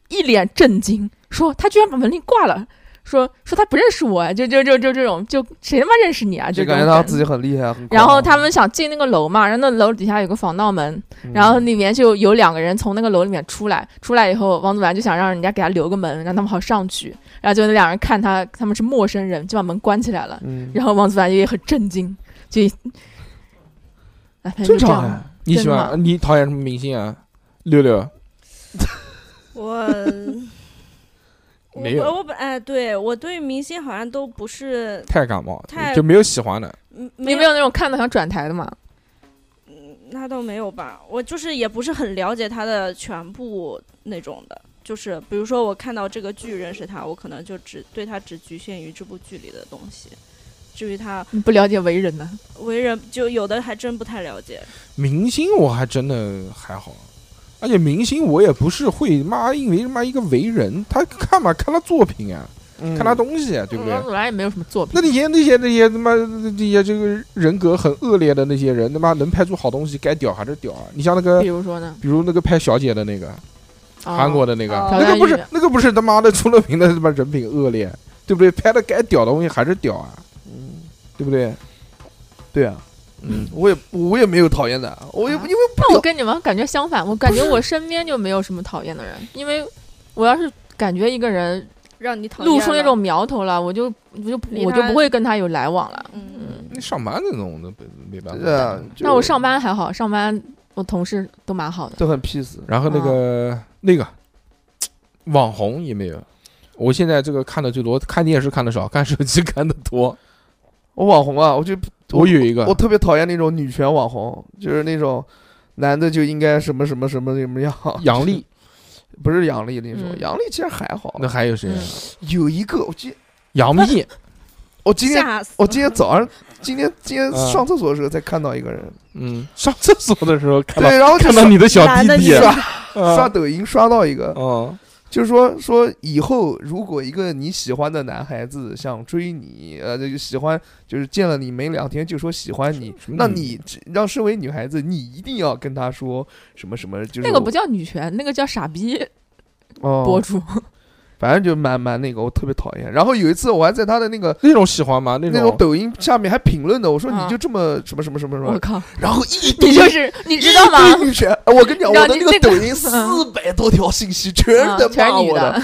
一脸震惊，说他居然把门铃挂了。说说他不认识我，就就就就这种，就谁他妈认识你啊？
就
就这种
感觉他
人
自己很厉害，很高
然后他们想进那个楼嘛，然后那楼底下有个防盗门，
嗯
然后里面就有两个人从那个楼里面出来，出来以后，王祖蓝就想让人家给他留个门，让他们好上去。然后就那两人看他，他们是陌生人，就把门关起来了。
嗯，
然后王祖蓝也很震惊，就，哎，反正就
正
这
常
样
啊。
你喜
真的
欢你讨厌什么明星啊？六六
*laughs*
我我
没有
我我本哎，对我对明星好像都不是，
太感冒
太，
就没有喜欢的，
嗯
你
没
有没有那种看到想转台的嘛？
那倒没有吧，我就是也不是很了解他的全部那种的，就是比如说我看到这个剧认识他，我可能就只对他只局限于这部剧里的东西，至于他
你不了解为人呢？
为人，就有的还真不太了解。
明星我还真的还好，而且明星我也不是会妈，因为妈一个为人，他看嘛看他作品啊，
嗯
看他东西啊，对不对
王？祖蓝也没有什么作品
那。你些那些那些他妈这些这个人格很恶劣的那些人，他妈能拍出好东西，该屌还是屌啊！你像那个
比，如说呢？
比如那个拍小姐的那个，
啊
*laughs* 韩国的那个，
哦
那个不
朴赞
是
郁
那个不是他妈的出了名的他妈人品恶劣，对不对？拍的该屌的东西还是屌啊，
嗯，
对不对？
对啊，
嗯，
我也我也没有讨厌的，我也
啊
因为
那我跟你们感觉相反，我感觉我身边就没有什么讨厌的人，因为我要是感觉一个人
让你讨厌
露出那
了
种苗头了，我就我就
离
我就
他
不会跟他有来往了。
嗯，
你上班那种的没办
对啊
法。，
那我上
班
班还好，上班我同事都蛮好的。
都很 peace，
然后那个、那个网红也没有。我现在这个看的最多，看电视看的少，看手机看的多。
我网红啊，我就
我有一个
我特别讨厌那种女权网红，就是那种男的就应该什么什么什么什么样，
杨笠，
*laughs* 不是杨笠那种，
嗯
杨笠其实还好。
那还有谁啊？
嗯
有一个，我今
杨幂， *laughs*
我今天
吓死
我今天早上，今天今天
嗯
上厕所的时候才看到一个人，
嗯，上厕所的时候看到
对，然后就
嗯 *laughs* 看到你的小
男
弟
的
弟，
女的
刷
啊，
抖音刷到一个，
嗯，
就是说说以后如果一个你喜欢的男孩子想追你，呃，就喜欢就是见了你没两天就说喜欢你，
什么
那
女
你只让身为女孩子，你一定要跟他说什么什么，就是
那个不
我
叫女权，那个叫傻逼博
哦，
主。
反正就蛮蛮那个，我特别讨厌。然后有一次我还在他的那个
那种喜欢吗？那
那种抖音下面还评论的，我说
啊
你就这么什么什么什么什
我
么，
靠，
然后一
*laughs* 你就是你知道吗？
一堆女权，哎我跟你讲，
你知道
我的
你
那个
这个嗯
抖音四百多条信息全
啊
是在
全
骂
是女
我的，，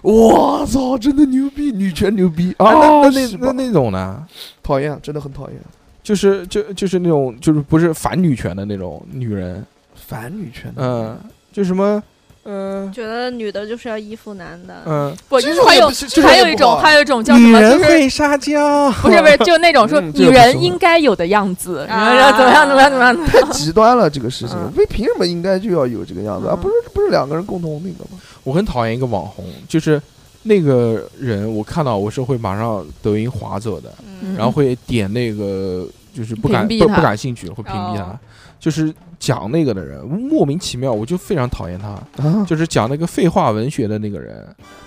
我操，真的牛逼，女权牛逼
啊，那那
是
那
吧
那那种呢？
讨厌，真的很讨厌，
就是就就是那种就是不是反女权的那种女人，嗯
反女权的，
嗯，就什么嗯
觉得女的就是要依附男的，
嗯，
不，
其
就
实
是
我
还
也
有
不是这个
还
也
有一
不
种
好
还有一种叫什么，就是
撒娇，
不是不是，就那种说
嗯这
女
个不
人
行
应该有的样子，然后
啊
然后怎么样怎么样怎么样，
太极端了这个事
嗯
情，为凭什么应该就要有这个样子啊？
嗯
不是不是两个人共同那个吗？
我很讨厌一个网红，就是那个人，我看到我是会马上抖音划走的，
嗯
然后会点那个就是不感
屏
不
蔽
不
他
感兴趣，会屏蔽他
哦。
就是讲那个的人莫名其妙，我就非常讨厌他。
啊，
就是讲那个废话文学的那个人，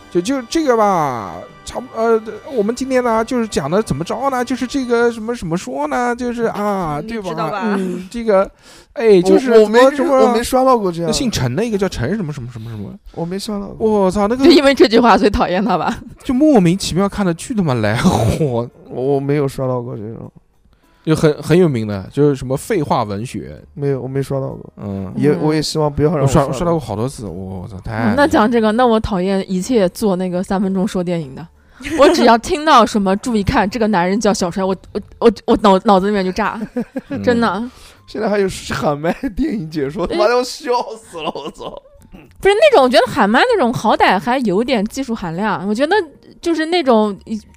就就这个吧，差不呃，我们今天呢就是讲的怎么着呢，就是这个什么什么说呢，就是
嗯
啊，
你
对吧？
知道吧
嗯，这个，哎，就是
我我没
什么
我没刷到过这样
那
的，
姓陈的一嗯个叫陈什么什么什么什么，
我没刷到过。
我操，那个
*laughs* 就因为这句话所以讨厌他吧？
就莫名其妙看的巨他妈来火，
我我没有刷到过这种，
*laughs* 就很很有名的，就是什么废话文学，
没有，我没刷到过。
嗯，
也
嗯
我也希望不要让
我刷
刷
刷到过好多次，我操，太、
嗯
哎
那讲这个，那我讨厌一切做那个三分钟说电影的。我只要听到什么，注意看，这个男人叫小帅，我我我我脑脑子里面就炸，
嗯
真的
现在还有喊麦电影解
嗯
说，他妈的我笑死了，我操！
不是那种。我觉得喊麦那种好歹还有点技术含量，我觉得就是那种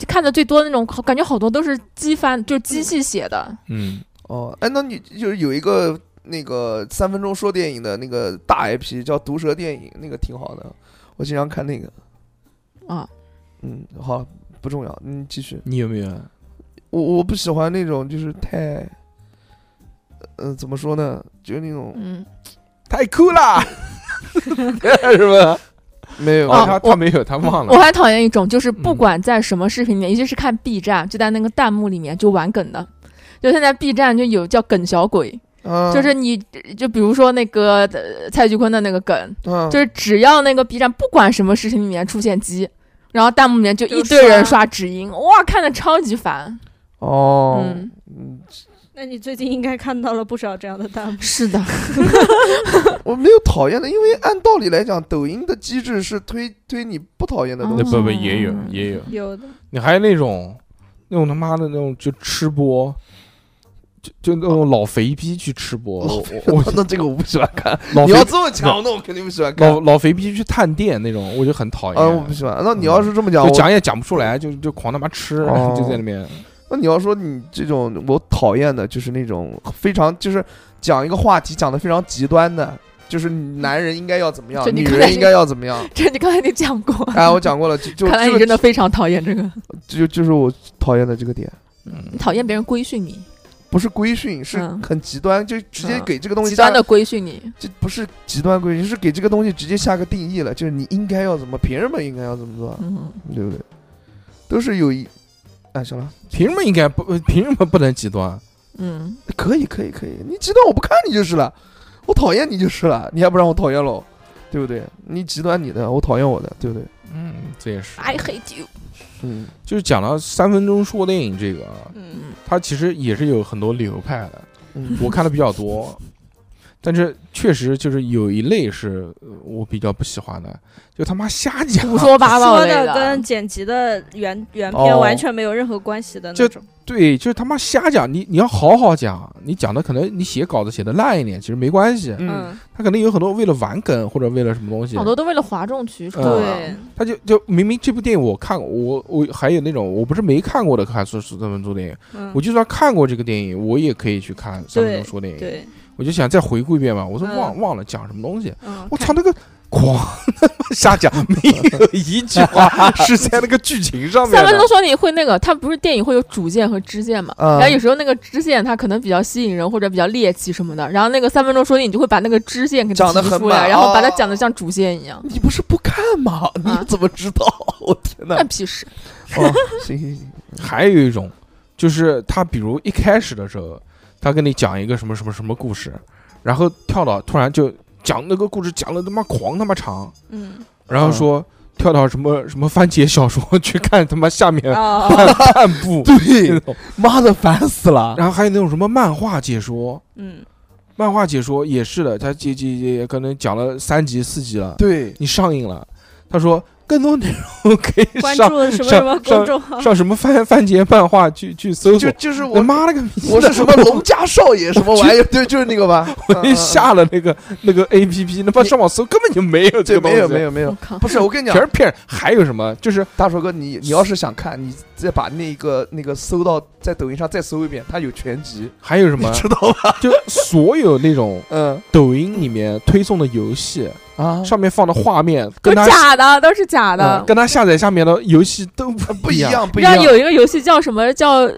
看的最多的那种，感觉好多都是机翻，就是机器写的。
嗯，
哦，哎，那你就是有一个那个三分钟说电影的那个大 IP 叫毒蛇电影，那个挺好的，我经常看那个。
啊，
嗯，好，不重要，你继续。
你有没有？
我我不喜欢那种就是太，呃，怎么说呢，就是那种
嗯，
太酷了， *laughs* 是吧？
没
*laughs*
有
哦，
啊
他他没有，他忘
我
了。
还讨厌一种，就是不
嗯
管在什么视频里面，尤其是看 B 站，就在那个弹幕里面就玩梗的。就现在 B 站就有叫梗小鬼，
啊嗯
就是你就比如说那个呃蔡徐坤的那个梗，
嗯
就是只要那个 B 站不管什么视频里面出现鸡，然后弹幕里面就一堆
就
人
刷
刷指音，哇，看的超级烦。
哦，
嗯，
嗯，
那你最近应该看到了不少这样的弹幕。
是的，
我没有讨厌的，因为按道理来讲，抖音的机制是推推你不讨厌的东
哦
西。
不不也有也有，
有的，
你还有那种那种他妈的那种就吃播，就就那种老肥逼去吃播，
老
我我
那这个我不喜欢看。
老
你
肥
要这么讲，那我肯定不喜欢看。
老老肥逼去探店那种，我就很讨
嗯，我不
厌。
喜欢。那你要是这么讲，
就
我哦
讲也讲不出来，就就狂他妈吃，然后就在那边
那你要说你这种我讨厌的，就是那种非常就是讲一个话题讲的非常极端的，就是男人应该要怎么样
就，你
女
看来
人
你
应该要怎么样。 *laughs*
这你刚才你讲过，
哎，我讲过了，就就
看来你
就
真的非常讨厌这个，
就就是我讨厌的这个点，
你讨厌别人规训你，
不是规训，是
嗯
很极端，就直接
嗯
给这个东西
极端
加
的规训你，
这不是极端规矩，是给这个东西直接下个定义了，就是你应该要怎么，凭什么应该要怎么做，
嗯，
对不对？都是有一，哎，行了，
凭什么应该不？凭什么不能极端？
嗯，
可以，可以，可以，你极端我不看你就是了，我讨厌你就是了，你还不让我讨厌喽，对不对？你极端你的，我讨厌我的，对不对？
嗯，这也是。
I hate you，
嗯，
就是讲到三分钟说电影这个，
嗯，
它其实也是有很多流派的。
*laughs*
嗯
我看的比较多，但是确实就是有一类是呃我比较不喜欢的，就他妈瞎讲，
*laughs* 胡说八道
说
类
的跟剪辑的原原片
哦
完全没有任何关系的那种。
对，就是他妈瞎讲。你你要好好讲，你讲的可能你写稿子写的烂一点，其实没关系，
嗯，
嗯，
他可能有很多为了玩梗或者为了什么东西
好，多都为了哗众取
嗯
宠，
对，
他就就明明这部电影我看过，我我还有那种我不是没看过的看说三分钟电影，
嗯
我，就算看过这个电影，我也可以去看三分钟说电影，
对，
我就想再回顾一遍嘛，我说忘、
嗯
忘了讲什么东西。
嗯，
我
看
操，那个狂瞎讲，没有一句
*laughs*
*laughs*
话是在那个剧情上面
嗯三分钟
的。
说你会那个，它不是电影会有主线和支线嘛？
嗯
然后有时候那个支线它可能比较吸引人或者比较猎奇什么的，然后那个三分钟说你就会把那个支线给它
讲得
提
很
出来，
满
然后把它
哦
讲的像主线一样，
你不是不看吗？你
啊
怎么知道？我天哪
*laughs* 那！屁事！
哦，行行行，
还有一种，就是他比如一开始的时候，他跟你讲一个什么什么什么故事，然后跳到突然就讲那个故事讲了他妈狂他妈长，
嗯，
然后说。跳到什么什么番茄小说去看他妈下面 *laughs* 哎
哦，
半部那
啊对，
种，
妈的，烦死了！
*laughs* 然后还有那种什么漫画解说，
嗯，
漫画解说也是的，他解解解可能讲了三集四集了，
对，
你上瘾了，他说更多内容可以
关
啊
上
注什么
上
什么
上
公众号，
上什么番番茄漫画去去搜
就
索。
就是
我
我
妈了个逼！
*laughs* 我是什么龙家少爷什么玩意儿？对， *laughs* 就是那个吧。
我
嗯
一下了那个那个 A P P，他妈上网搜根本就没有这个
对，
东
没
西，
有没有没
我
有，
靠，
不是我跟你讲
全，是骗人。还有什么？就是
大帅哥，你你要是想看，你再把那个那个搜到在抖音上再搜一遍，它有全集，
还有什么
你？ *laughs* 知道吧？
就所有那种
嗯
抖音里面推送的游戏
啊，
上面放的画面，
都
跟他
是嗯假的，都是假
嗯
的。
跟他下载下面的游戏都
不
不
一
一样。
样不一
知道
样，
有一个游戏叫什么？叫呃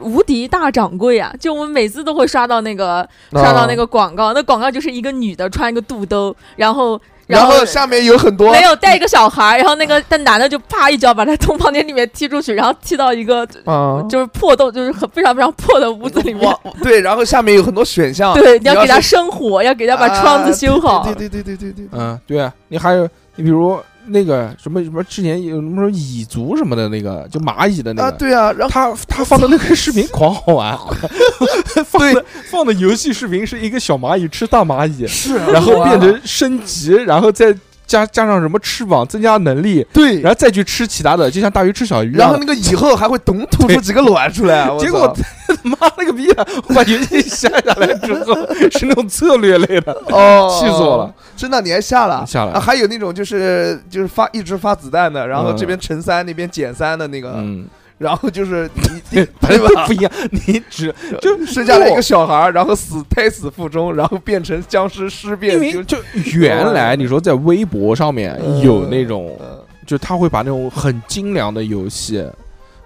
无敌大掌柜啊！就我们每次都会刷到那个刷到那
啊。
个广告，那广告就是一个女的穿一个肚兜，然后
然
后
后下面有很多
没有带一个小孩儿，然后那个那男的就啪一脚把他从房间里面踢出去，然后踢到一个
啊，
就是破洞，就是很非常非常破的屋子里面
哇。对，然后下面有很多选项，
对，你要给他
是啊
生火，要给他把窗子修好。
对对对对对对对，
嗯，对啊，你还有你比如那个什么什么之前有什么蚁族什么的那个，就蚂蚁的那
啊
个。
对啊，然后
他他放的那个视频狂好
*laughs*
玩，放的放的游戏视频是一个小蚂蚁吃大蚂蚁，
是啊，
然后
哇
变成升级，然后再加加上什么翅膀增加能力，
对，
然后再去吃其他的，就像大鱼吃小鱼一
然
样
后
的。
那个以后还会咚吐出几个卵出来，啊我
结
操
果 *laughs* 妈了个逼的，我把游戏下下来之 *laughs* 后是那种策略类的，
哦，
*laughs* 气死我了！
真的，你还下了？
下了
啊还有那种就是就是发一直发子弹的，然后
嗯
这边乘三，那边减三的那个，
嗯，
*laughs* 然后就是
*laughs*
你
反正
对吧
都不一样，你只就
*laughs* 生下来一个小孩儿，然后死胎死腹中，然后变成僵尸尸变
因，为
就
就原来你说在微博上面有那种，
呃
就他会把那种很精良的游戏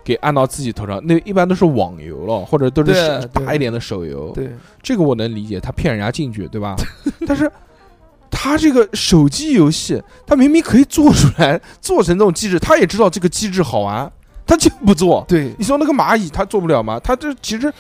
给按到自己头上，那一般都是网游了，或者都是
对对
大一点的手游。
对
这个我能理解，他骗人家进去，
*laughs*
对吧？但是他这个手机游戏，他明明可以做出来，做成这种机制，他也知道这个机制好玩，他就不做。
对
你说那个蚂蚁，他做不了吗？他这其实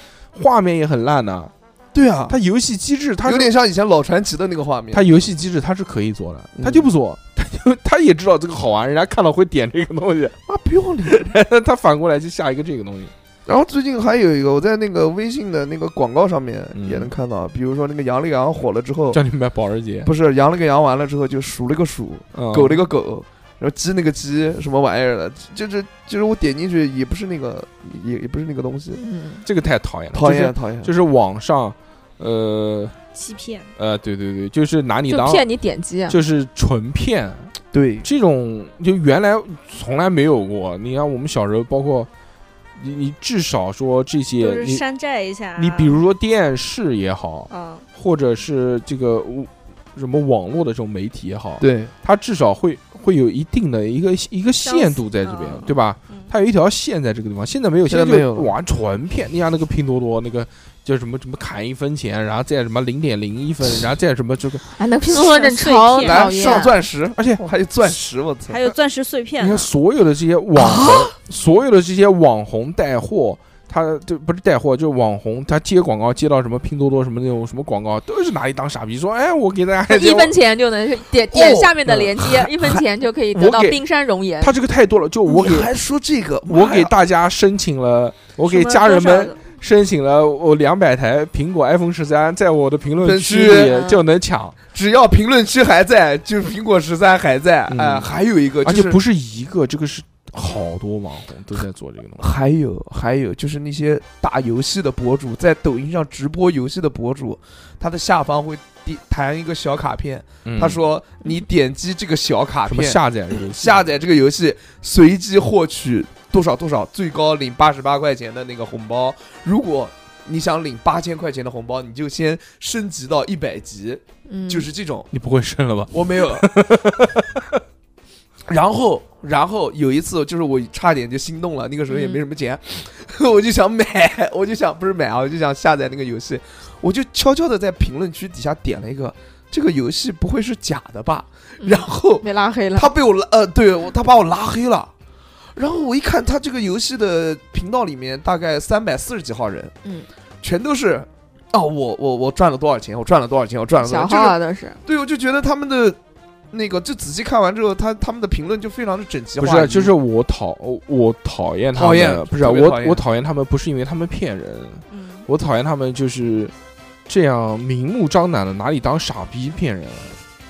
画面也很烂的、
对啊，
他游戏机制，他
有
是
点像以前老传奇的那个画面，
他游戏机制他是可以做的，
嗯
他就不做，他就他也知道这个好玩，人家看到会点这个东西， *laughs*
妈不要脸。
他反过来就下一个这个东西。
然后最近还有一个，我在那个微信的那个广告上面
嗯
也能看到，比如说那个羊了个羊火了之后，
叫你买保时捷，
哦不是羊了个羊完了之后就数了个数，
嗯
狗那个狗，然后鸡那个鸡，什么玩意儿的，就是就是我点进去也不是那个，也也不是那个东西，
嗯，
这个太讨厌了，
讨厌讨厌
就，是就是网上，呃
欺骗。
呃，对对对，就是拿你
就
当
骗你点击啊。
就是纯骗，
对
这种就原来从来没有过。你看我们小时候，包括你，你至少说这
就
些，
是
你
山寨一下啊。
你比如说电视也好，
嗯，
或者是这个呃什么网络的这种媒体也好，
对
它至少会会有一定的一个一个限度在这边
嗯，
对吧？
嗯
它有一条线在这个地方，现在没有，
现
现
在
在
没有
就
了
玩纯骗。你像那个拼多多那个。叫什么什么砍一分钱，然后再什么零点零一分，
*laughs*
然后再什么这个，
哎，那拼多多真
碎
超
片
讨
来
厌。
上钻石，
而且
我还有钻石，我操
还！有钻石碎片啊
你
呢
看，所有的这些网红，所有的这些网红带货，他就不是带货，就是网红，他接广告接到什么拼多多什么那种什么广告，都是拿你当傻逼，说哎，我给大
*laughs*
家
一分，钱就能点
哦
点下面的链
嗯
接，一分钱就可以得到
我给
冰山熔岩。
他这个太多了，就我给
你还说这个，
我
妈
给
呀
大家申请了，我给
什么
家人
多少
们申请了我两百台苹果 iPhone 十三，在我的评论区
本
区
里就能抢，
只要评论区还在，就苹果十三还在，
嗯
哎，还有一个
而
就
且
是
不是一个，这个是好多网红都在做这个东西。
还有还有就是那些打游戏的博主，在抖音上直播游戏的博主，他的下方会滴弹一个小卡片，
嗯
他说你点击这个小卡
什么
片，
下载这个游戏
下载这个游戏，随机获取多少多少，最高领八十八块钱的那个红包。如果你想领八千块钱的红包，你就先升级到一百级，
嗯，
就是这种。
你不会升了吧？
我没
*laughs*
有。然后，然后有一次，就是我差点就心动了，那个时候也没什么钱， *laughs* 我就想买，我就想不是买啊，我就想下载那个游戏，我就悄悄的在评论区底下点了一个，这个游戏不会是假的吧？
嗯
然后
被拉黑
*laughs*
了。
他被我拉，呃，对我他把我拉黑了。然后我一看，他这个游戏的频道里面大概三百四十几号人，
嗯，
全都是，哦，我我我赚了多少钱？我赚了多少钱？我赚了多少
小
钱？就是
号啊都是，
对，我就觉得他们的那个，就仔细看完之后，他他们的评论就非常的整齐
不
划一。
是，啊就是我讨我讨厌他们，
讨厌
不是啊
特别
我
讨厌
我讨厌他们，不是因为他们骗人，
嗯，
我讨厌他们就是这样明目张胆的拿你当傻逼骗人。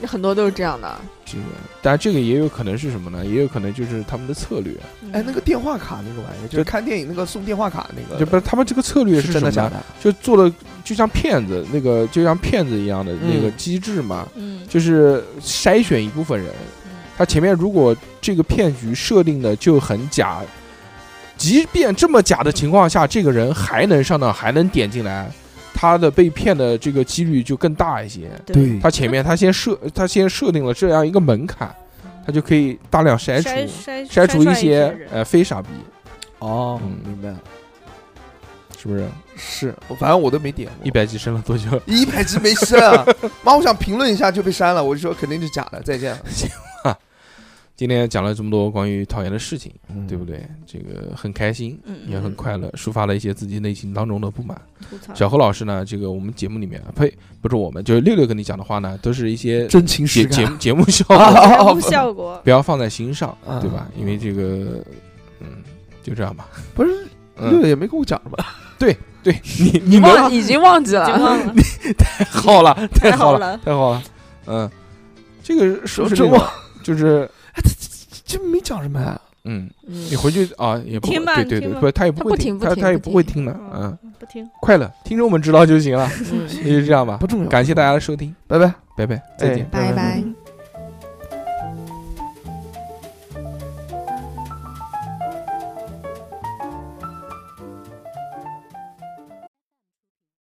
很多都是这样的。
这个，但这个也有可能是什么呢？也有可能就是他们的策略，
哎，那个电话卡那个玩意儿，就是
就
看电影那个送电话卡那个，
就不是他们这个策略
是
什
真的
么
假
呢？
的？
就做了就像骗子那个，就像骗子一样的那个
嗯
机制嘛，
嗯
就是筛选一部分人，他前面如果这个骗局设定的就很假，即便这么假的情况下，这个人还能上当，还能点进来，他的被骗的这个几率就更大一
嗯
些。
对
他前面他先设他先设定了这样一个门槛，他就可以大量筛除
筛筛
筛除
选一
些
人
呃非傻逼，
哦
嗯
明白了，
是不是？
是，反正我都没点过
一。百集升了多久？
一百集没删啊！ *laughs* 妈，我想评论一下就被删了，我就说肯定是假的，再见了，
今天讲了这么多关于讨厌的事情，对不
对？
对？这个很开心，
嗯
也很
嗯
快乐，抒发了一些自己内心当中的不满。
吐槽
小何老师呢，这个我们节目里面，呸，不是我们，就是六六跟你讲的话呢，都是一些
真情
节
实
节
*laughs* 感
目节目效
啊
果，
节目效果
不要放在心上，
啊
对吧？因为这个，嗯，就这样吧。
不是
嗯
六六也没跟我讲什么，
对你，你们
忘已经忘记
已经
了，
忘了，
好了，太
太
好
好
了，
了，
太好了，嗯，这个是不是
真
那种
忘，
就是
这没讲什么啊呀？
嗯，
嗯
你回去啊，也不
听吧
对对
听
对，
吧
不，他也不
他
会
不听不
他
听
他也
不
不会
听
听的，嗯，，
不听，
快乐，听众们知道就行了，
嗯
那就这样吧啊
不，重要，
感谢大家的收听，
拜拜，
拜拜，再
哎
见。
拜拜。